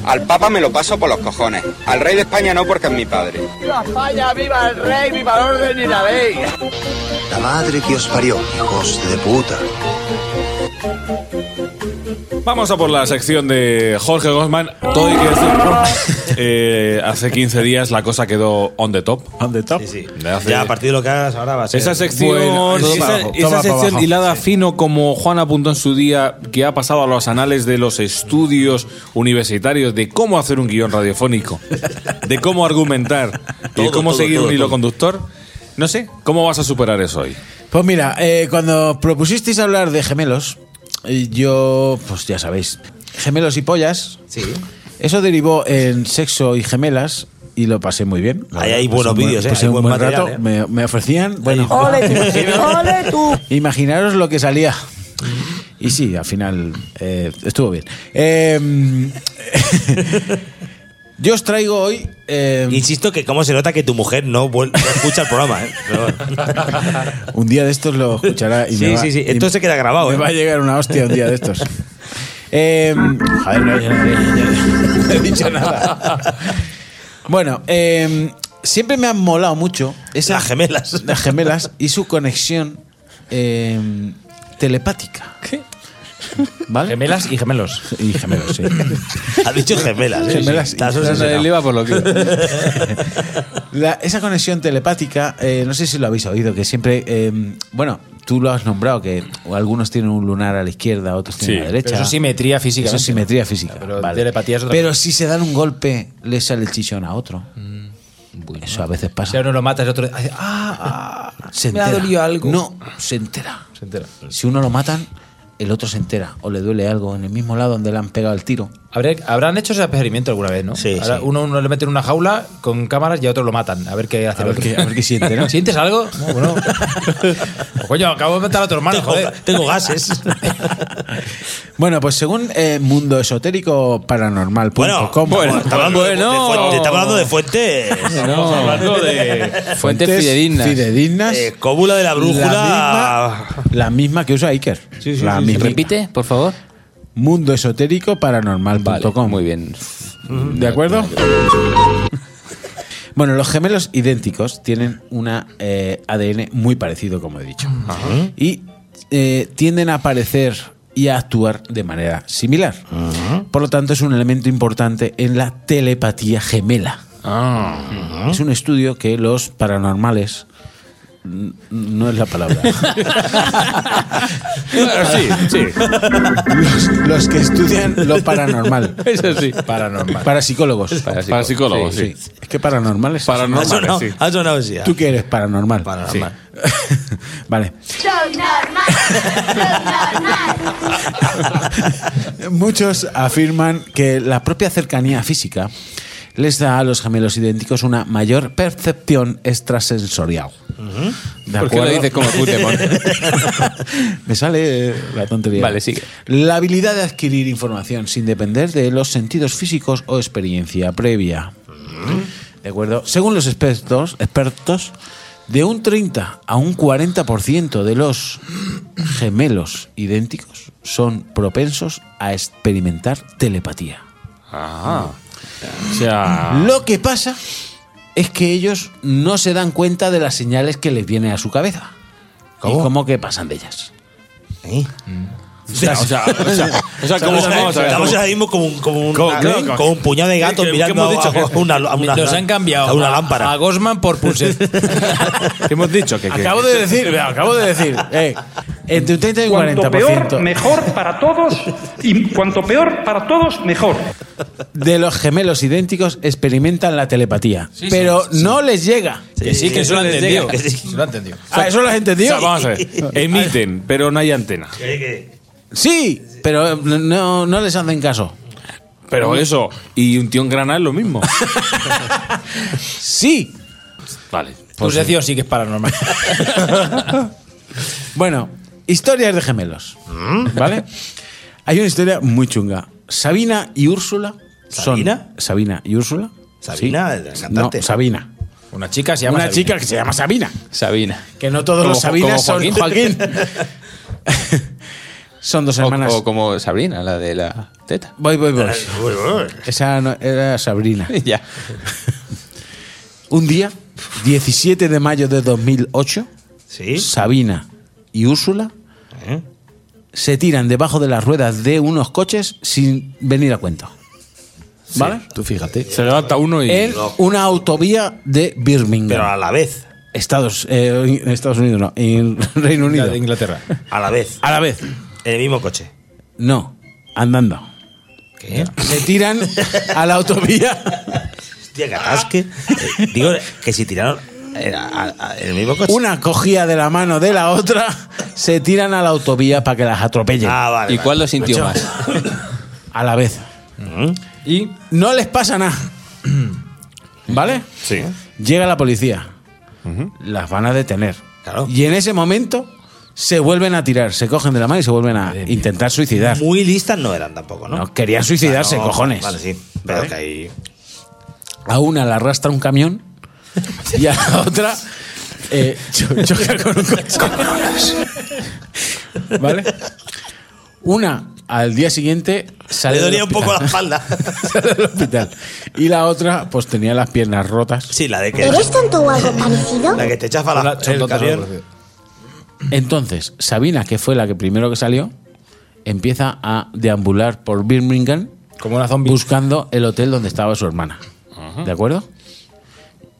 Speaker 18: Al Papa me lo paso por los cojones. Al rey de España no porque es mi padre.
Speaker 16: ¡Viva España, viva el rey, viva el orden y la ley!
Speaker 9: La madre que os parió, hijos de puta.
Speaker 3: Vamos a por la sección de Jorge Gosman. Todo hay que decir. Eh, hace 15 días la cosa quedó on the top. On the top.
Speaker 7: Ya, a partir de lo que hagas ahora va a ser.
Speaker 3: Esa sección, esa, esa sección hilada fino como Juan apuntó en su día, que ha pasado a los anales de los estudios universitarios de cómo hacer un guión radiofónico, de cómo argumentar, y de
Speaker 6: Todo,
Speaker 3: cómo
Speaker 6: todo,
Speaker 3: seguir
Speaker 6: todo,
Speaker 3: un hilo
Speaker 6: todo.
Speaker 3: conductor. No sé, ¿cómo vas a superar eso hoy?
Speaker 6: Pues mira, eh, cuando propusisteis hablar de gemelos, eh, yo, pues ya sabéis, gemelos y pollas. Sí. Eso derivó en sexo y gemelas y lo pasé muy bien. La
Speaker 7: Ahí
Speaker 6: verdad,
Speaker 7: hay
Speaker 6: pasé
Speaker 7: buenos
Speaker 6: un buen-
Speaker 7: vídeos, ¿eh?
Speaker 6: pasé
Speaker 7: Hay
Speaker 6: un
Speaker 7: buen
Speaker 6: buen,
Speaker 7: material,
Speaker 6: rato.
Speaker 7: ¿eh?
Speaker 6: Me, me ofrecían, bueno.
Speaker 7: Ole tú,
Speaker 6: imaginaros- Imaginaros lo que salía. Y sí, al final eh, estuvo bien. Eh, yo os traigo hoy. em,
Speaker 7: Insisto que cómo se nota que tu mujer no, vuel- no escucha el programa, ¿eh? Pero bueno.
Speaker 6: Un día de estos lo escuchará y
Speaker 7: Sí,
Speaker 6: me va-
Speaker 7: sí, sí.
Speaker 6: y
Speaker 7: Esto se queda grabado,
Speaker 6: Me
Speaker 7: ¿eh?
Speaker 6: va a llegar una hostia un día de estos. Eh, joder, no, he- no he dicho nada. Bueno, eh, siempre me han molado mucho esas las
Speaker 7: gemelas.
Speaker 6: Las gemelas y su conexión eh, telepática. ¿Qué? ¿Vale?
Speaker 5: Gemelas y gemelos.
Speaker 6: Y gemelos, sí.
Speaker 7: Ha dicho gemelas, ¿eh?
Speaker 6: Gemelas.
Speaker 7: Estás
Speaker 6: y gemelos.
Speaker 7: obsesionado.
Speaker 6: La- esa conexión telepática, eh, no sé si lo habéis oído, que siempre, eh, bueno, tú lo has nombrado, que algunos tienen un lunar a la izquierda, otros tienen
Speaker 5: Sí,
Speaker 6: a la derecha.
Speaker 5: pero eso es simetría física,
Speaker 6: Eso es
Speaker 5: ¿no?
Speaker 6: simetría física.
Speaker 5: Pero
Speaker 6: vale.
Speaker 5: telepatía es otra
Speaker 6: Pero
Speaker 5: cosa. Mm,
Speaker 6: si se dan un golpe, le sale el chichón a otro. Eso a veces pasa.
Speaker 5: Si a uno lo mata, el otro hace, ah, ah,
Speaker 6: Se
Speaker 5: me ha
Speaker 6: entera.
Speaker 5: dolido algo.
Speaker 6: No, se entera.
Speaker 5: Se entera.
Speaker 6: Si uno lo matan, el otro se entera o le duele algo en el mismo lado donde le han pegado el tiro.
Speaker 5: Habré- habrán hecho ese experimento alguna vez, ¿no?
Speaker 6: Sí,
Speaker 5: Ahora
Speaker 6: sí.
Speaker 5: Uno, uno le mete en una jaula con cámaras y a otro lo matan. A ver qué hace
Speaker 6: A ver
Speaker 5: el otro.
Speaker 6: qué- a ver qué siente, ¿no?
Speaker 5: ¿Sientes algo? No, bueno. Pues, coño, acabo de matar a tu hermano, joder.
Speaker 7: Tengo gases.
Speaker 6: Bueno, pues según eh, mundo esotérico paranormal.
Speaker 7: Bueno, bueno, estamos hablando de- de fuente- estamos hablando de fuentes. Estamos hablando de
Speaker 6: Fuentes fidedignas. fidedignas.
Speaker 7: Eh, cóbula de la brújula.
Speaker 6: La misma, la misma que usa Iker. La
Speaker 4: sí, sí.
Speaker 6: misma.
Speaker 4: Repite, por favor.
Speaker 6: Mundo esotérico paranormal.com. Muy bien. Mm, ¿De acuerdo? Bueno, los gemelos idénticos tienen una eh, ADN muy parecido, como he dicho. Y eh, tienden a aparecer y a actuar de manera similar. Por lo tanto, es un elemento importante en la telepatía gemela. Es un estudio que los paranormales. n- No es la palabra.
Speaker 3: sí, sí.
Speaker 6: Los, los que estudian lo paranormal.
Speaker 3: Eso sí.
Speaker 6: Paranormal. Parapsicólogos.
Speaker 3: Parapsicólogos, sí.
Speaker 6: Es que paranormales.
Speaker 3: Paranormales, Ha sonado- sí.
Speaker 7: Ha sonado así.
Speaker 6: ¿Tú qué eres? Paranormal. Paranormal. vale.
Speaker 16: Soy normal, soy normal.
Speaker 6: Muchos afirman que la propia cercanía física les da a los gemelos idénticos una mayor percepción extrasensorial. ¿De
Speaker 4: ¿Por qué lo
Speaker 6: acuerdo?
Speaker 4: dices como Putemon?
Speaker 6: Me sale eh, la tontería.
Speaker 4: Vale, sigue.
Speaker 6: La habilidad de adquirir información sin depender de los sentidos físicos o experiencia previa. ¿De acuerdo? Según los expertos, expertos de un 30 a un 40% de los gemelos idénticos son propensos a experimentar telepatía.
Speaker 3: O sea,
Speaker 6: Lo que pasa es que ellos no se dan cuenta de las señales que les vienen a su cabeza. Y cómo que pasan de ellas.
Speaker 7: ¿Eh?
Speaker 3: o sea, o sea, o sea, o sea, como- vamos a ver,
Speaker 7: Estamos
Speaker 3: como-
Speaker 7: ahora mismo como un, como un-
Speaker 3: Como- claro,
Speaker 7: como
Speaker 3: como-
Speaker 7: un puñado de gatos
Speaker 3: ¿Qué- qué
Speaker 7: mirando
Speaker 3: hemos dicho?
Speaker 7: a una, a una-
Speaker 5: Los han cambiado
Speaker 7: a una
Speaker 5: a-
Speaker 7: lámpara.
Speaker 5: a Gosman por Pulse.
Speaker 3: ¿Qué hemos dicho? Que, que-
Speaker 6: Acabo de decir, acabo de decir. eh, entre un 30 y un
Speaker 19: Cuanto
Speaker 6: 40%.
Speaker 19: peor, mejor para todos. Y cuanto peor para todos, mejor.
Speaker 6: de los gemelos idénticos experimentan la telepatía, pero no les llega.
Speaker 5: Que sí, que eso lo han
Speaker 3: les
Speaker 5: entendido.
Speaker 3: llega, que sí.
Speaker 5: Eso lo han entendido.
Speaker 6: Ah, ¿eso lo has
Speaker 3: o
Speaker 6: entendido?
Speaker 3: sea, vamos a ver. Emiten, pero no hay antena.
Speaker 6: Sí, pero no, no les hacen caso.
Speaker 3: Pero eso, y un tío en Granada es lo mismo.
Speaker 6: Sí.
Speaker 3: Vale.
Speaker 5: Tu
Speaker 6: Pues
Speaker 5: sección sí que es paranormal.
Speaker 6: Bueno, historias de gemelos.
Speaker 3: Mm.
Speaker 6: ¿Vale? Hay una historia muy chunga. Sabina y Úrsula son.
Speaker 7: ¿Sabina?
Speaker 6: Sabina y Úrsula.
Speaker 7: Sabina,
Speaker 6: Sí.
Speaker 7: la cantante.
Speaker 6: No, Sabina.
Speaker 5: Una chica se llama
Speaker 6: Una
Speaker 5: Sabina.
Speaker 6: chica que se llama Sabina.
Speaker 4: Sabina.
Speaker 6: Que no todos
Speaker 4: Como-
Speaker 6: los Sabinas
Speaker 4: como
Speaker 6: son Joaquín. son dos hermanas.
Speaker 4: O como Sabrina, la de la teta.
Speaker 6: Voy, voy, voy. Esa no- era Sabrina.
Speaker 4: Ya.
Speaker 6: Un día, 17 de mayo de 2008, Sabina y Úrsula se tiran debajo de las ruedas de unos coches sin venir a cuento. ¿Vale?
Speaker 3: Tú fíjate. Se levanta uno y.
Speaker 6: En una autovía de Birmingham.
Speaker 7: Pero a la vez.
Speaker 6: Estados, eh, en Estados Unidos, no, en Reino Unido.
Speaker 5: Inglaterra.
Speaker 7: A la vez.
Speaker 6: A la vez.
Speaker 7: En el mismo coche.
Speaker 6: No, andando.
Speaker 7: ¿Qué?
Speaker 6: Se tiran a la autovía.
Speaker 7: Hostia, que atasque.
Speaker 5: Ah.
Speaker 7: Eh, digo, que si tiraron eh, a- a- en el mismo coche.
Speaker 6: Una cogida de la mano de la otra, se tiran a la autovía para que las atropellen.
Speaker 7: Ah, vale.
Speaker 4: ¿Y
Speaker 7: vale.
Speaker 4: cuál lo sintió
Speaker 7: Macho.
Speaker 4: más?
Speaker 6: A la vez.
Speaker 7: Mm.
Speaker 5: Y
Speaker 6: No les pasa nada. ¿Vale?
Speaker 3: Sí.
Speaker 6: Llega la policía. Las van a detener.
Speaker 7: Claro.
Speaker 6: Y en ese momento se vuelven a tirar, se cogen de la mano y se vuelven a intentar suicidar.
Speaker 7: Muy listas no eran tampoco, ¿no?
Speaker 6: No, querían suicidarse,
Speaker 7: Ah, no,
Speaker 6: cojones.
Speaker 7: Vale, sí. Pero que ahí.
Speaker 6: A una la arrastra un camión y a la otra eh, cho- choca con un coche. ¿Vale? Una al día siguiente sale
Speaker 7: Le
Speaker 6: del
Speaker 7: dolía un poco
Speaker 6: hospital.
Speaker 7: la espalda.
Speaker 6: Sale del hospital. Y la otra, pues tenía las piernas rotas.
Speaker 7: Sí, la de que.
Speaker 20: ¿Eres tonto o algo parecido?
Speaker 7: La que te chafa la,
Speaker 5: son
Speaker 7: el
Speaker 5: tontas,
Speaker 7: camión.
Speaker 5: son
Speaker 6: Entonces, Sabina, que fue la que primero que salió, empieza a deambular por Birmingham
Speaker 5: Como una zombie.
Speaker 6: buscando el hotel donde estaba su hermana. ¿De acuerdo?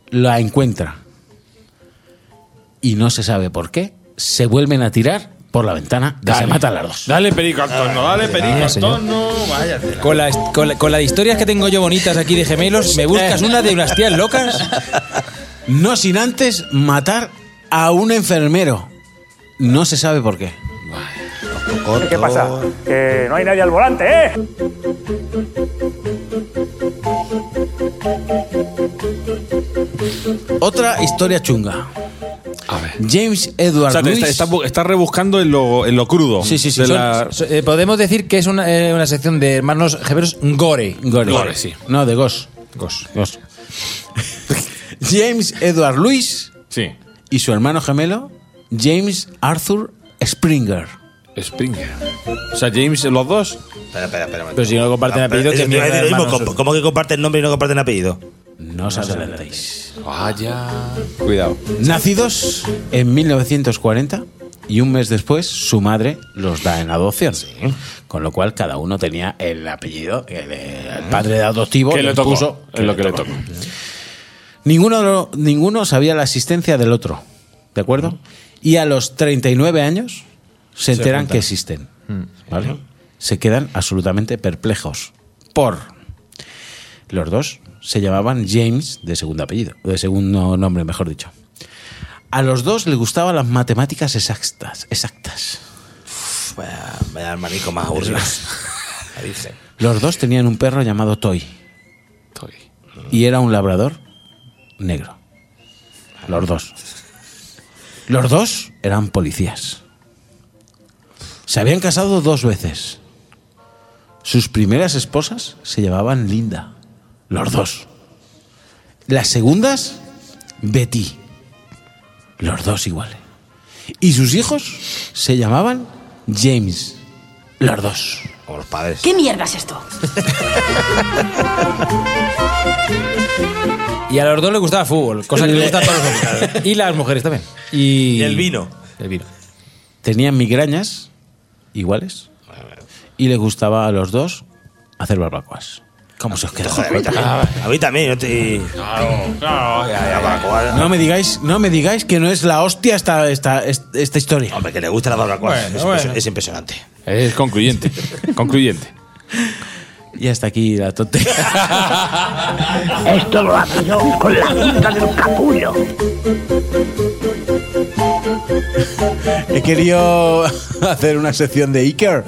Speaker 6: La encuentra. Y no se sabe por qué. Se vuelven a tirar por la ventana que se matan las dos.
Speaker 3: Dale perico al torno, dale perico al
Speaker 5: señor.
Speaker 3: torno. Vaya.
Speaker 5: Con las con la- con las historias que tengo yo bonitas aquí de gemelos, ¿me buscas una de unas tías locas?
Speaker 6: No sin antes matar a un enfermero. No se sabe por qué.
Speaker 21: ¿Qué pasa? Que no hay nadie al volante, ¿eh?
Speaker 6: Otra historia chunga. James Edward
Speaker 3: O sea, te
Speaker 6: Lewis-
Speaker 3: está, está bu- está rebuscando en lo, en lo crudo.
Speaker 6: Sí, sí, sí,
Speaker 3: de
Speaker 6: son-
Speaker 3: la-
Speaker 5: So- eh, podemos decir que es una, eh, una sección de hermanos gemelos gore.
Speaker 6: Gore.
Speaker 3: Gore, sí.
Speaker 6: No, de Gos.
Speaker 5: Gos.
Speaker 6: Gos. James Edward Lewis
Speaker 3: Sí.
Speaker 6: y su hermano gemelo, James Arthur Springer.
Speaker 3: Springer. O sea, James, los dos.
Speaker 7: Espera, espera, espera.
Speaker 5: Pero si no comparten
Speaker 7: Ah,
Speaker 5: apellido,
Speaker 7: pero
Speaker 5: que
Speaker 7: eso te iba a
Speaker 5: mierda Pues,
Speaker 7: decir
Speaker 5: de
Speaker 7: lo mismo,
Speaker 5: hermanos
Speaker 7: ¿cómo-
Speaker 5: son?
Speaker 7: ¿Cómo que comparten nombre y no comparten apellido?
Speaker 6: No os adelantéis.
Speaker 3: Vaya.
Speaker 4: Cuidado.
Speaker 6: Nacidos en 1940 y un mes después su madre los da en adopción. Con lo cual cada uno tenía el apellido, el, el padre adoptivo
Speaker 3: Que le tocó.
Speaker 6: puso-
Speaker 3: Es lo que le tocó.
Speaker 6: Ninguno, de lo- ninguno sabía la existencia del otro, ¿de acuerdo? Y a los 39 años se enteran
Speaker 5: juntan.
Speaker 6: que existen, ¿vale? Se quedan absolutamente perplejos por... Los dos se llamaban James de segundo apellido, de segundo nombre, mejor dicho. A los dos les gustaban las matemáticas exactas, exactas.
Speaker 7: Pf, Vaya, vaya el manico más aburrido. La Virgen.
Speaker 6: Los dos tenían un perro llamado Toy. Y era un labrador negro. Los dos. Los dos eran policías. Se habían casado dos veces. Sus primeras esposas se llamaban Linda. Los dos. Las segundas, Betty. Los dos iguales. Y sus hijos se llamaban James. Los dos.
Speaker 7: Como los padres.
Speaker 2: ¿Qué mierda es esto?
Speaker 5: Y a los dos les gustaba el fútbol, cosa que les gusta a todos los hombres. Y las mujeres también. Y,
Speaker 7: el vino.
Speaker 5: El vino.
Speaker 6: Tenían migrañas iguales. Y les gustaba a los dos hacer barbacoas. ¿Cómo se os queda?
Speaker 5: Ah,
Speaker 7: Joder, a mí también. A mí también, no te.
Speaker 3: Claro,
Speaker 7: ya, ya, barbacoa.
Speaker 6: No me digáis, no me digáis que no es la hostia esta, esta, esta, esta historia.
Speaker 7: Hombre, que le gusta la barbacoa.
Speaker 5: Bueno,
Speaker 7: es,
Speaker 5: bueno.
Speaker 7: es impresionante.
Speaker 3: Es concluyente. concluyente.
Speaker 6: Y hasta aquí la tontería.
Speaker 8: Esto lo hace yo con la punta del capullo.
Speaker 6: He querido hacer una sección de Iker.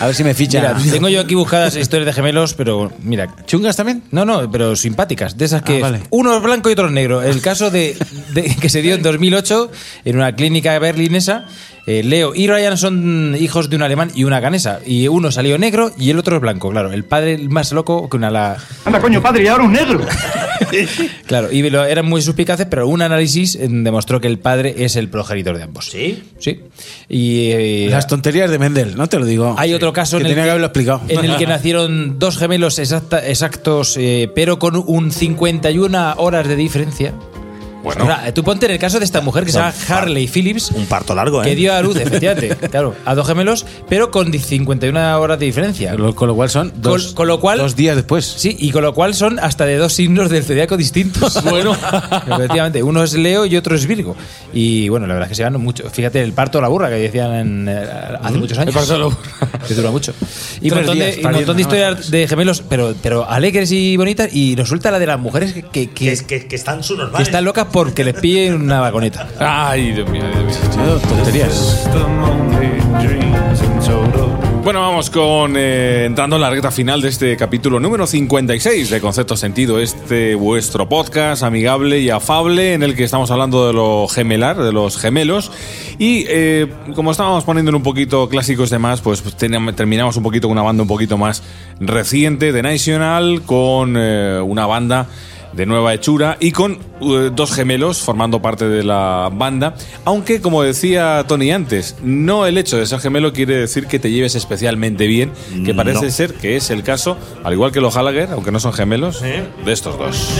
Speaker 6: A ver si me
Speaker 5: Mira,
Speaker 6: fichan.
Speaker 5: tengo yo aquí buscadas historias de gemelos, pero mira.
Speaker 6: ¿Chungas también?
Speaker 5: No, no, pero simpáticas. De esas que
Speaker 6: Ah, vale.
Speaker 5: uno es blanco y otro es negro. El caso de, de- que se dio en 2008 en una clínica berlinesa. eh, Leo y Ryan son hijos de un alemán y una ganesa. Y uno salió negro y el otro es blanco, claro. El padre más loco que una la.
Speaker 19: Anda, coño, padre, y ahora un negro.
Speaker 5: Claro, y lo- eran muy suspicaces, pero un análisis eh, demostró que el padre es el progenitor de ambos.
Speaker 7: ¿Sí?
Speaker 5: Sí. Y. eh,
Speaker 6: Las tonterías de Mendel, no te lo digo.
Speaker 5: Hay otro caso
Speaker 6: que
Speaker 5: en el
Speaker 6: tenía
Speaker 5: que-
Speaker 6: que haberlo explicado.
Speaker 5: en el que nacieron dos gemelos exacta- exactos, eh, pero con un 51 horas de diferencia.
Speaker 3: Bueno.
Speaker 5: O sea, tú ponte en el caso de esta mujer que se llama Harley Phillips,
Speaker 7: Un parto largo, ¿eh?
Speaker 5: que dio a luz, efectivamente, claro, a dos gemelos, pero con 51 horas de diferencia.
Speaker 6: Lo- Con lo cual son dos,
Speaker 5: con lo cual-
Speaker 6: dos días después.
Speaker 5: Sí, y con lo cual son hasta de dos signos del zodiaco distintos. Bueno, efectivamente, uno es Leo y otro es Virgo. Y bueno, la verdad es que se van mucho. Fíjate el parto de la burra que decían en, eh, hace muchos años.
Speaker 3: parto de la
Speaker 5: Que dura mucho. Y
Speaker 6: Tres
Speaker 5: un montón,
Speaker 6: días
Speaker 5: de, y un montón de
Speaker 6: pariendo, no me
Speaker 5: historias de gemelos, pero, pero alegres y bonitas. Y nos suelta la de las mujeres que, que- que-
Speaker 7: Que, es- que, que están su
Speaker 5: que
Speaker 7: normal.
Speaker 5: están locas porque les piden una vagoneta.
Speaker 3: Ay, Dios mío, Dios mío.
Speaker 6: Son dos tonterías.
Speaker 3: Bueno, vamos con eh, entrando en la recta final de este capítulo número 56 de Concepto Sentido, este vuestro podcast amigable y afable en el que estamos hablando de lo gemelar, de los gemelos. Y eh, como estábamos poniendo en un poquito clásicos de más, pues tenem- terminamos un poquito con una banda un poquito más reciente de National, con eh, una banda de nueva hechura y con eh, dos gemelos formando parte de la banda. Aunque, como decía Tony antes, no el hecho de ser gemelo quiere decir que te lleves especialmente bien, que parece
Speaker 7: No.
Speaker 3: ser que es el caso, al igual que los Gallagher, aunque no son gemelos, de estos dos.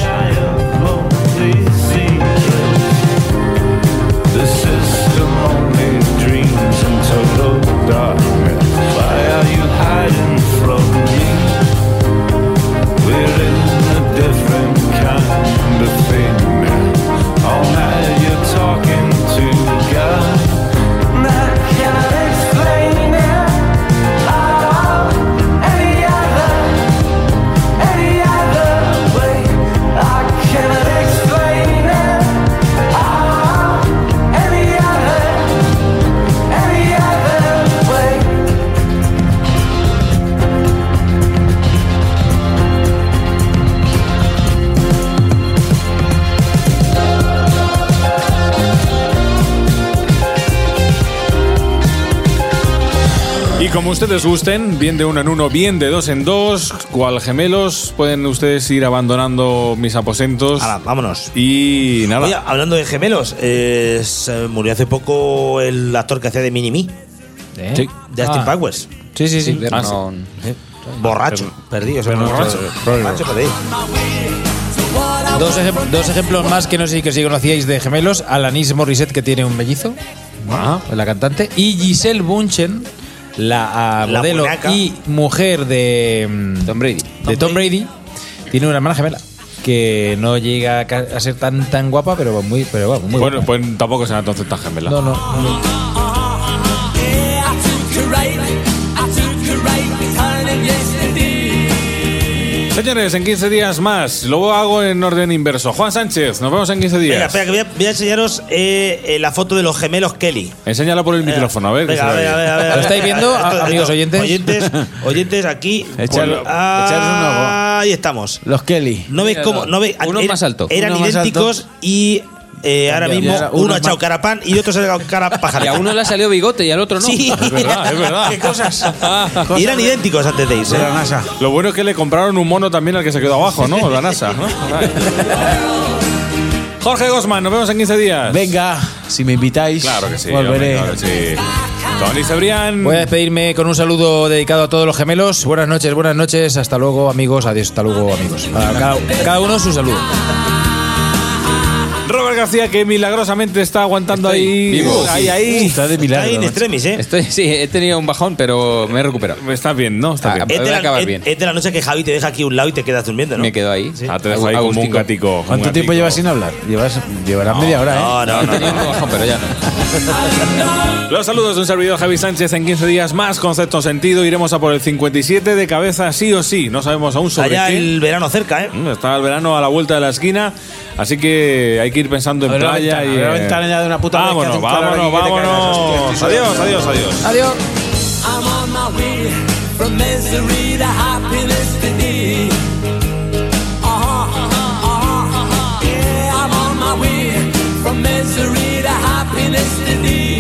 Speaker 8: The system only dreams in total darkness. Why are you hiding from me? We're in a different kind of thing now. All night you're talking to God. And I can't explain it at all. Any other, any other way. I can't explain it at all. Any other, any other way.
Speaker 3: Y como ustedes gusten, bien de uno en uno, bien de dos en dos, cual gemelos, pueden ustedes ir abandonando mis aposentos.
Speaker 7: Ala, vámonos.
Speaker 3: Y nada. Ah,
Speaker 7: Oye, hablando de gemelos, eh, se murió hace poco el actor que hacía de Minimi,
Speaker 5: ¿Eh?
Speaker 6: Sí.
Speaker 7: Justin
Speaker 5: Ah.
Speaker 7: Powers. Eh,
Speaker 5: Sí, sí, sí.
Speaker 4: Ah, sí.
Speaker 7: Borracho, perdido. o sea,
Speaker 3: borracho.
Speaker 7: borracho, perdido.
Speaker 5: Dos, ejem- dos ejemplos más que no sé que si conocíais de gemelos: Alanis Morissette, que tiene un mellizo, la cantante, y Giselle Bunchen, la ah,
Speaker 7: La
Speaker 5: modelo
Speaker 7: muñeca.
Speaker 5: y mujer de mm,
Speaker 4: Tom Brady.
Speaker 5: de Tom Brady, tiene una hermana gemela que no llega a ca- a ser tan tan guapa, pero muy, pero vamos, muy
Speaker 3: bueno,
Speaker 5: guapa.
Speaker 3: pues tampoco será entonces tan gemela.
Speaker 5: No, no, no, no.
Speaker 3: Señores, en 15 días más. Lo hago en orden inverso. Juan Sánchez, nos vemos en 15 días.
Speaker 7: Venga, espera, que voy a, voy a enseñaros eh, eh, la foto de los gemelos Kelly.
Speaker 3: Enséñala por el
Speaker 7: Venga,
Speaker 3: micrófono, a ver. qué
Speaker 7: venga,
Speaker 3: se
Speaker 7: a
Speaker 3: ve
Speaker 7: ver,
Speaker 3: ahí.
Speaker 7: a ver, a ver, a
Speaker 5: ¿Lo
Speaker 7: ver.
Speaker 5: estáis viendo, a-
Speaker 7: Esto-
Speaker 5: amigos oyentes?
Speaker 7: Oyentes, oyentes aquí.
Speaker 6: Echadle-
Speaker 7: Ponlo- Ahí estamos.
Speaker 6: Los Kelly.
Speaker 7: No veis
Speaker 4: Míralo.
Speaker 7: cómo. No veis,
Speaker 4: Uno
Speaker 7: er-
Speaker 4: más alto.
Speaker 7: Eran
Speaker 6: Uno más
Speaker 7: idénticos y eh, ahora mismo
Speaker 6: ahora uno
Speaker 7: uno ha
Speaker 6: más-
Speaker 7: echado carapán y otro se ha echado cara
Speaker 4: Y a
Speaker 7: pajarita.
Speaker 4: uno le ha salido bigote y al otro no.
Speaker 7: Sí.
Speaker 3: Es verdad, es verdad.
Speaker 7: Qué cosas. Y eran idénticos antes de irse.
Speaker 6: De la NASA.
Speaker 3: Lo bueno es que le compraron un mono también al que se quedó abajo, ¿no? La NASA, ¿no? Jorge Gosman, nos vemos en 15 días.
Speaker 6: Venga. Si me invitáis,
Speaker 3: Claro que sí.
Speaker 6: volveré.
Speaker 3: hombre, claro que sí. Tony Cebrián.
Speaker 6: Pues-
Speaker 5: Voy a despedirme con un saludo dedicado a todos los gemelos. Buenas noches, buenas noches. Hasta luego, amigos. Adiós, hasta luego, amigos. Para cada, cada uno su saludo.
Speaker 3: Robert García, que milagrosamente está aguantando ahí.
Speaker 4: Vivo.
Speaker 3: Ahí, ahí.
Speaker 6: Está de milagro.
Speaker 7: Está in
Speaker 6: macho.
Speaker 7: extremis, ¿eh?
Speaker 4: Estoy, sí, he tenido un bajón, pero me he recuperado.
Speaker 3: Está bien, ¿no? Está bien.
Speaker 4: Ah,
Speaker 6: eh,
Speaker 7: Es
Speaker 4: Voy
Speaker 7: de,
Speaker 4: a
Speaker 7: la,
Speaker 4: acabar
Speaker 7: es-
Speaker 4: bien.
Speaker 7: es de la noche que Javi te deja aquí a un lado y te quedas durmiendo, ¿no?
Speaker 4: Me quedo ahí.
Speaker 3: Ah, te dejo ahí
Speaker 4: Agustín.
Speaker 3: como un gatico. un
Speaker 6: ¿Cuánto
Speaker 3: gatico.
Speaker 6: tiempo llevas sin hablar? Llevas, llevarás media hora, ¿eh?
Speaker 7: No, no, no.
Speaker 4: Tenía un bajón, pero ya no.
Speaker 3: Los saludos de un servidor Javi Sánchez en 15 días más. Concepto sentido. Iremos a por el 57 de cabeza, sí o sí. No sabemos aún sobre
Speaker 7: Allá
Speaker 3: qué.
Speaker 7: el verano cerca, ¿eh?
Speaker 3: Mm, Está el verano a la vuelta de la esquina, así que hay que ir pensando en
Speaker 6: Abre la
Speaker 3: playa
Speaker 6: ventana,
Speaker 3: y.
Speaker 6: abre la
Speaker 3: eh,
Speaker 6: ventana ya de una puta vez que hace
Speaker 3: Vámonos,
Speaker 6: un calor
Speaker 3: vámonos,
Speaker 6: aquí que te cagas,
Speaker 3: vámonos.
Speaker 6: hostia,
Speaker 3: Adiós, adiós, adiós.
Speaker 5: Adiós.
Speaker 22: I'm on my way from misery to happiness today. Uh-huh, uh-huh, uh-huh, uh-huh. Yeah, I'm on my way from misery to happiness today.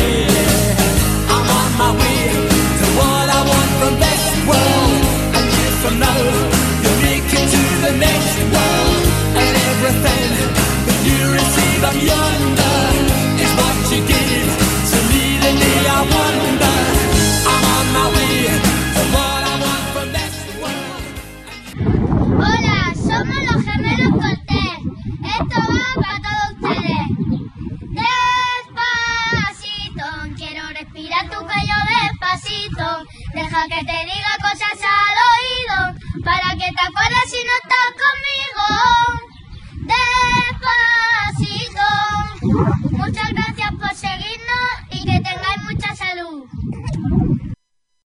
Speaker 22: Yeah, I'm on my way to what I want from this world. And years from now, you'll make it to the next world. And everything that you receive, I'm yonder, is what you give. So leading I wonder, I'm on my way to what I want from this world.
Speaker 11: Hola, somos los gemelos Cortés. Esto va para todos ustedes. Despacito, quiero respirar tu cuello despacito. Deja que te diga cosas al oído, para que te acuerdes si no estás conmigo. Despacito, muchas gracias por seguirnos